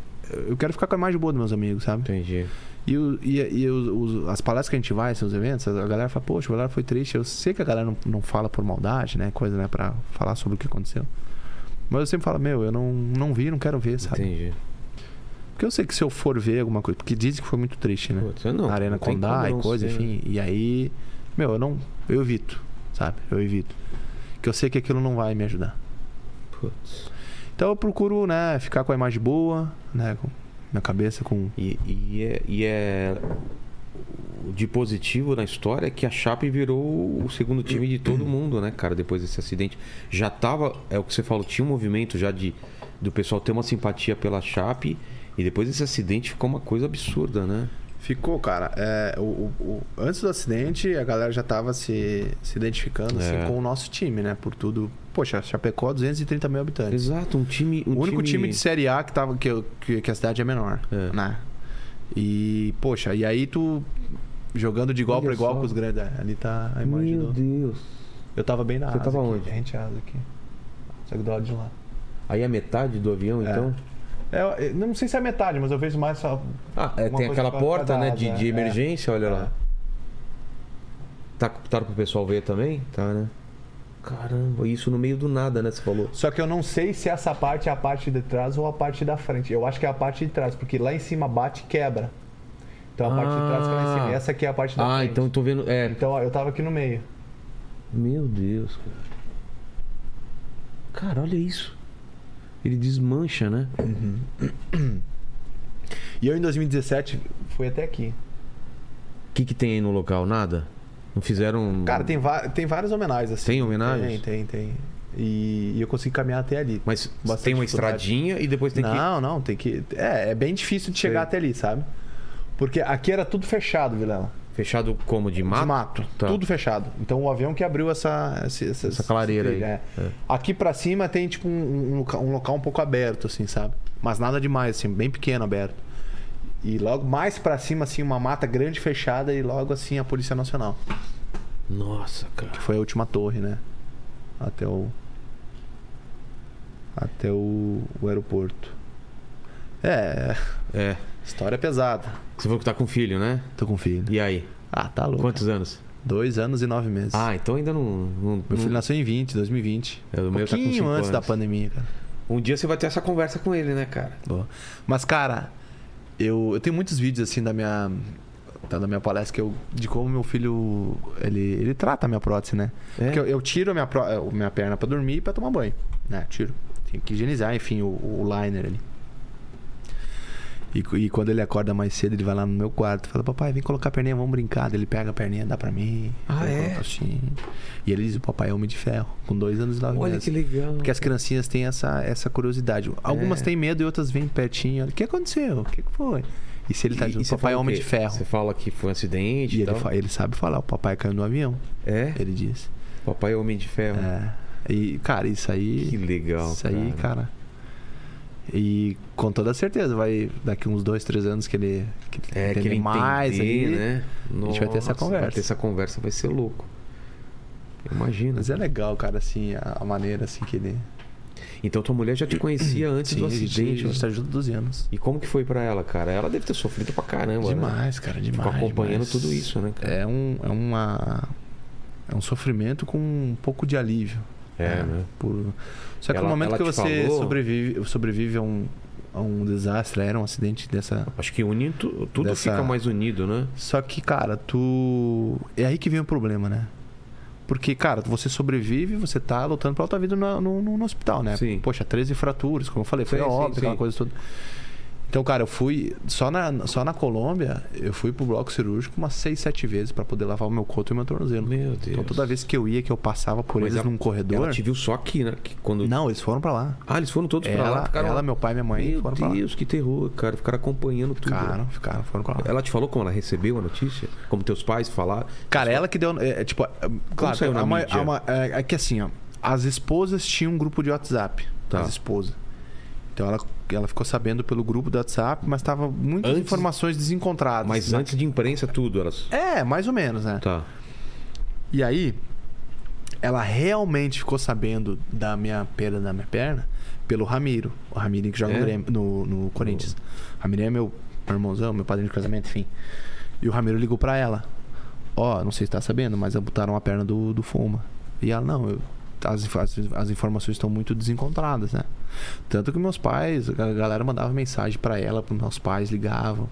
Speaker 4: Eu quero ficar com a imagem boa dos meus amigos, sabe?
Speaker 1: Entendi.
Speaker 4: E, o- e, e os- os- as palestras que a gente vai, assim, os eventos, a galera fala, poxa, o velório foi triste. Eu sei que a galera não, não fala por maldade, né? Coisa, né? Pra falar sobre o que aconteceu. Mas eu sempre falo, meu, eu não, não vi, não quero ver, sabe?
Speaker 1: Entendi.
Speaker 4: Porque eu sei que se eu for ver alguma coisa, porque dizem que foi muito triste, né?
Speaker 1: Putz, eu não,
Speaker 4: Na Arena
Speaker 1: não tem
Speaker 4: Condá
Speaker 1: como
Speaker 4: e
Speaker 1: não
Speaker 4: coisa,
Speaker 1: ser, né?
Speaker 4: enfim. E aí, meu, eu não. Eu evito, sabe? Eu evito. Que eu sei que aquilo não vai me ajudar.
Speaker 1: Putz.
Speaker 4: Então eu procuro, né, ficar com a imagem boa, né? Com minha cabeça com.
Speaker 1: E, e é, e é- o de positivo na história é que a Chape virou o segundo time de todo mundo, né, cara, depois desse acidente. Já tava, é o que você falou, tinha um movimento já de do pessoal ter uma simpatia pela Chape e depois desse acidente ficou uma coisa absurda, né?
Speaker 4: Ficou, cara. É, o, o- o- antes do acidente, a galera já tava se, se identificando assim,
Speaker 1: É.
Speaker 4: com o nosso time, né? Por tudo. Poxa, Chapecó, 230 mil habitantes.
Speaker 1: Exato, um time, um
Speaker 4: o único time... de Série A que, tava, que, eu- que, que a cidade é menor,
Speaker 1: É.
Speaker 4: né? E, poxa, e aí tu jogando de igual
Speaker 1: Olha
Speaker 4: pra igual
Speaker 1: só.
Speaker 4: com os grandes. é, Ali tá a imagem
Speaker 1: Meu
Speaker 4: do-
Speaker 1: Deus.
Speaker 4: Eu tava bem na
Speaker 1: Você
Speaker 4: asa
Speaker 1: tava
Speaker 4: aqui,
Speaker 1: onde?
Speaker 4: rente à asa aqui. Só que do lado de lá.
Speaker 1: Aí a metade do avião,
Speaker 4: É.
Speaker 1: então?
Speaker 4: É, eu não sei se é metade, mas eu vejo mais só.
Speaker 1: Ah, é,
Speaker 4: Uma
Speaker 1: tem
Speaker 4: coisa
Speaker 1: aquela
Speaker 4: pra
Speaker 1: porta,
Speaker 4: cada
Speaker 1: né,
Speaker 4: asa,
Speaker 1: de, de
Speaker 4: é.
Speaker 1: emergência, olha
Speaker 4: É.
Speaker 1: lá. Tá, tá pro pessoal ver também? Tá, né? Caramba, isso no meio do nada, né? Você falou.
Speaker 5: Só que eu não sei se essa parte é a parte de trás ou a parte da frente. Eu acho que é a parte de trás, porque lá em cima bate e quebra. Então a parte de trás que é lá em cima.
Speaker 1: Ah.
Speaker 5: E essa aqui é a parte da
Speaker 1: Ah,
Speaker 5: frente.
Speaker 1: então eu tô vendo. É.
Speaker 5: Então, ó, eu tava aqui no meio.
Speaker 1: Meu Deus, cara. Cara, olha isso. Ele desmancha, né?
Speaker 4: E eu em 2017,
Speaker 5: Foi até aqui.
Speaker 1: O que, que tem aí no local? Nada? Não fizeram. um-
Speaker 4: cara, tem, va- tem várias homenagens assim.
Speaker 1: Tem homenagens?
Speaker 4: Tem, tem, tem. E, e eu consegui caminhar até ali.
Speaker 1: Mas
Speaker 4: bastante
Speaker 1: tem uma
Speaker 4: dificuldade.
Speaker 1: estradinha e depois tem que.
Speaker 4: não, não, tem que. É, é bem difícil de chegar
Speaker 1: Sei.
Speaker 4: até ali, sabe? Porque aqui era tudo fechado, Vilela.
Speaker 1: Fechado como? De mato?
Speaker 4: De mato.
Speaker 1: Tá.
Speaker 4: Tudo fechado. Então o avião que abriu essa. Essa, essa,
Speaker 1: Essa clareira
Speaker 4: esse-
Speaker 1: aí.
Speaker 4: é.
Speaker 1: É.
Speaker 4: Aqui pra cima tem tipo um, um loca- um local um pouco aberto, assim, sabe? Mas nada demais, assim, bem pequeno aberto. E logo mais pra cima, assim, uma mata grande fechada e logo assim a Polícia Nacional.
Speaker 1: Nossa, cara.
Speaker 4: Que foi a última torre, né? Até o. Até o, o aeroporto. É,
Speaker 1: É.
Speaker 4: história pesada.
Speaker 1: Você falou que tá com filho, né?
Speaker 4: Tô com filho.
Speaker 1: E aí?
Speaker 4: Ah, tá louco.
Speaker 1: Quantos anos?
Speaker 4: Dois anos e nove meses.
Speaker 1: Ah, hum. então ainda não. não-
Speaker 4: Meu filho
Speaker 1: não-
Speaker 4: nasceu em 20, 2020.
Speaker 1: É, o
Speaker 4: um
Speaker 1: meu tá com
Speaker 4: pouquinho
Speaker 1: cinco
Speaker 4: antes da
Speaker 1: anos.
Speaker 4: pandemia, cara.
Speaker 1: Um dia você vai ter essa conversa com ele, né, cara?
Speaker 4: Mas, cara, eu, eu tenho muitos vídeos, assim, da minha... tá, da minha palestra, que eu, de como meu filho... Ele, ele trata a minha prótese, né?
Speaker 1: É?
Speaker 4: Porque eu, eu tiro a minha, pró- a minha perna pra dormir e pra tomar banho. Né? Tiro. Tem que higienizar, enfim, o, o liner ali. E, cu- e quando ele acorda mais cedo, ele vai lá no meu quarto e fala: Papai, vem colocar a perninha, vamos brincar. Daí Ele pega a perninha, dá pra mim.
Speaker 1: Ah,
Speaker 4: Eu
Speaker 1: é?
Speaker 4: coloco assim. E ele diz: O papai é homem de ferro, com dois anos e nove
Speaker 1: Olha
Speaker 4: meses.
Speaker 1: que legal.
Speaker 4: Porque as criancinhas têm essa, essa curiosidade. Algumas
Speaker 1: É.
Speaker 4: têm medo e outras vêm pertinho. O que aconteceu? O que que foi? E se ele tá
Speaker 1: E- e
Speaker 4: junto,
Speaker 1: você
Speaker 4: papai é
Speaker 1: fala o
Speaker 4: homem
Speaker 1: quê?
Speaker 4: de ferro.
Speaker 1: Você fala que foi um acidente
Speaker 4: E
Speaker 1: e tal.
Speaker 4: ele, fa- ele sabe falar, o papai caiu no avião,
Speaker 1: É?
Speaker 4: ele diz.
Speaker 1: Papai é homem de ferro.
Speaker 4: É. E, cara, isso aí.
Speaker 1: Que legal.
Speaker 4: isso aí, cara. E com toda certeza, vai daqui uns dois, três anos que ele, que ele
Speaker 1: É, que
Speaker 4: entender
Speaker 1: ele
Speaker 4: mais
Speaker 1: entender,
Speaker 4: aí.
Speaker 1: né?
Speaker 4: gente vai ter essa
Speaker 1: Nossa, Vai
Speaker 4: conversa.
Speaker 1: ter essa conversa, vai ser louco. Imagina.
Speaker 4: Mas é legal, cara, assim, a, a maneira assim que ele.
Speaker 1: Então tua mulher já te conhecia
Speaker 4: (clears throat)
Speaker 1: antes do
Speaker 4: a gente-
Speaker 1: acidente. né?
Speaker 4: a gente tá junto 12 anos.
Speaker 1: E como que foi pra ela, cara? Ela deve ter sofrido pra caramba, né?
Speaker 4: Demais, cara, demais.
Speaker 1: Ficou acompanhando
Speaker 4: demais.
Speaker 1: tudo isso, né, cara?
Speaker 4: É um, é uma, é um sofrimento com um pouco de alívio.
Speaker 1: É, né?
Speaker 4: Por... Só que
Speaker 1: Ela-
Speaker 4: no momento
Speaker 1: ela
Speaker 4: que
Speaker 1: te
Speaker 4: você
Speaker 1: falou?
Speaker 4: sobrevive, sobrevive a, um, a um desastre, era um acidente dessa.
Speaker 1: Acho que unindo tu- tudo
Speaker 4: Dessa-
Speaker 1: fica mais unido, né?
Speaker 4: Só que, cara, tu. É aí que vem o problema, né? Porque, cara, você sobrevive, você tá lutando pela tua vida no, no, no- no hospital, né?
Speaker 1: Sim.
Speaker 4: Poxa, 13 fraturas, como eu falei, foi
Speaker 1: Sim,
Speaker 4: a
Speaker 1: sim,
Speaker 4: óbito, aquela
Speaker 1: sim.
Speaker 4: coisa toda. Então, cara, eu fui. Só na, só na Colômbia, eu fui pro bloco cirúrgico umas 6, 7 vezes pra poder lavar o meu coto e o meu tornozelo.
Speaker 1: Meu Deus.
Speaker 4: Então toda vez que eu ia, que eu passava por
Speaker 1: Mas
Speaker 4: eles
Speaker 1: ela-
Speaker 4: num corredor.
Speaker 1: Ela te viu só aqui, né? Que quando...
Speaker 4: Não, eles foram pra lá.
Speaker 1: Ah, eles foram todos pra lá.
Speaker 4: Ela,
Speaker 1: Ficaram
Speaker 4: ela,
Speaker 1: lá.
Speaker 4: meu pai e minha mãe
Speaker 1: Meu
Speaker 4: foram pra lá.
Speaker 1: Deus, que terror, cara. Ficaram acompanhando tudo.
Speaker 4: Ficaram, ficaram, foram pra lá.
Speaker 1: Ela te falou como ela recebeu a notícia? Como teus pais falaram?
Speaker 4: Cara, ela que deu. É, é, tipo, é, claro,
Speaker 1: saiu na
Speaker 4: é, uma-
Speaker 1: mídia?
Speaker 4: é uma- é- é que assim, ó. As esposas tinham um grupo de WhatsApp.
Speaker 1: Tá.
Speaker 4: As esposas. Então ela, ela ficou sabendo pelo grupo do WhatsApp, mas tava muitas
Speaker 1: Antes-
Speaker 4: informações desencontradas.
Speaker 1: Mas antes de imprensa, tudo, elas.
Speaker 4: É, mais ou menos, né?
Speaker 1: Tá.
Speaker 4: E aí, ela realmente ficou sabendo da minha perda da minha perna pelo Ramiro. O Ramiro que joga
Speaker 1: É?
Speaker 4: no Grêmio- no, no Corinthians. O Ramiro é meu irmãozão, meu padrinho de casamento, enfim. E o Ramiro ligou pra ela. Ó, não sei se tá sabendo, mas amputaram a perna do, do Fuma. E ela, não, eu- as, inf- as, as informações estão muito desencontradas, né? Tanto que meus pais, a galera mandava mensagem pra ela, pros meus pais ligavam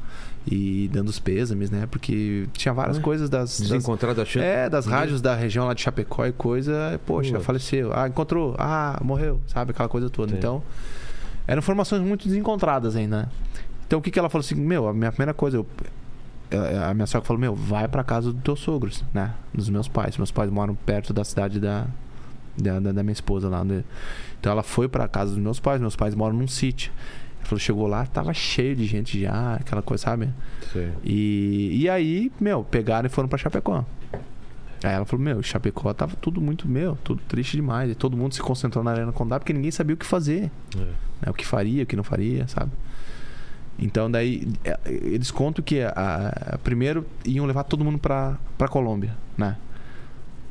Speaker 4: e dando os pêsames, né? Porque tinha várias
Speaker 1: Ué?
Speaker 4: coisas das, das
Speaker 1: Desencontrado achando.
Speaker 4: é, das rádios da região lá de Chapecó e coisa. Poxa,
Speaker 1: Putz.
Speaker 4: faleceu. Ah, encontrou. Ah, morreu. Sabe, aquela coisa toda.
Speaker 1: Sim.
Speaker 4: Então, eram informações muito desencontradas ainda, né? Então, o que, que ela falou assim? Meu, a minha primeira coisa... eu- eh, a minha sogra falou, meu, vai pra casa dos teus sogros, né? Dos meus pais. Meus pais moram perto da cidade da... Da, da- da minha esposa lá. né? Então ela foi pra casa dos meus pais. Meus pais moram num sítio. Ela falou, chegou lá, tava cheio de gente já, aquela coisa, sabe?
Speaker 1: Sei.
Speaker 4: E, e aí, meu, pegaram e foram pra Chapecó. Aí ela falou, meu, Chapecó tava tudo muito, meu, tudo triste demais. E todo mundo se concentrou na Arena Condá porque ninguém sabia o que fazer.
Speaker 1: É,
Speaker 4: Né? O que faria, o que não faria, sabe? Então daí, é, eles contam que a- a- a- primeiro iam levar todo mundo pra, pra Colômbia, né?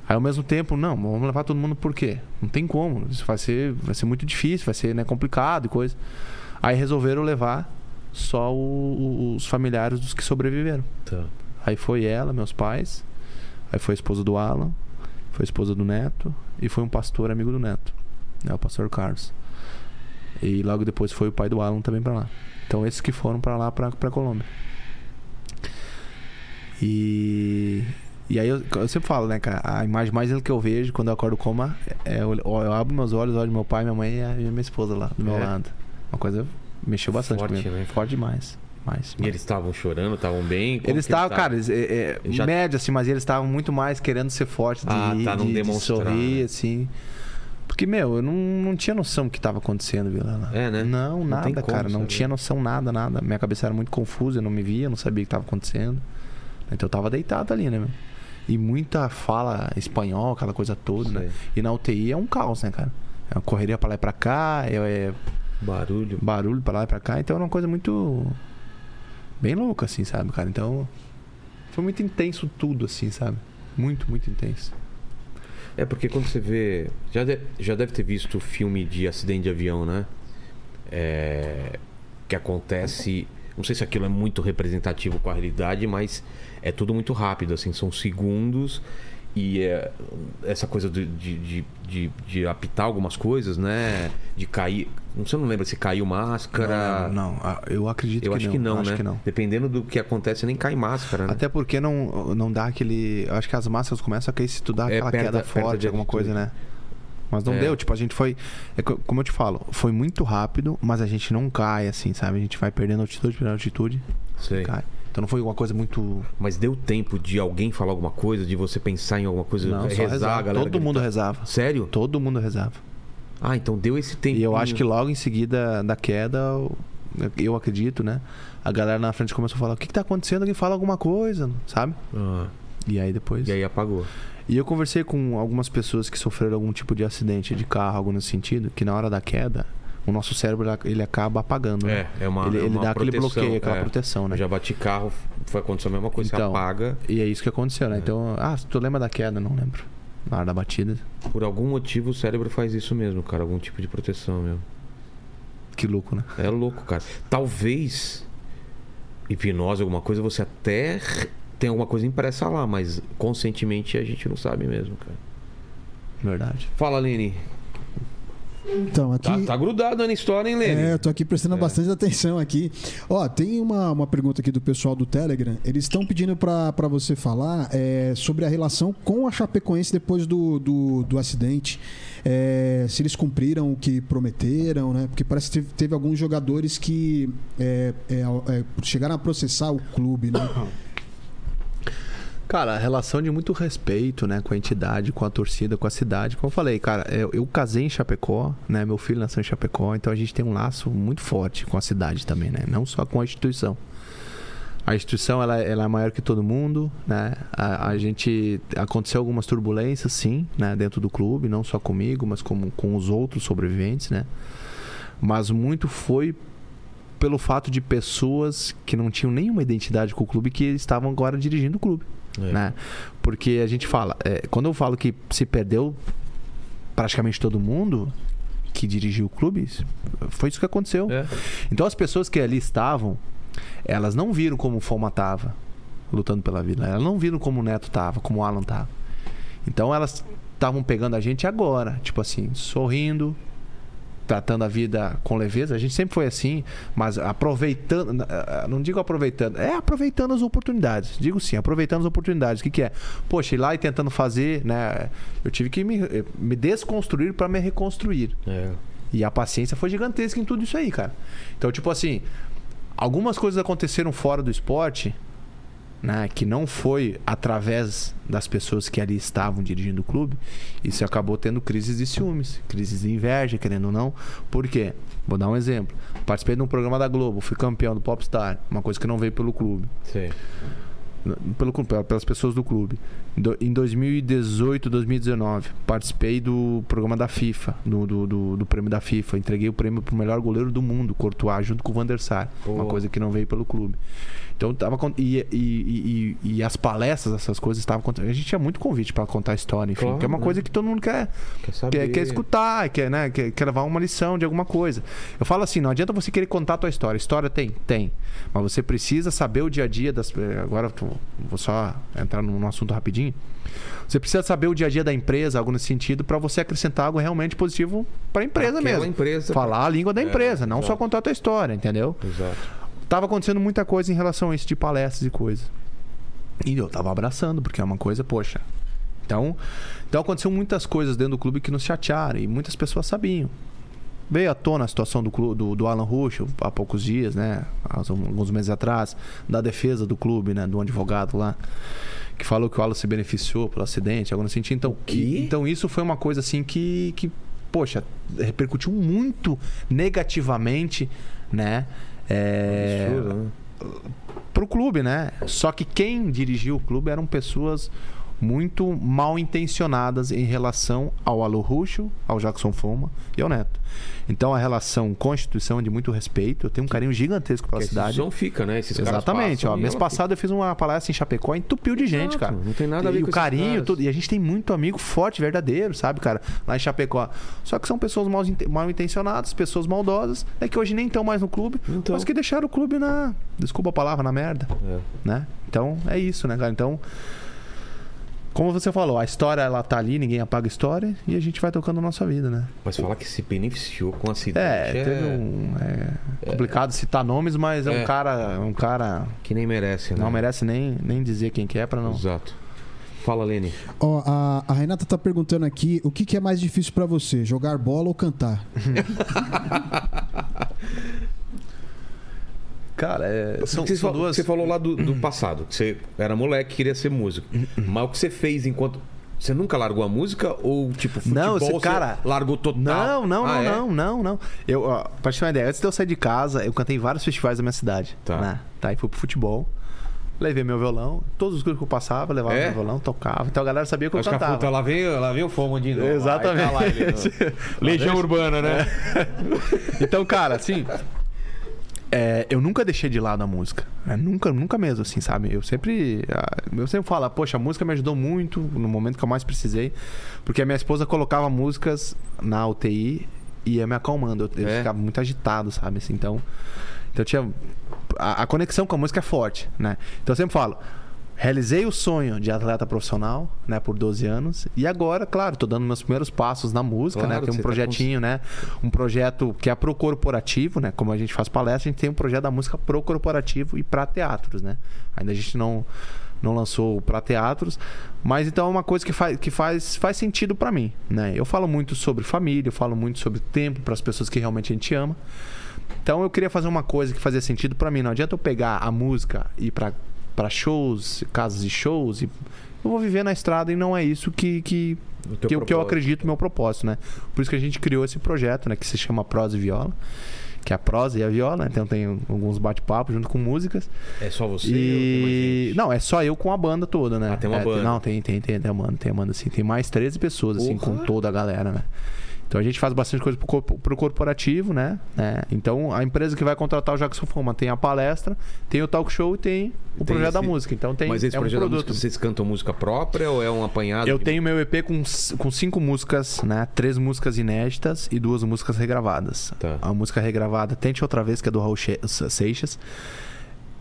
Speaker 4: Aí ao mesmo tempo, não, vamos levar todo mundo por quê? Não tem como, isso vai ser, vai ser muito difícil, vai ser né, complicado e coisa. Aí resolveram levar só o- o- os familiares dos que sobreviveram.
Speaker 1: Tá.
Speaker 4: Aí foi ela, meus pais. Aí foi a esposa do Alan. foi a esposa do Neto e foi um pastor amigo do Neto, né, o pastor Carlos. E logo depois foi o pai do Alan também pra lá. Então esses que foram pra lá pra pra Colômbia. E e aí eu, eu sempre falo, né, cara, a imagem mais linda que eu vejo quando eu acordo coma é eu, eu abro meus olhos, olho meu pai, minha mãe e a e a minha esposa lá do meu
Speaker 1: É.
Speaker 4: lado. Uma coisa mexeu bastante
Speaker 1: Forte,
Speaker 4: comigo.
Speaker 1: né?
Speaker 4: Forte demais. Mais,
Speaker 1: E
Speaker 4: mais.
Speaker 1: eles estavam chorando, estavam bem? Como
Speaker 4: Eles
Speaker 1: que
Speaker 4: estavam, cara, eles, é, é,
Speaker 1: Eles já-
Speaker 4: média, assim, mas eles estavam muito mais querendo ser fortes de,
Speaker 1: Ah,
Speaker 4: rir,
Speaker 1: tá, não
Speaker 4: de- de
Speaker 1: demonstrar,
Speaker 4: sorrir,
Speaker 1: né?
Speaker 4: assim. Porque, meu, eu não, não tinha noção do que estava acontecendo, Vilela.
Speaker 1: É, né?
Speaker 4: Não,
Speaker 1: Não
Speaker 4: nada,
Speaker 1: tem como
Speaker 4: cara. Não
Speaker 1: saber.
Speaker 4: tinha noção, nada, nada. Minha cabeça era muito confusa, eu não me via, não sabia o que estava acontecendo. Então eu tava deitado ali, né, meu? E muita fala espanhol, aquela coisa toda, né? E na UTI é um caos, né, cara? É uma correria pra lá e pra cá, é, é
Speaker 1: Barulho.
Speaker 4: barulho pra lá e pra cá. Então era uma coisa muito. Bem louca, assim, sabe, cara? Então. Foi muito intenso tudo, assim, sabe? Muito, muito intenso.
Speaker 1: É porque quando você vê. Já, de- já deve ter visto filme de acidente de avião, né? É, que acontece. Não sei se aquilo é muito representativo com a realidade, mas é tudo muito rápido, assim, são segundos. E é, essa coisa de, de, de- de- de apitar algumas coisas, né? De cair. Não sei, eu não lembro se caiu máscara.
Speaker 4: Não, não, ah, eu acredito
Speaker 1: Eu
Speaker 4: que
Speaker 1: acho
Speaker 4: não.
Speaker 1: que não,
Speaker 4: acho
Speaker 1: né?
Speaker 4: que não.
Speaker 1: Dependendo do que acontece, nem cai máscara, né?
Speaker 4: Até porque não, não dá aquele. Eu acho que as máscaras começam a cair se tu dá
Speaker 1: É,
Speaker 4: aquela
Speaker 1: perda-
Speaker 4: queda
Speaker 1: perda
Speaker 4: forte,
Speaker 1: de
Speaker 4: alguma
Speaker 1: altitude.
Speaker 4: coisa, né? Mas não
Speaker 1: É.
Speaker 4: deu, tipo, a gente foi. é co- como eu te falo, foi muito rápido, mas a gente não cai, assim, sabe? A gente vai perdendo altitude, perdendo altitude,
Speaker 1: Sei.
Speaker 4: cai. Então não foi uma coisa muito.
Speaker 1: Mas deu tempo de alguém falar alguma coisa, de você pensar em alguma coisa,
Speaker 4: Não, só
Speaker 1: rezar,
Speaker 4: rezava.
Speaker 1: galera.
Speaker 4: Todo mundo rezava.
Speaker 1: Sério?
Speaker 4: Todo mundo rezava.
Speaker 1: Ah, então deu esse tempo.
Speaker 4: E eu acho que logo em seguida da queda, eu- eu acredito, né? A galera na frente começou a falar: o que, que tá acontecendo? Alguém fala alguma coisa, sabe? E aí depois.
Speaker 1: Ah, e aí apagou.
Speaker 4: E eu conversei com algumas pessoas que sofreram algum tipo de acidente de carro, algo nesse sentido, que na hora da queda, o nosso cérebro ele acaba apagando. né?
Speaker 1: É, é uma-
Speaker 4: Ele,
Speaker 1: é
Speaker 4: ele
Speaker 1: uma
Speaker 4: dá aquele
Speaker 1: proteção,
Speaker 4: bloqueio, aquela
Speaker 1: é.
Speaker 4: proteção, né?
Speaker 1: Já bati carro, foi aconteceu a mesma coisa,
Speaker 4: Então.
Speaker 1: você apaga.
Speaker 4: E é isso que aconteceu, né? Então, ah, tu lembra da queda? Não lembro. Na hora da batida.
Speaker 1: Por algum motivo o cérebro faz isso mesmo, cara. Algum tipo de proteção mesmo.
Speaker 4: Que louco, né?
Speaker 1: É louco, cara. Talvez hipnose, alguma coisa, você até tem alguma coisa impressa lá, mas conscientemente a gente não sabe mesmo, cara.
Speaker 4: Verdade.
Speaker 1: Fala, Lene.
Speaker 2: Então, aqui.
Speaker 1: Tá, tá grudado na história, hein, Lene?
Speaker 2: É, eu tô aqui prestando bastante atenção aqui. Ó, tem uma, uma pergunta aqui do pessoal do Telegram. Eles estão pedindo pra pra você falar é, sobre a relação com a Chapecoense depois do, do, do acidente. É, se eles cumpriram o que prometeram, né? Porque parece que teve, teve alguns jogadores que é, é, é, chegaram a processar o
Speaker 1: (coughs)
Speaker 2: clube, né?
Speaker 4: Cara, a relação de muito respeito, né? Com a entidade, com a torcida, com a cidade. Como eu falei, cara, é, eu, eu casei em Chapecó, né? Meu filho nasceu em Chapecó, então a gente tem um laço muito forte com a cidade também, né? Não só com a instituição. A instituição, ela, ela é maior que todo mundo, né? A, a gente... Aconteceu algumas turbulências, sim, né? Dentro do clube, não só comigo, mas como com os outros sobreviventes, né? Mas muito foi pelo fato de pessoas que não tinham nenhuma identidade com o clube que estavam agora dirigindo o clube
Speaker 1: É.
Speaker 4: né? Porque a gente fala, é, quando eu falo que se perdeu praticamente todo mundo que dirigiu o clube, foi isso que aconteceu.
Speaker 1: É.
Speaker 4: Então as pessoas que ali estavam, elas não viram como o Foma tava lutando pela vida. né? Elas não viram como o Neto tava, como o Alan tava. Então elas estavam pegando a gente agora, tipo assim, sorrindo, tratando a vida com leveza. A gente sempre foi assim, mas aproveitando, ah, ah, não digo aproveitando, é aproveitando as oportunidades. Digo sim, aproveitando as oportunidades. O que, que é? Poxa, ir lá e tentando fazer, né? Eu tive que me, eh, me desconstruir para me reconstruir.
Speaker 1: É.
Speaker 4: E a paciência foi gigantesca em tudo isso aí, cara. Então, tipo assim, algumas coisas aconteceram fora do esporte, né? Que não foi através das pessoas que ali estavam dirigindo o clube. Isso acabou tendo crises de ciúmes, crises de inveja, querendo ou não. Por quê? Vou dar um exemplo. Participei de um programa da Globo, fui campeão do Popstar, uma coisa que não veio pelo clube
Speaker 1: Sei.
Speaker 4: pelo, pela- pelas pessoas do clube. Do- em 2018, 2019, participei do programa da FIFA, do, do, do, do prêmio da FIFA. Entreguei o prêmio pro melhor goleiro do mundo, Courtois, junto com o Van der Sar. Uma coisa que não veio pelo clube. Então tava con- e, e, e, e- e as palestras, essas coisas estavam acontecendo. A gente tinha muito convite para contar história, enfim,
Speaker 1: Claro,
Speaker 4: que é uma
Speaker 1: né?
Speaker 4: coisa que todo mundo quer
Speaker 1: Quer saber?
Speaker 4: quer, quer é, escutar, quer, né, quer, quer levar uma lição de alguma coisa. Eu falo assim, não adianta você querer contar a tua história. História tem? Tem. Mas você precisa saber o dia a dia das. eh, Agora, tô vou só entrar num num assunto rapidinho. Você precisa saber o dia a dia da empresa, algo nesse sentido, para você acrescentar algo realmente positivo para a empresa
Speaker 1: Aquela
Speaker 4: mesmo.
Speaker 1: empresa. É,
Speaker 4: Falar a língua da empresa, não só
Speaker 1: exato.
Speaker 4: contar a tua história, entendeu?
Speaker 1: Exato.
Speaker 4: Tava acontecendo muita coisa em relação a isso de palestras e coisas. E eu tava abraçando, porque é uma coisa, poxa. Então, então aconteceu muitas coisas dentro do clube que nos chatearam e muitas pessoas sabiam. Veio à tona a situação do, clu- do, do Alan Ruschel há poucos dias, né? Há uns- alguns meses atrás, da defesa do clube, né? Do advogado lá, que falou que o Alan se beneficiou pelo acidente, algo nesse sentido. Então,
Speaker 1: quê?
Speaker 4: então isso foi uma coisa assim que, que poxa, repercutiu muito negativamente, né? É,
Speaker 1: Absurdo, né?
Speaker 4: pro clube, né? Só que quem dirigiu o clube eram pessoas muito mal intencionadas em relação ao Alô Ruxo, ao Jackson Foma e ao Neto. Então a relação Constituição é de muito respeito, eu tenho um carinho gigantesco pela
Speaker 1: Porque a
Speaker 4: cidade.
Speaker 1: decisão fica, né? Esses é caras
Speaker 4: Exatamente,
Speaker 1: passam
Speaker 4: ó.
Speaker 1: e
Speaker 4: Mês
Speaker 1: ela
Speaker 4: passado eu fiz uma palestra em Chapecó e entupiu de
Speaker 1: Exato,
Speaker 4: gente, cara.
Speaker 1: não tem nada a ver
Speaker 4: E
Speaker 1: com
Speaker 4: o
Speaker 1: esses
Speaker 4: carinho,
Speaker 1: caras.
Speaker 4: tudo. E a gente tem muito amigo forte, verdadeiro, sabe, cara? Lá em Chapecó. Só que são pessoas mal, inte- mal intencionadas, pessoas maldosas, né, que hoje nem estão mais no clube,
Speaker 1: Então.
Speaker 4: mas que deixaram o clube na. Desculpa a palavra, na merda.
Speaker 1: É.
Speaker 4: Né? Então é isso, né, cara? Então. Como você falou, a história ela tá ali, ninguém apaga a história e a gente vai tocando a nossa vida, né?
Speaker 1: Mas falar que se beneficiou com a
Speaker 4: É,
Speaker 1: cidade.
Speaker 4: teve um. É complicado citar nomes, mas é,
Speaker 1: É.
Speaker 4: um cara. é um cara
Speaker 1: Que nem merece, né?
Speaker 4: não merece nem, nem dizer quem que é pra não.
Speaker 1: Exato. Fala, Lene.
Speaker 2: Ó, a, a Renata tá perguntando aqui o que, que é mais difícil pra você, jogar bola ou cantar?
Speaker 4: Cara, é, são,
Speaker 1: você,
Speaker 4: são
Speaker 1: falou,
Speaker 4: duas.
Speaker 1: você falou lá do, do passado, que você era moleque queria ser músico. Mas o que você fez enquanto. Você nunca largou a música ou, tipo, futebol
Speaker 4: Não, esse
Speaker 1: você
Speaker 4: cara-
Speaker 1: largou total?
Speaker 4: Não, não,
Speaker 1: Ah,
Speaker 4: não,
Speaker 1: é?
Speaker 4: não, não, não. Eu, ó, pra te ter uma ideia, antes de eu sair de casa, eu cantei em vários festivais da minha cidade.
Speaker 1: Tá.
Speaker 4: Né? Tá, e fui pro futebol. Levei meu violão, todos os grupos que eu passava, levava
Speaker 1: É?
Speaker 4: meu violão, tocava. Então a galera sabia que eu
Speaker 1: Acho que a
Speaker 4: cantava.
Speaker 1: puta, lá vem, lá vem o Fomo de novo.
Speaker 4: Exatamente.
Speaker 1: Aí tá lá ele, (laughs) né? Legião Urbana, né?
Speaker 4: Então, cara, assim. é, eu nunca deixei de lado a música. né? nunca, nunca mesmo, assim, sabe? Eu sempre. ah, Eu sempre falo, poxa, a música me ajudou muito no momento que eu mais precisei. Porque a minha esposa colocava músicas na UTI e ia me acalmando. Eu, eu
Speaker 1: É.
Speaker 4: ficava muito agitado, sabe? Assim, então. Então eu tinha. A, a conexão com a música é forte, né? Então eu sempre falo. Realizei o sonho de atleta profissional, né, por 12 anos. E agora, claro, tô dando meus primeiros passos na música,
Speaker 1: Claro,
Speaker 4: né? Tem
Speaker 1: você tá
Speaker 4: um projetinho projetinho, né? Um projeto que é pro corporativo, né? Como a gente faz palestra, a gente tem um projeto da música pro corporativo e para teatros, né? Ainda a gente não não lançou para teatros, mas então é uma coisa que faz que faz faz sentido para mim, né? Eu falo muito sobre família, eu falo muito sobre tempo para as pessoas que realmente a gente ama. Então eu queria fazer uma coisa que fazia sentido pra mim. Não adianta eu pegar a música e ir pra, pra shows, casas de shows. E... Eu vou viver na estrada e não é isso que, que,
Speaker 1: O teu
Speaker 4: que, eu- que eu
Speaker 1: propósito.
Speaker 4: acredito, meu propósito, né? Por isso que a gente criou esse projeto, né? Que se chama Prosa e Viola. Que é a prosa e a viola, né? então tem alguns bate-papos junto com músicas.
Speaker 1: É só você
Speaker 4: e. Não, é só eu com a banda toda, né?
Speaker 1: Ah, tem uma
Speaker 4: É,
Speaker 1: banda.
Speaker 4: Não, tem, tem, tem, tem a banda, tem a banda, assim. Tem mais 13 pessoas, assim,
Speaker 1: Porra.
Speaker 4: com toda a galera, né? Então a gente faz bastante coisa pro, corpo- pro corporativo, né? É, então a empresa que vai contratar o Jackson Foma tem a palestra, tem o talk show e tem
Speaker 1: Tem
Speaker 4: o projeto da
Speaker 1: esse-
Speaker 4: música. Então tem
Speaker 1: Mas esse
Speaker 4: é um
Speaker 1: projeto da
Speaker 4: produto.
Speaker 1: música, vocês cantam música própria ou é um apanhado?
Speaker 4: Eu
Speaker 1: de-
Speaker 4: tenho meu EP com, c- com cinco músicas, né? Três músicas inéditas e duas músicas regravadas.
Speaker 1: Tá.
Speaker 4: A música regravada Tente Outra Vez, que é do Raul Che- Seixas.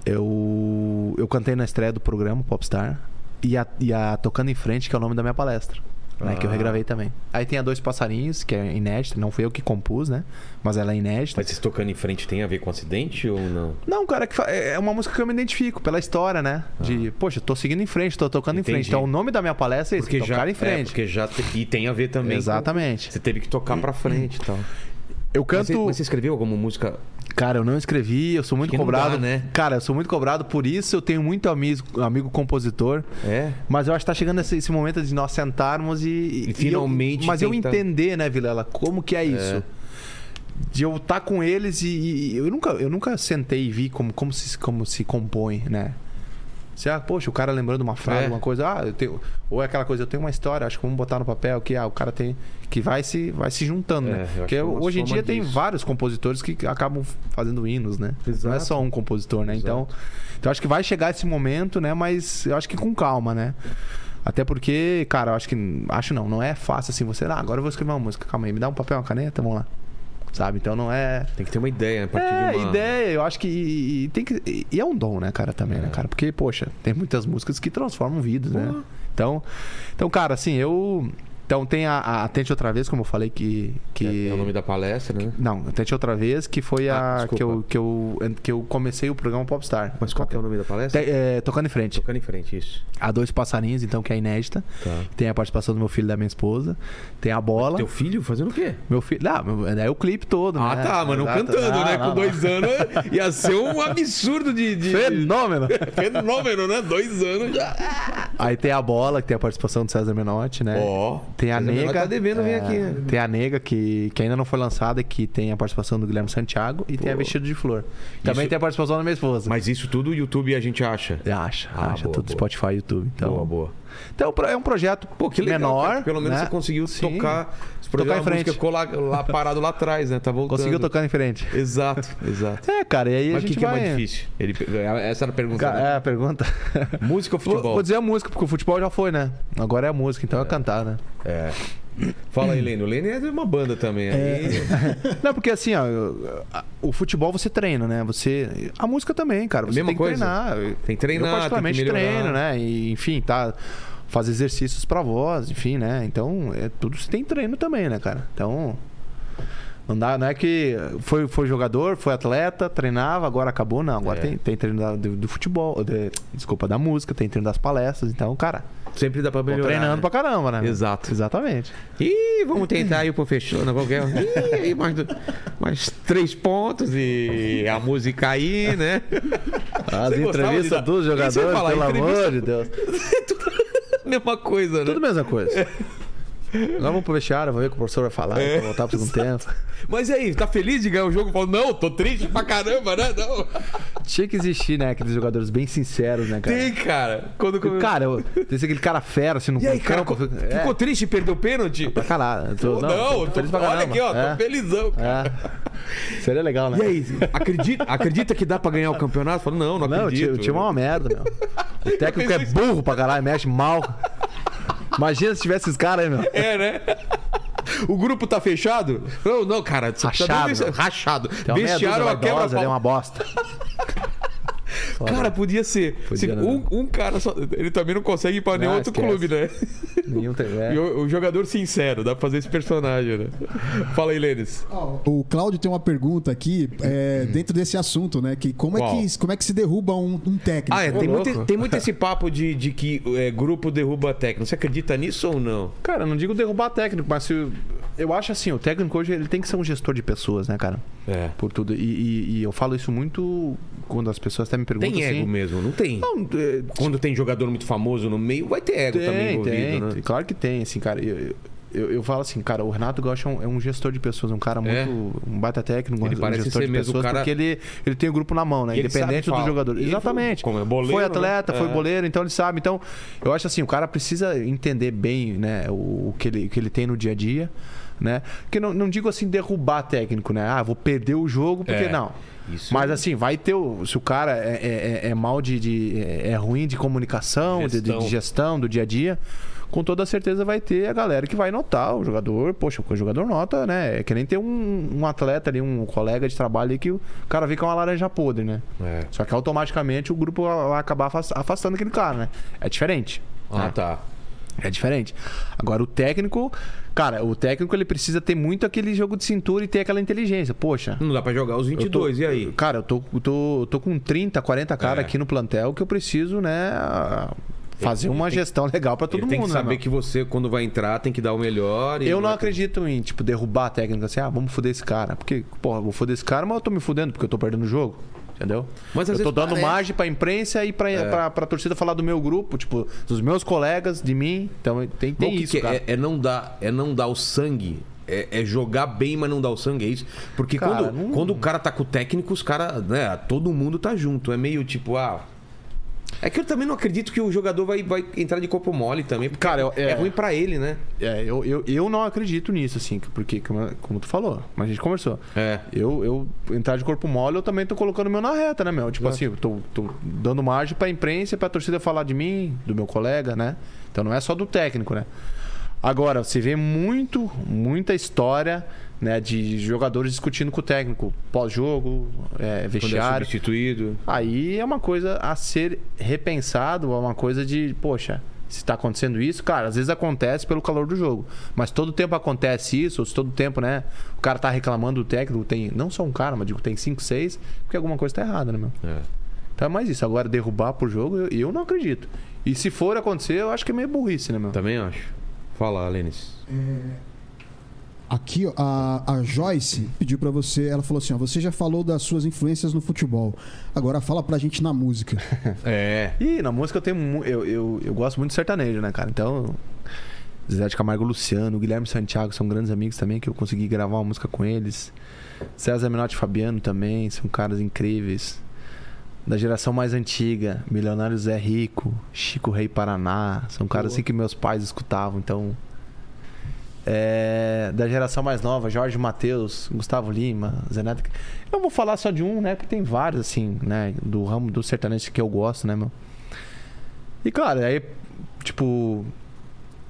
Speaker 4: Eu, eu cantei na estreia do programa Popstar. E a, e a Tocando em Frente, que é o nome da minha palestra. Né, que eu
Speaker 1: Ah.
Speaker 4: regravei também. Aí tem a Dois Passarinhos, que é inédita. Não fui eu que compus, né? Mas ela é inédita.
Speaker 1: Mas vocês tocando em frente tem a ver com acidente ou não?
Speaker 4: Não, cara, que fa- é uma música que eu me identifico pela história, né? De, poxa, tô seguindo em frente, tô tocando
Speaker 1: Ah.
Speaker 4: em
Speaker 1: Entendi.
Speaker 4: frente. Então o nome da minha palestra é esse, Tocar
Speaker 1: é,
Speaker 4: em Frente.
Speaker 1: porque já te- e tem a ver também. com-
Speaker 4: Exatamente.
Speaker 1: Você teve que tocar pra frente e tal.
Speaker 4: Eu
Speaker 1: Mas, você,
Speaker 4: canto.
Speaker 1: mas você escreveu alguma música?
Speaker 4: Cara, eu não escrevi, eu sou muito
Speaker 1: que não
Speaker 4: cobrado.
Speaker 1: dá, né?
Speaker 4: Cara, eu sou muito cobrado, por isso eu tenho muito amigo, amigo compositor.
Speaker 1: É.
Speaker 4: Mas eu acho que tá chegando esse, esse momento de nós sentarmos e. e-
Speaker 1: E finalmente
Speaker 4: eu- mas eu
Speaker 1: tentar-
Speaker 4: entender, né, Vilela, como que é isso. De eu estar com eles e, e eu, nunca, eu nunca sentei e vi como, como, se, como se compõe, né? Você, ah, poxa, o cara lembrando uma frase,
Speaker 1: É.
Speaker 4: uma coisa, ah, eu tenho. Ou é aquela coisa, eu tenho uma história, acho que vamos botar no papel que ah, o cara tem. que vai se, vai se juntando,
Speaker 1: É, eu
Speaker 4: né?
Speaker 1: acho que
Speaker 4: Porque
Speaker 1: é uma
Speaker 4: hoje em
Speaker 1: soma
Speaker 4: dia tem
Speaker 1: disso.
Speaker 4: vários compositores que acabam fazendo hinos, né? Não é
Speaker 1: Exato.
Speaker 4: só um compositor, né? Então, então acho que vai chegar esse momento, né? Mas eu acho que com calma, né? Até porque, cara, eu acho que. Acho não, não é fácil assim você. Ah, agora eu vou escrever uma música. Calma aí, me dá um papel, uma caneta, vamos lá. sabe? Então não é.
Speaker 1: Tem que ter uma ideia né, a partir
Speaker 4: É,
Speaker 1: de uma
Speaker 4: ideia, eu acho que. E, e tem que e, e é um dom, né, cara, também, né, cara? Porque, poxa, tem muitas músicas que transformam vidas, né? Então, então, cara, assim, eu. Então tem a, a Tente Outra Vez, como eu falei, que. que...
Speaker 1: É o nome da palestra, né?
Speaker 4: Não, Tente Outra Vez, que foi
Speaker 1: Ah,
Speaker 4: a.
Speaker 1: desculpa.
Speaker 4: que, eu, que, eu, que eu comecei o programa Popstar.
Speaker 1: Mas qual que é o nome da palestra?
Speaker 4: Te- é, tocando em frente.
Speaker 1: Tocando em frente, isso.
Speaker 4: Há dois passarinhos, então, que é inédita.
Speaker 1: Tá.
Speaker 4: Tem a participação do meu filho e da minha esposa. Tem a bola.
Speaker 1: Teu filho fazendo o quê?
Speaker 4: Meu filho. Ah, meu- é o clipe todo,
Speaker 1: Ah,
Speaker 4: né?
Speaker 1: tá, mano,
Speaker 4: Exato.
Speaker 1: cantando,
Speaker 4: Ah,
Speaker 1: né?
Speaker 4: não,
Speaker 1: Com
Speaker 4: não.
Speaker 1: dois anos ia ser um absurdo de. de-
Speaker 4: (laughs) Fenômeno!
Speaker 1: Fenômeno, né? Dois anos já.
Speaker 4: Aí tem a bola, que tem a participação do César Menotti, né?
Speaker 1: Ó.
Speaker 4: Tem a
Speaker 1: César Menotti
Speaker 4: Nega. É,
Speaker 1: tá devendo vir aqui, né?
Speaker 4: Tem a Nega, que, que ainda não foi lançada, que tem a participação do Guilherme Santiago. E tem a
Speaker 1: Pô.
Speaker 4: Vestido de Flor. Também
Speaker 1: Isso-
Speaker 4: tem a participação da minha esposa.
Speaker 1: Mas isso tudo o YouTube a gente acha.
Speaker 4: Acha,
Speaker 1: Ah,
Speaker 4: acha.
Speaker 1: boa,
Speaker 4: tudo
Speaker 1: boa.
Speaker 4: Spotify e YouTube. Então,
Speaker 1: Boa, boa.
Speaker 4: Então é um projeto
Speaker 1: Pô, que legal.
Speaker 4: menor.
Speaker 1: cara. Pelo menos
Speaker 4: né?
Speaker 1: você conseguiu
Speaker 4: Sim.
Speaker 1: tocar. Esse programa
Speaker 4: Tocar
Speaker 1: a
Speaker 4: em
Speaker 1: música
Speaker 4: frente.
Speaker 1: ficou lá, lá parado lá atrás, né? Tá voltando.
Speaker 4: Conseguiu tocar em frente. (laughs)
Speaker 1: Exato, exato.
Speaker 4: É, cara, e aí
Speaker 1: Mas
Speaker 4: a
Speaker 1: o
Speaker 4: gente
Speaker 1: que, que é
Speaker 4: vai...
Speaker 1: mais difícil? Ele... Essa era a pergunta.
Speaker 4: Cara,
Speaker 1: né?
Speaker 4: é a pergunta.
Speaker 1: Música ou
Speaker 4: Vou,
Speaker 1: (laughs) futebol?
Speaker 4: vou dizer a música, porque o futebol já foi, né? Agora é a música, então é,
Speaker 1: (laughs)
Speaker 4: cantar, né?
Speaker 1: É. Fala aí, Lênin. O Lênin é de uma banda também. Aí...
Speaker 4: Não, porque assim, ó, eu- a- o futebol você treina, né? Você. A música também, cara. Você
Speaker 1: É Mesma
Speaker 4: tem que
Speaker 1: coisa.
Speaker 4: treinar.
Speaker 1: Tem que treinar,
Speaker 4: Eu particularmente
Speaker 1: tem que melhorar.
Speaker 4: treino, né? E, enfim, tá. Faz exercícios pra voz, enfim, né? Então, é tudo você tem treino também, né, cara? Então. Não, dá, não é que foi, foi jogador, foi atleta, treinava, agora acabou, não. Agora
Speaker 1: É.
Speaker 4: tem, tem treino da- do, do futebol, de- desculpa, da música, tem treino das palestras. Então, cara,
Speaker 1: Sempre dá pra
Speaker 4: tô
Speaker 1: melhorar.
Speaker 4: treinando
Speaker 1: né?
Speaker 4: pra caramba, né?
Speaker 1: Exato.
Speaker 4: Exatamente.
Speaker 1: Ih, vamos tentar aí pro fechando qualquer. é? Ih, aí mais, do- mais três pontos e a música aí, né? (laughs) Você
Speaker 4: As
Speaker 1: gostava de dar-
Speaker 4: entrevistas dos
Speaker 1: Isso eu ia
Speaker 4: jogadores,
Speaker 1: falar,
Speaker 4: pelo
Speaker 1: entrevista-
Speaker 4: amor de Deus.
Speaker 1: Mesma coisa, né?
Speaker 4: Tudo a
Speaker 1: (laughs)
Speaker 4: mesma coisa. Agora vamos pro vestiário, vamos ver o que o professor vai falar,
Speaker 1: É.
Speaker 4: vai voltar pro segundo tempo.
Speaker 1: Mas e aí, tá feliz de ganhar o jogo? Falou, não, tô triste pra caramba, né? Não.
Speaker 4: Tinha que existir, né, aqueles jogadores bem sinceros, né, cara?
Speaker 1: Tem, cara. Quando come-
Speaker 4: Cara, eu, tem que ser aquele cara fera, assim, no
Speaker 1: E aí, cara,
Speaker 4: campo.
Speaker 1: co-
Speaker 4: é,
Speaker 1: ficou triste e perdeu o pênalti?
Speaker 4: pra caralho. eu tô-
Speaker 1: Não,
Speaker 4: tô
Speaker 1: tô-
Speaker 4: feliz pra
Speaker 1: olha
Speaker 4: caramba.
Speaker 1: aqui, ó,
Speaker 4: é,
Speaker 1: tô felizão. cara.
Speaker 4: é. Seria legal, né?
Speaker 1: E aí, (laughs) acredita, acredita que dá pra ganhar o campeonato? Falou, não, não,
Speaker 4: Não, o
Speaker 1: acredito.
Speaker 4: time o time é uma merda, meu. O técnico é burro pra caralho, mexe mal. Imagina se tivesse esses caras aí, meu.
Speaker 1: É, né? (laughs) O grupo tá fechado? Não, não, cara. você Tá
Speaker 4: Rachado.
Speaker 1: dando vesti- rachado.
Speaker 4: Tem uma meia dúzia
Speaker 1: Vestiário a quebra
Speaker 4: vaidosa, ele é uma bosta.
Speaker 1: Cara, podia ser. Se
Speaker 4: né?
Speaker 1: um, um cara só. Ele também não consegue ir pra nenhum
Speaker 4: Não,
Speaker 1: outro
Speaker 4: esquece.
Speaker 1: clube, né?
Speaker 4: Nenhum tem- é.
Speaker 1: E o, o jogador sincero, dá pra fazer esse personagem, né? Fala aí, Lênis.
Speaker 2: O Cláudio tem uma pergunta aqui é, dentro desse assunto, né? Que como, é
Speaker 1: Hum. Qual?
Speaker 2: que, como é que se derruba um, um técnico?
Speaker 1: Ah, é, tem,
Speaker 4: louco.
Speaker 1: muito, tem muito esse papo de, de que é, grupo derruba técnico. Você acredita nisso ou não?
Speaker 4: Cara, eu não digo derrubar técnico, mas se, eu- eu acho assim, o técnico hoje ele tem que ser um gestor de pessoas, né, cara?
Speaker 1: É.
Speaker 4: Por tudo. E, e- e eu falo isso muito quando as pessoas até me perguntam
Speaker 1: Tem ego
Speaker 4: assim.
Speaker 1: mesmo, não tem.
Speaker 4: Não, é,
Speaker 1: Quando tem jogador muito famoso no meio, vai ter ego também
Speaker 4: tem,
Speaker 1: envolvido,
Speaker 4: tem,
Speaker 1: né?
Speaker 4: tem. Claro que tem, assim, cara. Eu, eu, eu falo assim, cara, o Renato Gaúcho é um, é um gestor de pessoas, um cara
Speaker 1: É.
Speaker 4: muito. um baita técnico,
Speaker 1: Ele
Speaker 4: um
Speaker 1: parece
Speaker 4: gestor
Speaker 1: ser
Speaker 4: de
Speaker 1: mesmo o
Speaker 4: pessoas,
Speaker 1: cara-
Speaker 4: porque ele, ele tem o grupo na mão, né?
Speaker 1: Ele sabe
Speaker 4: Independente do
Speaker 1: falar.
Speaker 4: jogador.
Speaker 1: Ele foi-
Speaker 4: Exatamente.
Speaker 1: como é boleiro,
Speaker 4: foi
Speaker 1: né?
Speaker 4: atleta, foi
Speaker 1: É.
Speaker 4: boleiro, então ele sabe. Então, eu acho assim, o cara precisa entender bem, né, o, o que, ele, o que ele tem no dia a dia. Né? Porque não, não digo assim derrubar técnico, né? Ah, vou perder o jogo, porque
Speaker 1: É.
Speaker 4: não.
Speaker 1: Isso
Speaker 4: Mas assim, vai ter. o- se o cara é, é- é- é mal de, de- É é ruim de comunicação, de- de,
Speaker 1: Gestão.
Speaker 4: de gestão do dia a dia, com toda certeza vai ter a galera que vai notar o jogador. Poxa, o jogador nota, né? É que nem ter um, um atleta ali, um colega de trabalho ali que o cara vê que é uma laranja podre, né?
Speaker 1: É.
Speaker 4: Só que automaticamente o grupo vai acabar afas- afastando aquele cara, né? É diferente.
Speaker 1: Ah,
Speaker 4: né?
Speaker 1: tá.
Speaker 4: É diferente. Agora, o técnico, cara, o técnico ele precisa ter muito aquele jogo de cintura e ter aquela inteligência. Poxa,
Speaker 1: Não dá pra jogar os 22, e aí?
Speaker 4: Cara, eu tô, eu tô, eu tô com 30, 40
Speaker 1: É.
Speaker 4: caras aqui no plantel que eu preciso, né? Fazer uma gestão legal pra todo
Speaker 1: Ele
Speaker 4: mundo.
Speaker 1: tem que
Speaker 4: né,
Speaker 1: saber
Speaker 4: meu?
Speaker 1: que você, quando vai entrar, tem que dar o melhor. e
Speaker 4: Eu não
Speaker 1: vai-
Speaker 4: acredito em, tipo, derrubar a técnica assim, ah, vamos foder esse cara. Porque, porra, eu vou foder esse cara, mas eu tô me fudendo porque eu tô perdendo o jogo. Entendeu?
Speaker 1: Mas, às
Speaker 4: eu
Speaker 1: vezes,
Speaker 4: tô
Speaker 1: É.
Speaker 4: dando
Speaker 1: parece.
Speaker 4: margem pra imprensa e pra, pra, pra torcida falar do meu grupo, tipo, dos meus colegas, de mim. Então tem,
Speaker 1: Bom,
Speaker 4: tem
Speaker 1: o que
Speaker 4: isso,
Speaker 1: que é?
Speaker 4: cara.
Speaker 1: É, é não dar, é não dar o sangue. É, é jogar bem, mas não dar o sangue, é isso? Porque
Speaker 4: Cara,
Speaker 1: quando,
Speaker 4: não-
Speaker 1: quando o cara tá com o técnico, os caras, né? Todo mundo tá junto. É meio tipo, ah. É que eu também não acredito que o jogador vai, vai entrar de corpo mole também. Porque
Speaker 4: Cara, eu-
Speaker 1: é...
Speaker 4: é.
Speaker 1: ruim pra ele, né?
Speaker 4: É, eu, eu, eu não acredito nisso, assim, porque, como, como tu falou, mas a gente conversou.
Speaker 1: É.
Speaker 4: Eu, eu entrar de corpo mole, eu também tô colocando o meu na reta, né, meu?
Speaker 1: É.
Speaker 4: Tipo assim, eu tô, tô dando margem pra imprensa, e pra torcida falar de mim, do meu colega, né? Então não é só do técnico, né? Agora, você vê muito, muita história né, de jogadores discutindo com o técnico, pós-jogo, é,
Speaker 1: Quando é
Speaker 4: vestiário.
Speaker 1: substituído.
Speaker 4: Aí é uma coisa a ser repensado, é uma coisa de, poxa, se tá acontecendo isso, cara, às vezes acontece pelo calor do jogo. Mas todo tempo acontece isso, ou se todo tempo, né? O cara tá reclamando do técnico, tem. Não só um cara, mas digo, tem cinco, seis, porque alguma coisa tá errada, né, meu?
Speaker 1: É.
Speaker 4: Então é mais isso. Agora, derrubar pro jogo, eu, eu não acredito. E se for acontecer, eu acho que é meio burrice, né, meu?
Speaker 1: Também acho. Fala, Lenis.
Speaker 2: Aqui, ó, a, a Joyce pediu pra você, ela falou assim: ó, você já falou das suas influências no futebol. Agora fala pra gente na
Speaker 1: (laughs)
Speaker 2: música.
Speaker 1: É.
Speaker 4: Ih, na música eu tenho. mu- Eu, eu, eu gosto muito de sertanejo, né, cara? Então. Zé de Camargo Luciano, Guilherme Santiago são grandes amigos também, que eu consegui gravar uma música com eles. César Menotti e Fabiano também, são caras incríveis. Da geração mais antiga, Milionário Zé Rico, Chico Rei Paraná, são caras assim que meus pais escutavam, então. É, da geração mais nova, Jorge Matheus, Gustavo Lima, Zeneto. Eu vou falar só de um, né? Porque tem vários, assim, né? Do ramo do sertanejo que eu gosto, né, meu? E, claro, aí, tipo.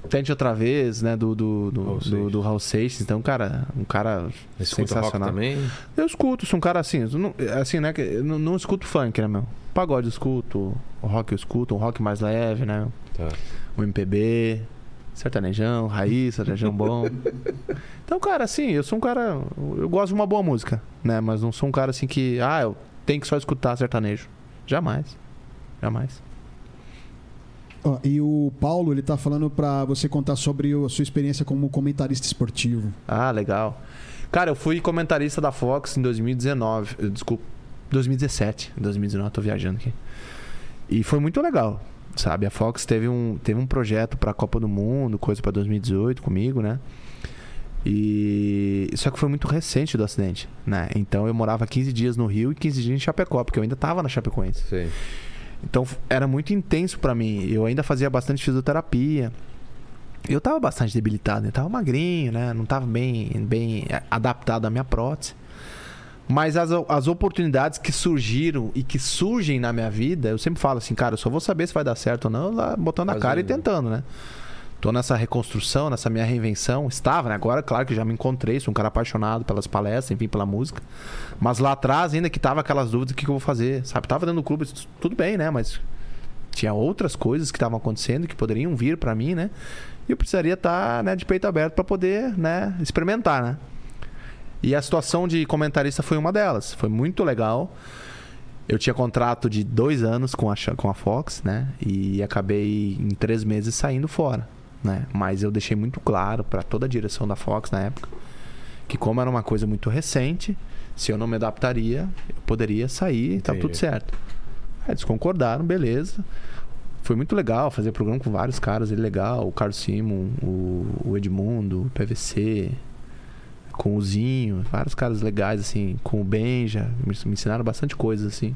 Speaker 4: Tente outra vez, né? Do, do, do,
Speaker 1: Raul
Speaker 4: do-
Speaker 1: Seixas.
Speaker 4: do Raul Seixas. Então, cara, um cara
Speaker 1: Escuta rock
Speaker 4: sensacional.
Speaker 1: também.
Speaker 4: Eu escuto, sou um cara assim, eu não- assim, né? que eu não, não escuto funk, né, meu? Pagode eu escuto, o rock eu escuto, um rock mais leve, né? meu?
Speaker 1: Tá.
Speaker 4: O MPB, sertanejão, raiz, sertanejão bom. Então, cara, assim, eu sou um cara. Eu gosto de uma boa música, né? Mas não sou um cara assim que. Ah, eu tenho que só escutar sertanejo. Jamais. Jamais.
Speaker 2: Ó, e o Paulo, ele tá falando pra você contar sobre o- a sua experiência como comentarista esportivo.
Speaker 4: Ah, legal. Cara, eu fui comentarista da Fox em 2019. eh, Desculpa, 2017. 2019, tô viajando aqui. E foi muito legal, sabe? A Fox teve um, teve um projeto pra Copa do Mundo, coisa pra 2018 comigo, né? E só que foi muito recente do acidente, né? Então eu morava 15 dias no Rio e 15 dias em Chapecó, porque eu ainda tava na Chapecoense.
Speaker 1: Sei.
Speaker 4: Então f- era muito intenso pra mim. Eu ainda fazia bastante fisioterapia. Eu tava bastante debilitado, né? Tava magrinho, né? Não tava bem, bem a- adaptado à minha prótese. Mas as, o- as oportunidades que surgiram e que surgem na minha vida, eu sempre falo assim, cara, eu só vou saber se vai dar certo ou não, lá botando a cara e
Speaker 1: Fazendo.
Speaker 4: tentando, né? Tô nessa reconstrução, nessa minha reinvenção. Estava, né? Agora, claro que já me encontrei, sou um cara apaixonado pelas palestras, enfim, pela música. Mas lá atrás, ainda que tava aquelas dúvidas, o que, que eu vou fazer? Sabe, tava dentro do clube, tudo bem, né? Mas tinha outras coisas que estavam acontecendo que poderiam vir pra mim, né? E eu precisaria estar né, de peito aberto pra poder, né, experimentar, né? E a situação de comentarista foi uma delas. Foi muito legal. Eu tinha contrato de dois anos com a, Cha- com a Fox, né? E acabei em três meses saindo fora, né? Mas eu deixei muito claro pra toda a direção da Fox na época que como era uma coisa muito recente, se eu não me adaptaria, eu poderia sair e tava
Speaker 1: Entendi.
Speaker 4: tudo certo. Aí eles concordaram, beleza. Foi muito legal fazer programa com vários caras, ele é legal, o Carlos Simon, o, o Edmundo, o PVC, com o Zinho, vários caras legais, assim, com o Benja, me me ensinaram bastante coisa, assim.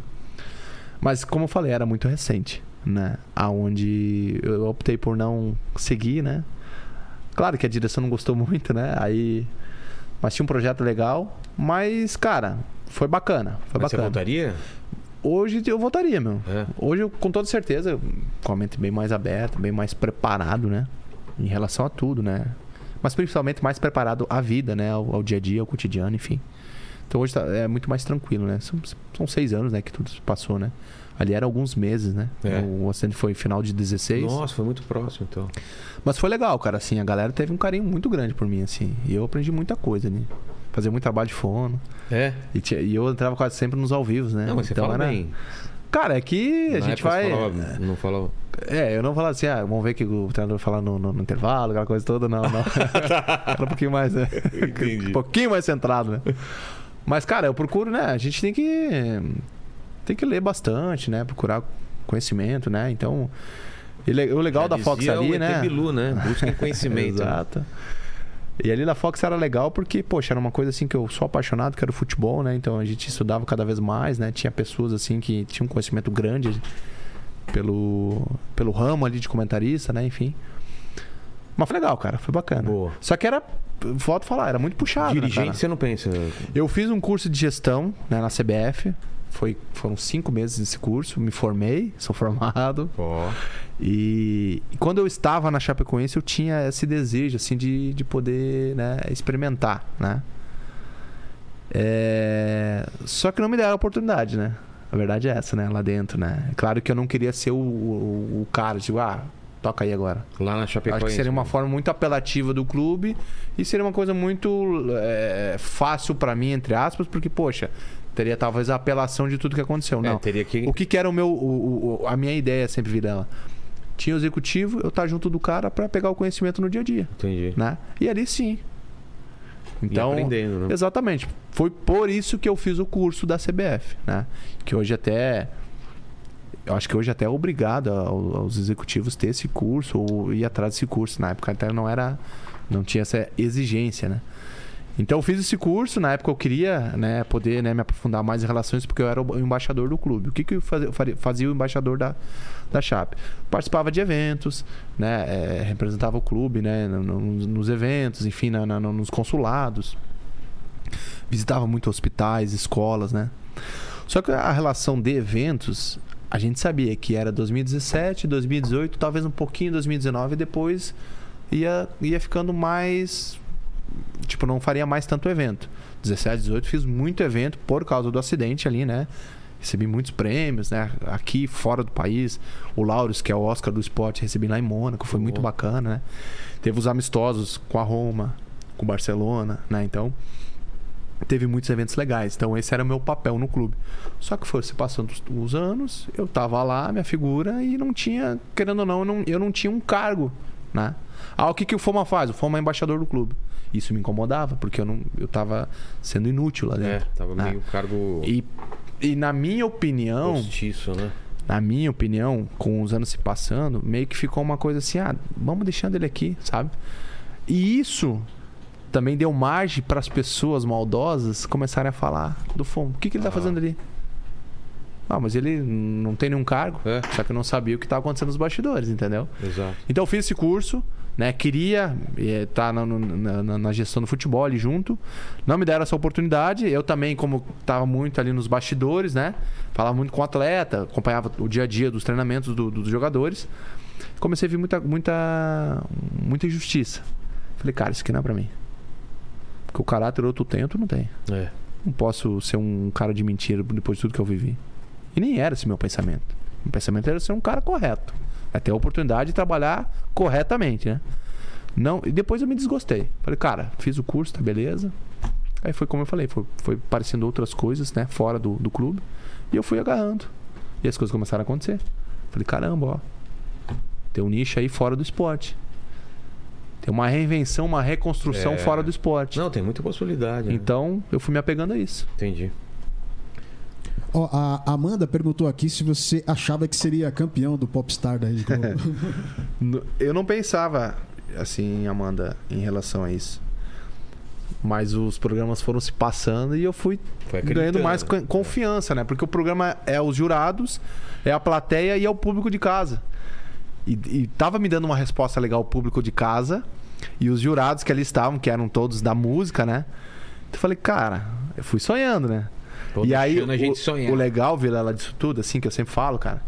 Speaker 4: Mas, como eu falei, era muito recente, né? Aonde eu optei por não seguir, né? Claro que a direção não gostou (laughs) muito, né? Aí. Mas tinha um projeto legal, mas, cara, foi bacana. Foi
Speaker 1: Mas você
Speaker 4: bacana.
Speaker 1: voltaria?
Speaker 4: Hoje eu votaria, meu.
Speaker 1: É.
Speaker 4: Hoje, eu, com toda certeza, eu- com a mente bem mais aberta, bem mais preparado, né? Em relação a tudo, né? Mas principalmente mais preparado à vida, né? Ao, ao dia a dia, ao cotidiano, enfim. Então hoje tá- é muito mais tranquilo, né? São, são seis anos, né? Que tudo se passou, né? Ali eram alguns meses, né?
Speaker 1: É.
Speaker 4: O, o acidente foi final de 16.
Speaker 1: Nossa, foi muito próximo, então.
Speaker 4: Mas foi legal, cara, assim, a galera teve um carinho muito grande por mim, assim. E eu aprendi muita coisa, né? Fazer muito trabalho de fono.
Speaker 1: É?
Speaker 4: E, tinha- e eu entrava quase sempre nos ao vivos, né?
Speaker 1: Não, mas você fala bem.
Speaker 4: Cara, é que
Speaker 1: Na
Speaker 4: a gente
Speaker 1: época
Speaker 4: vai.
Speaker 1: você falava- não falava.
Speaker 4: É, eu não falava assim, ah, vamos ver o que o treinador fala no, no- no intervalo, aquela coisa toda, não,
Speaker 1: (laughs)
Speaker 4: não.
Speaker 1: Tá.
Speaker 4: Era um pouquinho mais, né? Um pouquinho mais centrado, né? Mas, cara, eu procuro, né? A gente tem que. Tem que ler bastante, né? Procurar conhecimento, né? Então. e le- o legal da
Speaker 1: Já
Speaker 4: Fox
Speaker 1: dizia
Speaker 4: ali,
Speaker 1: o
Speaker 4: né?
Speaker 1: ET Bilu, né?
Speaker 4: (laughs)
Speaker 1: Busquem conhecimento.
Speaker 4: Exato. E ali na Fox era legal porque, poxa, era uma coisa assim que eu sou apaixonado, que era o futebol, né? Então a gente estudava cada vez mais, né? Tinha pessoas assim que tinham um conhecimento grande pelo, pelo ramo ali de comentarista, né? Enfim. Mas foi legal, cara. Foi bacana.
Speaker 1: Boa.
Speaker 4: Só que era, volto a falar, era muito puxado. né, cara?
Speaker 1: Dirigente, você não pensa.
Speaker 4: Eu fiz um curso de gestão né, na CBF. Foi, foram cinco meses desse curso, me formei, sou formado.
Speaker 1: Ó.
Speaker 4: E, e quando eu estava na Chapecoense, eu tinha esse desejo, assim, de, de poder né, experimentar, né? É, Só que não me deram a oportunidade, né? A verdade é essa, né? Lá dentro, né? É Claro que eu não queria ser o, o, o cara, tipo, ah, toca aí agora.
Speaker 1: Lá na Chapecoense.
Speaker 4: Acho que seria uma forma muito apelativa do clube e seria uma coisa muito é, fácil pra mim, entre aspas, porque, poxa, teria talvez a apelação de tudo que aconteceu.
Speaker 1: É,
Speaker 4: Não.
Speaker 1: teria que-
Speaker 4: O que, que era o meu. o- o- a minha ideia sempre virela. Tinha o executivo, eu estar junto do cara pra pegar o conhecimento no dia a dia.
Speaker 1: Entendi.
Speaker 4: Né? E ali sim. Então,
Speaker 1: aprendendo, né?
Speaker 4: exatamente. Foi por isso que eu fiz o curso da CBF, né? Que hoje até eu acho que hoje até é obrigado ao- aos executivos ter esse curso ou ir atrás desse curso. Na época até não era não tinha essa exigência, né? Então eu fiz esse curso, na época eu queria né, poder né, me aprofundar mais em relações, porque eu era o embaixador do clube. O que, que eu fazia, eu faria- fazia o embaixador da, da Chape? Participava de eventos, né, eh, representava o clube né, no- no- nos, nos eventos, enfim, na- na- nos consulados. Visitava muito hospitais, escolas, né? Só que a relação de eventos, a gente sabia que era 2017, 2018, talvez um pouquinho 2019 e depois ia, ia ficando mais. Tipo, não faria mais tanto evento. 17, 18, fiz muito evento por causa do acidente ali, né? Recebi muitos prêmios, né? Aqui, fora do país. O Laureus, que é o Oscar do esporte, recebi lá em Mônaco. Foi muito bacana, né? Teve os amistosos com a Roma, com o Barcelona, né? Então, teve muitos eventos legais. Então, esse era o meu papel no clube. Só que foi se passando os, os anos, eu tava lá, minha figura, e não tinha, querendo ou não, eu não, eu não tinha um cargo, né? Ah, o que, que o Foma faz? O Foma é embaixador do clube. Isso me incomodava, porque eu, não, eu tava sendo inútil lá
Speaker 1: É,
Speaker 4: dentro.
Speaker 1: tava
Speaker 4: né?
Speaker 1: meio cargo
Speaker 4: E, então- e na minha opinião,
Speaker 1: postiço, né?
Speaker 4: na minha opinião, com os anos se passando, meio que ficou uma coisa assim, ah, vamos deixando ele aqui, sabe? E isso também deu margem para as pessoas maldosas começarem a falar do fumo. O que, que ele tá fazendo ali? Ah, mas ele não tem nenhum cargo.
Speaker 1: É.
Speaker 4: Só que eu não sabia o que estava acontecendo nos bastidores, entendeu?
Speaker 1: Exato.
Speaker 4: Então eu fiz esse curso, né? Queria estar na, no- na- na- na gestão do futebol ali junto. Não me deram essa oportunidade. Eu também, como estava muito ali nos bastidores, né? Falava muito com o atleta, acompanhava o dia a dia dos treinamentos do- dos jogadores. Comecei a ver muita, muita, muita injustiça. Falei, cara, isso aqui não é pra mim. Porque o caráter outro tem, outro não tem.
Speaker 1: É.
Speaker 4: Não posso ser um cara de mentira depois de tudo que eu vivi. E nem era esse meu pensamento. Meu pensamento era ser um cara correto. É ter a oportunidade de trabalhar corretamente, né? Não, e depois eu me desgostei. Falei, cara, fiz o curso, tá beleza. Aí foi como eu falei, foi, foi parecendo outras coisas, né? Fora do, do clube. E eu fui agarrando. E as coisas começaram a acontecer. Falei, caramba, ó. Tem um nicho aí fora do esporte. Tem uma reinvenção, uma reconstrução
Speaker 1: É.
Speaker 4: fora do esporte.
Speaker 1: Não, tem muita possibilidade. né?
Speaker 4: Então, eu fui me apegando a isso.
Speaker 1: Entendi.
Speaker 2: Ó, a Amanda perguntou aqui se você achava que seria campeão do Popstar da
Speaker 1: (laughs)
Speaker 2: Rede Globo.
Speaker 4: No- Eu não pensava assim, Amanda, em relação a isso. Mas os programas foram se passando e eu fui
Speaker 1: Foi acreditando.
Speaker 4: ganhando mais con- confiança, né? Porque o programa é os jurados, é a plateia e é o público de casa. E, e tava me dando uma resposta legal o público de casa e os jurados que ali estavam, que eram todos da música, né? Então eu falei, cara, eu fui sonhando, né?
Speaker 1: Tô
Speaker 4: e aí,
Speaker 1: deixando É. a gente
Speaker 4: o,
Speaker 1: sonhar.
Speaker 4: o legal, Vilela, disso tudo, assim, que eu sempre falo, cara,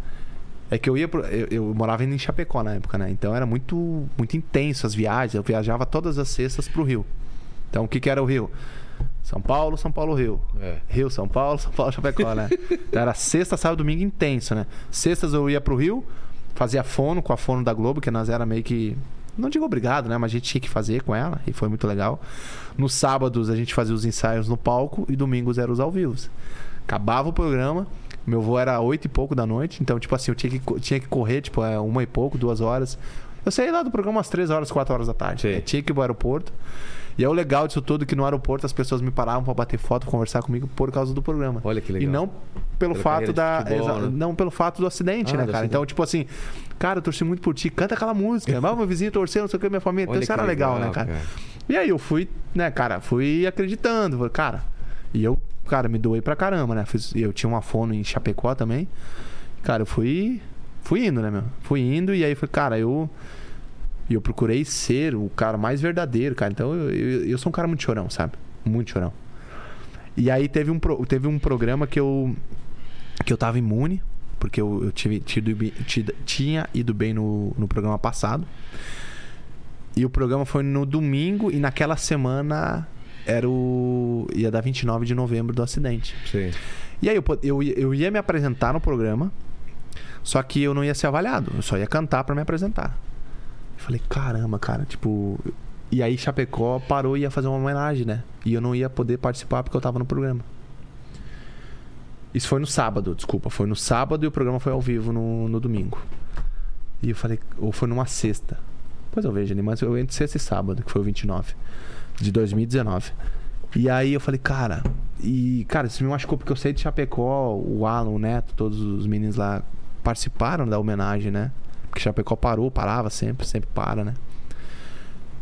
Speaker 4: é que eu ia pro, eu, eu morava ainda em Chapecó na época, né? Então era muito muito intenso as viagens. Eu viajava todas as sextas pro Rio. Então o que que era o Rio? São Paulo, São Paulo, Rio.
Speaker 1: É.
Speaker 4: Rio, São Paulo, (laughs) São Paulo, Chapecó, né? Então era sexta, sábado, domingo intenso, né? Sextas eu ia pro Rio, fazia fono com a fono da Globo, que nós era meio que não digo obrigado, né? Mas a gente tinha que fazer com ela e foi muito legal. Nos sábados a gente fazia os ensaios no palco e domingos eram os ao vivos. Acabava o programa. Meu voo era oito e pouco da noite, então, tipo assim, eu tinha que, co- tinha que correr, tipo, é, uma e pouco, duas horas. Eu saí lá do programa às três horas, quatro horas da tarde.
Speaker 1: Sim.
Speaker 4: Eu tinha que ir pro aeroporto. E é o legal disso tudo que no aeroporto as pessoas me paravam pra bater foto, conversar comigo por causa do programa.
Speaker 1: Olha que legal.
Speaker 4: E não pelo
Speaker 1: Pela carreira
Speaker 4: fato
Speaker 1: de
Speaker 4: da.
Speaker 1: futebol,
Speaker 4: exa-
Speaker 1: né?
Speaker 4: Não pelo fato do acidente,
Speaker 1: Ah,
Speaker 4: né,
Speaker 1: do
Speaker 4: cara? Então, tipo assim, cara, eu torci muito por ti, canta aquela
Speaker 1: (laughs)
Speaker 4: música. Vai, meu vizinho torceu, não sei o que, minha família. Então,
Speaker 1: Olha
Speaker 4: isso
Speaker 1: que
Speaker 4: era legal,
Speaker 1: legal,
Speaker 4: né, cara?
Speaker 1: cara.
Speaker 4: E aí eu fui, né, cara, fui acreditando, falei, cara. E eu, cara, me doei pra caramba, né? Fiz- eu tinha uma fono em Chapecó também. Cara, eu fui. Fui indo, né, meu? Fui indo e aí foi, cara, eu. E eu procurei ser o cara mais verdadeiro, cara. Então eu, eu, eu sou um cara muito chorão, sabe? Muito chorão. E aí teve um, pro- teve um programa que eu. que eu tava imune, porque eu, eu tive, tido bi- tido- tinha ido bem no, no programa passado. E o programa foi no domingo e naquela semana era o. ia dar 29 de novembro do acidente.
Speaker 1: Sim.
Speaker 4: E aí eu, po- eu, ia- eu ia me apresentar no programa, só que eu não ia ser avaliado, eu só ia cantar pra me apresentar. Eu falei, caramba, cara, tipo. E aí Chapecó parou e ia fazer uma homenagem, né? E eu não ia poder participar porque eu tava no programa. Isso foi no sábado, desculpa. Foi no sábado e o programa foi ao vivo no, no domingo. E eu falei, ou foi numa sexta. Pois eu vejo, né? mas eu entre sexta e sábado, que foi o 29 de 2019. E aí eu falei, cara, e cara, isso me machucou porque eu sei de Chapecó, o Alan, o Neto, todos os meninos lá participaram da homenagem, né? Porque Chapecó parou, parava sempre, sempre para, né?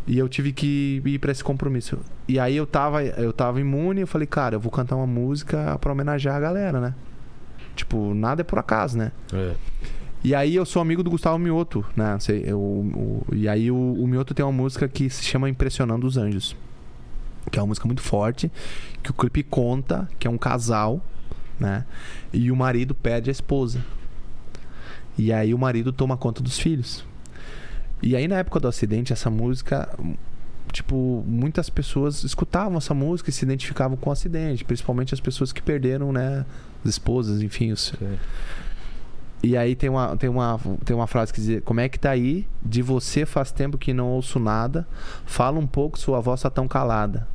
Speaker 4: E eu tive que ir pra esse compromisso. E aí eu tava, eu tava imune, eu falei, cara, eu vou cantar uma música pra homenagear a galera, né? Tipo, nada é por acaso, né?
Speaker 1: É,
Speaker 4: E aí eu sou amigo do Gustavo Mioto, né? Sei, eu- o- e aí o, o Mioto tem uma música que se chama Impressionando os Anjos. Que é uma música muito forte, que o clipe conta que é um casal, né? E o marido perde a esposa. E aí o marido toma conta dos filhos. E aí na época do acidente, essa música. Tipo, muitas pessoas escutavam essa música e se identificavam com o acidente, principalmente as pessoas que perderam, né? As esposas, enfim, os, e aí tem uma, tem uma, tem uma frase que diz: Como é que tá aí? De você faz tempo que não ouço nada. Fala um pouco, sua voz tá tão calada.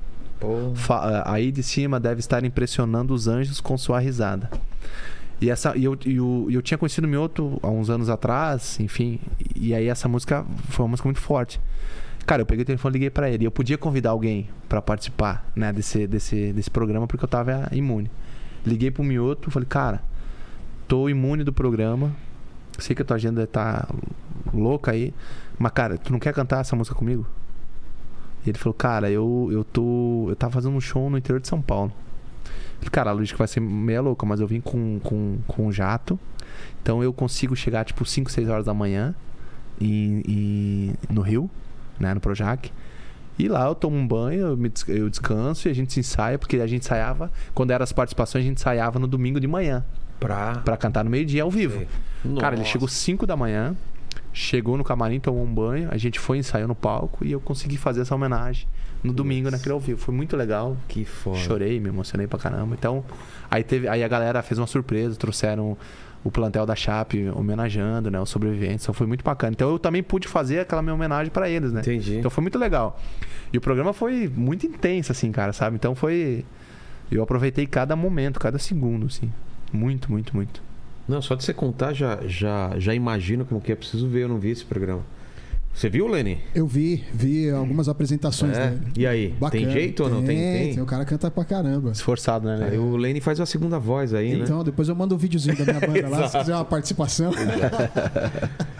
Speaker 4: Fa- eh, aí de cima deve estar impressionando os anjos com sua risada. E, essa, e, eu, e o- e eu tinha conhecido o Mioto há uns anos atrás, enfim. E aí essa música foi uma música muito forte. Cara, eu peguei o telefone e liguei pra ele. Eu podia convidar alguém pra participar né, desse, desse, desse programa porque eu tava imune. Liguei pro Mioto falei, cara, tô imune do programa. Sei que a tua agenda tá louca aí. Mas, cara, tu não quer cantar essa música comigo? E ele falou, cara, eu, eu tô. Eu tava fazendo um show no interior de São Paulo. Eu Falei, cara, a logística vai ser meia louca, mas eu vim com, com, com um jato. Então eu consigo chegar tipo 5, 6 horas da manhã em, em- no Rio, né? No Projac. E lá eu tomo um banho, eu, me des- eu descanso e a gente se ensaia, porque a gente ensaiava, quando eram as participações, a gente ensaiava no domingo de manhã.
Speaker 1: Pra.
Speaker 4: Pra cantar no meio-dia ao vivo. É. Cara, ele chegou 5 da manhã, chegou no camarim, tomou um banho, a gente foi ensaiou no palco e eu consegui fazer essa homenagem no domingo naquele ao vivo. Foi muito legal.
Speaker 1: Que foda.
Speaker 4: Chorei, me emocionei pra caramba. Então, aí teve, aí a galera fez uma surpresa, trouxeram o plantel da Chape homenageando, né, os sobreviventes. Então foi muito bacana. Então eu também pude fazer aquela minha homenagem pra eles, né?
Speaker 1: Entendi.
Speaker 4: Então foi muito legal. E o programa foi muito intenso assim, cara, sabe? Então foi eu aproveitei cada momento, cada segundo, assim. Muito, muito, muito.
Speaker 1: Não, só de você contar, já, já, já imagino como que é. Preciso ver, eu não vi esse programa. Você viu, Lenny?
Speaker 2: Eu vi, vi algumas apresentações
Speaker 1: É?
Speaker 2: dele.
Speaker 1: E aí, tem jeito ou não? Tem, tem. um
Speaker 2: O cara canta pra caramba.
Speaker 4: Esforçado, né?
Speaker 1: Aí
Speaker 4: Lele?
Speaker 1: o Lenny faz uma segunda voz aí, né?
Speaker 2: Então, depois eu mando um videozinho da minha banda lá, se quiser uma participação.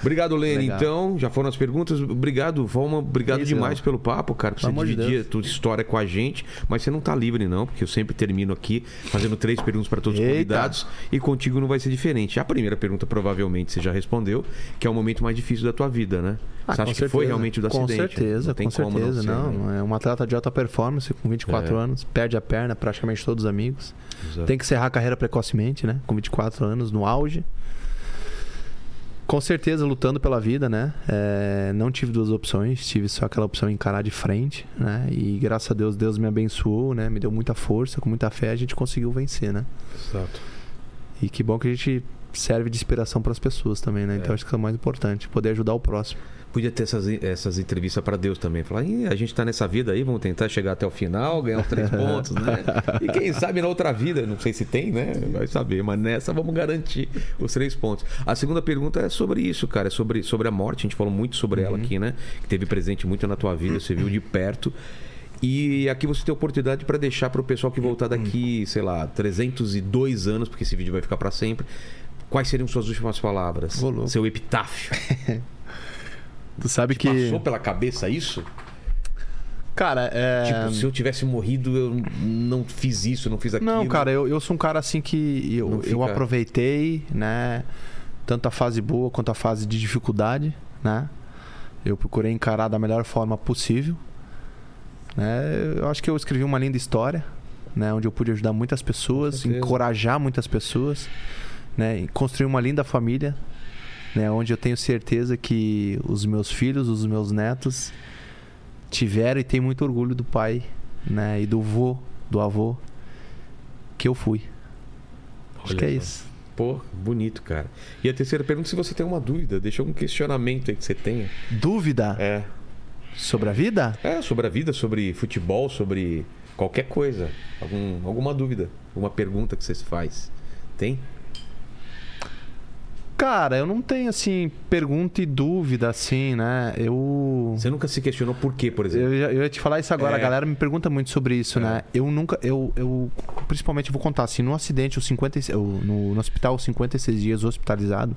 Speaker 1: Obrigado, Lene.
Speaker 4: Legal.
Speaker 1: Então, já foram as perguntas. Obrigado, Valma. Obrigado
Speaker 4: Isso,
Speaker 1: demais
Speaker 4: não.
Speaker 1: pelo papo, cara, por
Speaker 4: Pelo
Speaker 1: você
Speaker 4: amor de
Speaker 1: dividir a
Speaker 4: Deus.
Speaker 1: tua história com a gente. Mas você não tá livre, não, porque eu sempre termino aqui fazendo três perguntas para todos os
Speaker 4: Eita.
Speaker 1: convidados e contigo não vai ser diferente. A primeira pergunta, provavelmente, você já respondeu, que é o momento mais difícil da tua vida, né?
Speaker 4: Ah,
Speaker 1: você
Speaker 4: com
Speaker 1: acha que foi
Speaker 4: certeza.
Speaker 1: realmente o do acidente? né?
Speaker 4: Com certeza,
Speaker 1: não tem
Speaker 4: com
Speaker 1: como
Speaker 4: certeza.
Speaker 1: não
Speaker 4: Não,
Speaker 1: ser, né?
Speaker 4: é um atleta de alta performance com 24
Speaker 1: É.
Speaker 4: anos, perde a perna, praticamente todos os amigos.
Speaker 1: Exato.
Speaker 4: Tem que encerrar a carreira precocemente, né? Com 24 anos, no auge. Com certeza, lutando pela vida, né? É, não tive duas opções, tive só aquela opção de encarar de frente, né? E graças a Deus, Deus me abençoou, né? Me deu muita força, com muita fé, a gente conseguiu vencer, né?
Speaker 1: Exato.
Speaker 4: E que bom que a gente serve de inspiração para as pessoas também, né? Então acho que é o mais importante, poder ajudar o próximo.
Speaker 1: Podia ter essas, essas entrevistas para Deus também. Falar, "Ih, a gente tá nessa vida aí, vamos tentar chegar até o final, ganhar os
Speaker 4: (laughs)
Speaker 1: três pontos, né? E quem sabe na outra vida, não sei se tem, né? Vai saber, mas nessa vamos garantir os três pontos. A segunda pergunta é sobre isso, cara, é sobre, sobre a morte. A gente falou muito sobre
Speaker 4: Uhum.
Speaker 1: ela aqui, né? Que teve presente muito na tua vida, você viu de perto. E aqui você tem oportunidade para deixar para o pessoal que voltar daqui, sei lá, 302 anos, porque esse vídeo vai ficar para sempre. Quais seriam suas últimas palavras?
Speaker 4: Ô, louco.
Speaker 1: Seu epitáfio.
Speaker 4: Tu sabe que.
Speaker 1: Passou pela cabeça isso?
Speaker 4: Cara, é.
Speaker 1: Tipo, se eu tivesse morrido, eu não fiz isso, não fiz aquilo.
Speaker 4: Não, cara, eu, eu sou um cara assim que
Speaker 1: né? Não
Speaker 4: eu,
Speaker 1: fica-
Speaker 4: eu aproveitei, né? Tanto a fase boa quanto a fase de dificuldade, né? Eu procurei encarar da melhor forma possível. Né? Eu acho que eu escrevi uma linda história, né? Onde eu pude ajudar muitas pessoas,
Speaker 1: certeza.
Speaker 4: encorajar muitas pessoas, né? E construir uma linda família, né? Onde eu tenho certeza que os meus filhos, os meus netos tiveram e têm muito orgulho do pai, né? E do vô, do avô que eu fui. Acho
Speaker 1: Olha
Speaker 4: que é
Speaker 1: só.
Speaker 4: isso.
Speaker 1: Pô, bonito, cara. E a terceira pergunta, se você tem uma dúvida, deixa algum questionamento aí que você tenha.
Speaker 4: Dúvida
Speaker 1: É.
Speaker 4: sobre a vida?
Speaker 1: É, sobre a vida, sobre futebol, sobre qualquer coisa. Algum, alguma dúvida, alguma pergunta que você se faz. Tem?
Speaker 4: Cara, eu não tenho assim pergunta e dúvida assim, né? Eu
Speaker 1: Você nunca se questionou por quê, por exemplo?
Speaker 4: Eu, ia- eu ia te falar isso agora,
Speaker 1: É.
Speaker 4: a galera me pergunta muito sobre isso, né? Eu nunca, eu, eu principalmente eu vou contar assim, no acidente, os 56, eu- no, no hospital, os 56 dias hospitalizado,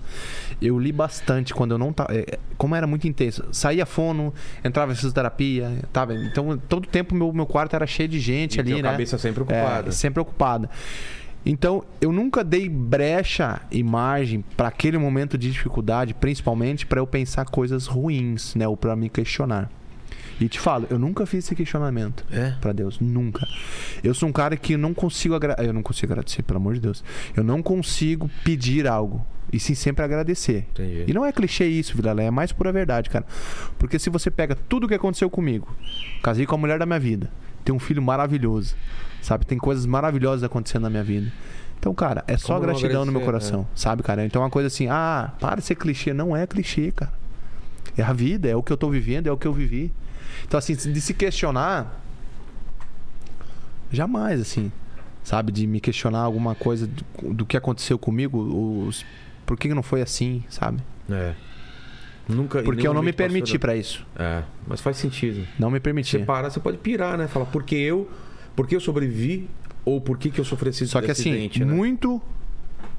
Speaker 4: eu li bastante quando eu não tava, é, como era muito intenso, saía fono, entrava em fisioterapia, tava, então todo tempo meu meu quarto era cheio de gente
Speaker 1: E
Speaker 4: ali,
Speaker 1: tem a
Speaker 4: né?
Speaker 1: cabeça sempre ocupada.
Speaker 4: É, sempre ocupada. Então, eu nunca dei brecha, imagem, para aquele momento de dificuldade, principalmente para eu pensar coisas ruins, né? Ou para me questionar. E te falo, eu nunca fiz esse questionamento
Speaker 1: É?
Speaker 4: pra Deus, nunca. Eu sou um cara que não consigo agra... eu não consigo agradecer, pelo amor de Deus. Eu não consigo pedir algo e sim sempre agradecer.
Speaker 1: Entendi.
Speaker 4: E não é clichê isso, Vilela, é mais pura verdade, cara. Porque se você pega tudo o que aconteceu comigo, casei com a mulher da minha vida, tenho um filho maravilhoso, sabe? Tem coisas maravilhosas acontecendo na minha vida. Então, cara, é só
Speaker 1: Como não
Speaker 4: gratidão no meu
Speaker 1: agradecer, né?
Speaker 4: coração, sabe, cara? Então, é uma coisa assim, ah, para de ser clichê, não é clichê, cara. É a vida, é o que eu tô vivendo, é o que eu vivi. Então, assim, de se questionar, jamais, assim, sabe? De me questionar alguma coisa do, do que aconteceu comigo, os, por que que não foi assim, sabe?
Speaker 1: É. Nunca.
Speaker 4: Porque eu não
Speaker 1: nenhum
Speaker 4: me
Speaker 1: momento
Speaker 4: permiti
Speaker 1: passou
Speaker 4: pra isso.
Speaker 1: da- É, mas faz sentido.
Speaker 4: Não me
Speaker 1: Se você
Speaker 4: permiti.
Speaker 1: parar, você pode pirar, né? Falar, porque eu. Porque eu sobrevivi ou por que, que eu sofri esse
Speaker 4: Só que assim,
Speaker 1: acidente, né?
Speaker 4: muito.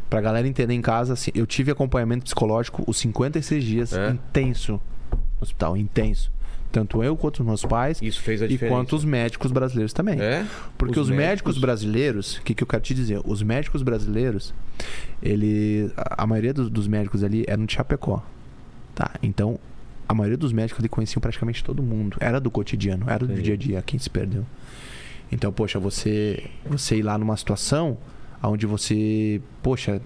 Speaker 4: Pra galera entender em casa, assim, eu tive acompanhamento psicológico os 56 dias
Speaker 1: É?
Speaker 4: intenso no hospital, intenso. Tanto eu quanto os meus pais
Speaker 1: Isso fez a
Speaker 4: e
Speaker 1: diferença.
Speaker 4: quanto os médicos brasileiros também.
Speaker 1: né? É?
Speaker 4: Porque os, médicos, brasileiros, o que, que eu quero te dizer? Os médicos brasileiros, ele, a a maioria dos, dos médicos ali eram de Chapecó. Tá, então a maioria dos médicos ali conheciam praticamente todo mundo. Era do cotidiano, era do
Speaker 1: Entendi.
Speaker 4: dia a dia, quem se perdeu. Então, poxa, você, você ir lá numa situação onde você, poxa,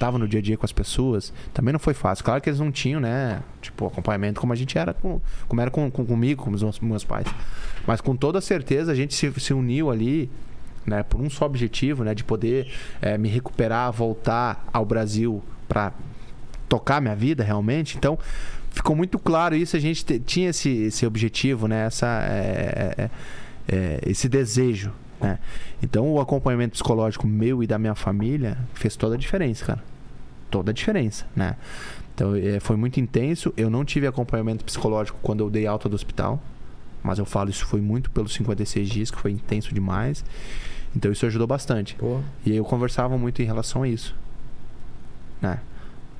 Speaker 4: tava no dia a dia com as pessoas, também não foi fácil. Claro que eles não tinham, né? Tipo, acompanhamento como a gente era, com, como era com, com- comigo, com os meus, meus pais. Mas com toda certeza a gente se, se uniu ali, né? Por um só objetivo, né? De poder eh, me recuperar, voltar ao Brasil para tocar minha vida realmente. Então, ficou muito claro isso. A gente te- tinha esse, esse objetivo, né? Essa, é, é, é, esse desejo, né? Então, o acompanhamento psicológico meu e da minha família fez toda a diferença, cara. Toda a diferença, né? Então, é, foi muito intenso. Eu não tive acompanhamento psicológico quando eu dei alta do hospital. Mas eu falo, isso foi muito pelos 56 dias, que foi intenso demais. Então, isso ajudou bastante.
Speaker 1: Pô,
Speaker 4: E eu conversava muito em relação a isso. Né?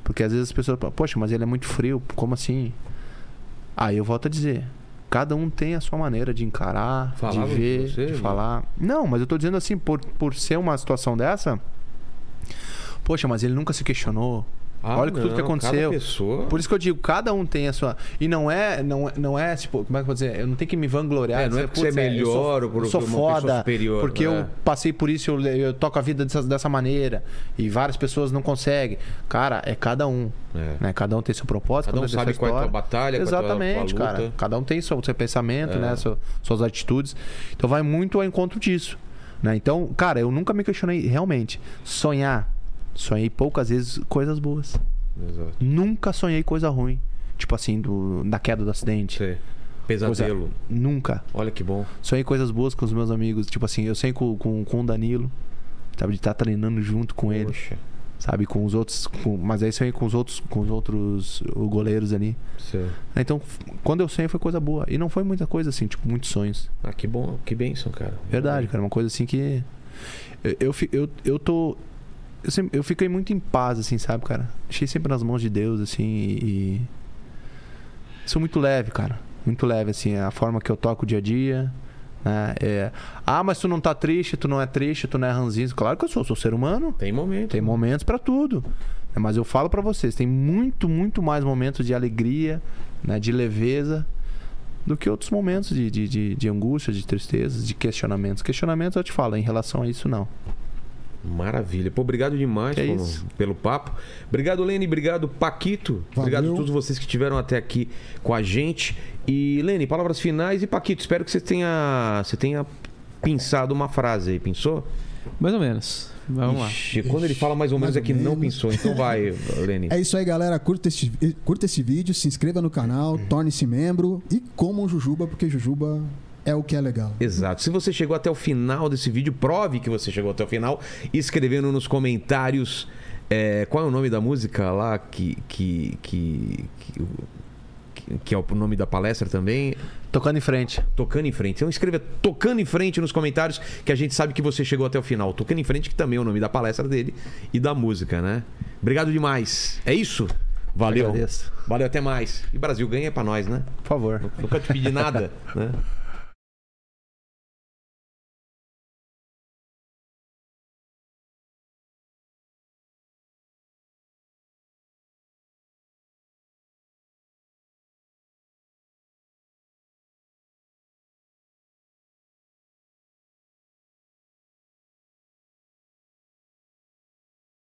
Speaker 4: Porque às vezes as pessoas falam, poxa, mas ele é muito frio, como assim? Aí eu volto a dizer, cada um tem a sua maneira de encarar,
Speaker 1: Falava
Speaker 4: de
Speaker 1: com
Speaker 4: ver,
Speaker 1: você, né?
Speaker 4: de
Speaker 1: viu?
Speaker 4: falar. Não, mas eu tô dizendo assim, por, por ser uma situação dessa, poxa, mas ele nunca se questionou.
Speaker 1: ah,
Speaker 4: Olha tudo que
Speaker 1: não, cada
Speaker 4: aconteceu.
Speaker 1: pessoa-
Speaker 4: Por isso que eu digo, cada um tem a sua. E não é, não, é- não é, tipo, como é que eu vou dizer? Eu não tenho que me vangloriar.
Speaker 1: É, não é
Speaker 4: dizer,
Speaker 1: porque você é
Speaker 4: "Putz, eu sou-
Speaker 1: melhor ou por-
Speaker 4: eu sou
Speaker 1: por uma pessoa
Speaker 4: foda,
Speaker 1: superior",
Speaker 4: Porque
Speaker 1: né?
Speaker 4: eu passei por isso, eu, eu toco a vida dessa, dessa maneira. E várias pessoas não conseguem. Cara, é cada um.
Speaker 1: É.
Speaker 4: Né? Cada um tem seu propósito,
Speaker 1: Cada um
Speaker 4: tem
Speaker 1: sabe
Speaker 4: sua
Speaker 1: qual é a tua
Speaker 4: história.
Speaker 1: batalha, qual é a tua-
Speaker 4: Exatamente,
Speaker 1: tua luta. É.
Speaker 4: cara. Cada um tem seu, seu pensamento, né? Seu- suas atitudes. Então vai muito ao encontro disso. Né? Então, cara, eu nunca me questionei realmente. Sonhar. Sonhei poucas vezes coisas boas. é.
Speaker 1: Exato.
Speaker 4: Nunca sonhei coisa ruim. Tipo assim, do, da queda do acidente.
Speaker 1: Você-
Speaker 4: Coisa-
Speaker 1: Pesadelo.
Speaker 4: Nunca.
Speaker 1: Olha que bom.
Speaker 4: Sonhei coisas boas com os meus amigos. Tipo assim, eu sonhei com, com, com o Danilo. Sabe, de estar treinando junto com ele.
Speaker 1: Poxa.
Speaker 4: Sabe, com os outros. com- mas aí sonhei com os outros, com os outros uh, goleiros ali.
Speaker 1: Você-
Speaker 4: Então, f- quando eu sonhei foi coisa boa. E não foi muita coisa assim, tipo, muitos sonhos.
Speaker 1: Ah, que bom. Que bênção, cara.
Speaker 4: Verdade, cara. Uma coisa assim que. Eu, eu, fi- eu, eu tô. Eu, sempre- eu fiquei muito em paz, assim, sabe, cara? Deixei sempre nas mãos de Deus, assim, e. e Sou muito leve, cara. Muito leve, assim. A forma que eu toco o dia a dia. Né? É, ah, mas tu não tá triste, tu não é triste, tu não é ranzinho. Claro que eu sou, sou ser humano.
Speaker 1: Tem momento.
Speaker 4: Tem momentos pra tudo. né? Mas eu falo pra vocês, tem muito, muito mais momentos de alegria, né? de leveza, do que outros momentos de, de, de, de angústia, de tristezas, de questionamentos. Questionamentos eu te falo, em relação a isso, não.
Speaker 1: Maravilha. Pô, obrigado demais
Speaker 4: Que
Speaker 1: pô,
Speaker 4: isso.
Speaker 1: pelo papo. Obrigado, Lene. Obrigado, Paquito. Obrigado a
Speaker 2: Valeu.
Speaker 1: todos vocês que estiveram até aqui com a gente. E, Lene, palavras finais. E, Paquito, espero que você tenha, você tenha pensado uma frase aí. Pensou?
Speaker 3: Mais ou menos. Vamos lá.
Speaker 1: Ixi, Quando ele fala mais ou menos
Speaker 2: Mais
Speaker 1: é
Speaker 2: ou
Speaker 1: que não
Speaker 2: menos.
Speaker 1: pensou. Então
Speaker 2: (laughs)
Speaker 1: vai, Lene.
Speaker 2: É isso aí, galera. Curta esse, curta esse vídeo, se inscreva no canal, torne-se membro e comam Jujuba, porque Jujuba é o que é legal.
Speaker 1: Exato. Se você chegou até o final desse vídeo, prove que você chegou até o final, escrevendo nos comentários é, qual é o nome da música lá que que, que, que, que- que é o nome da palestra também.
Speaker 4: Tocando em frente.
Speaker 1: Tocando em frente. Então escreva Tocando em Frente nos comentários, que a gente sabe que você chegou até o final. Tocando em Frente, que também é o nome da palestra dele e da música, né? Obrigado demais. É isso? Valeu.
Speaker 4: Agradeço.
Speaker 1: Valeu, até mais. E Brasil ganha é pra nós, né?
Speaker 4: Por favor.
Speaker 1: Nunca te pedi nada, né?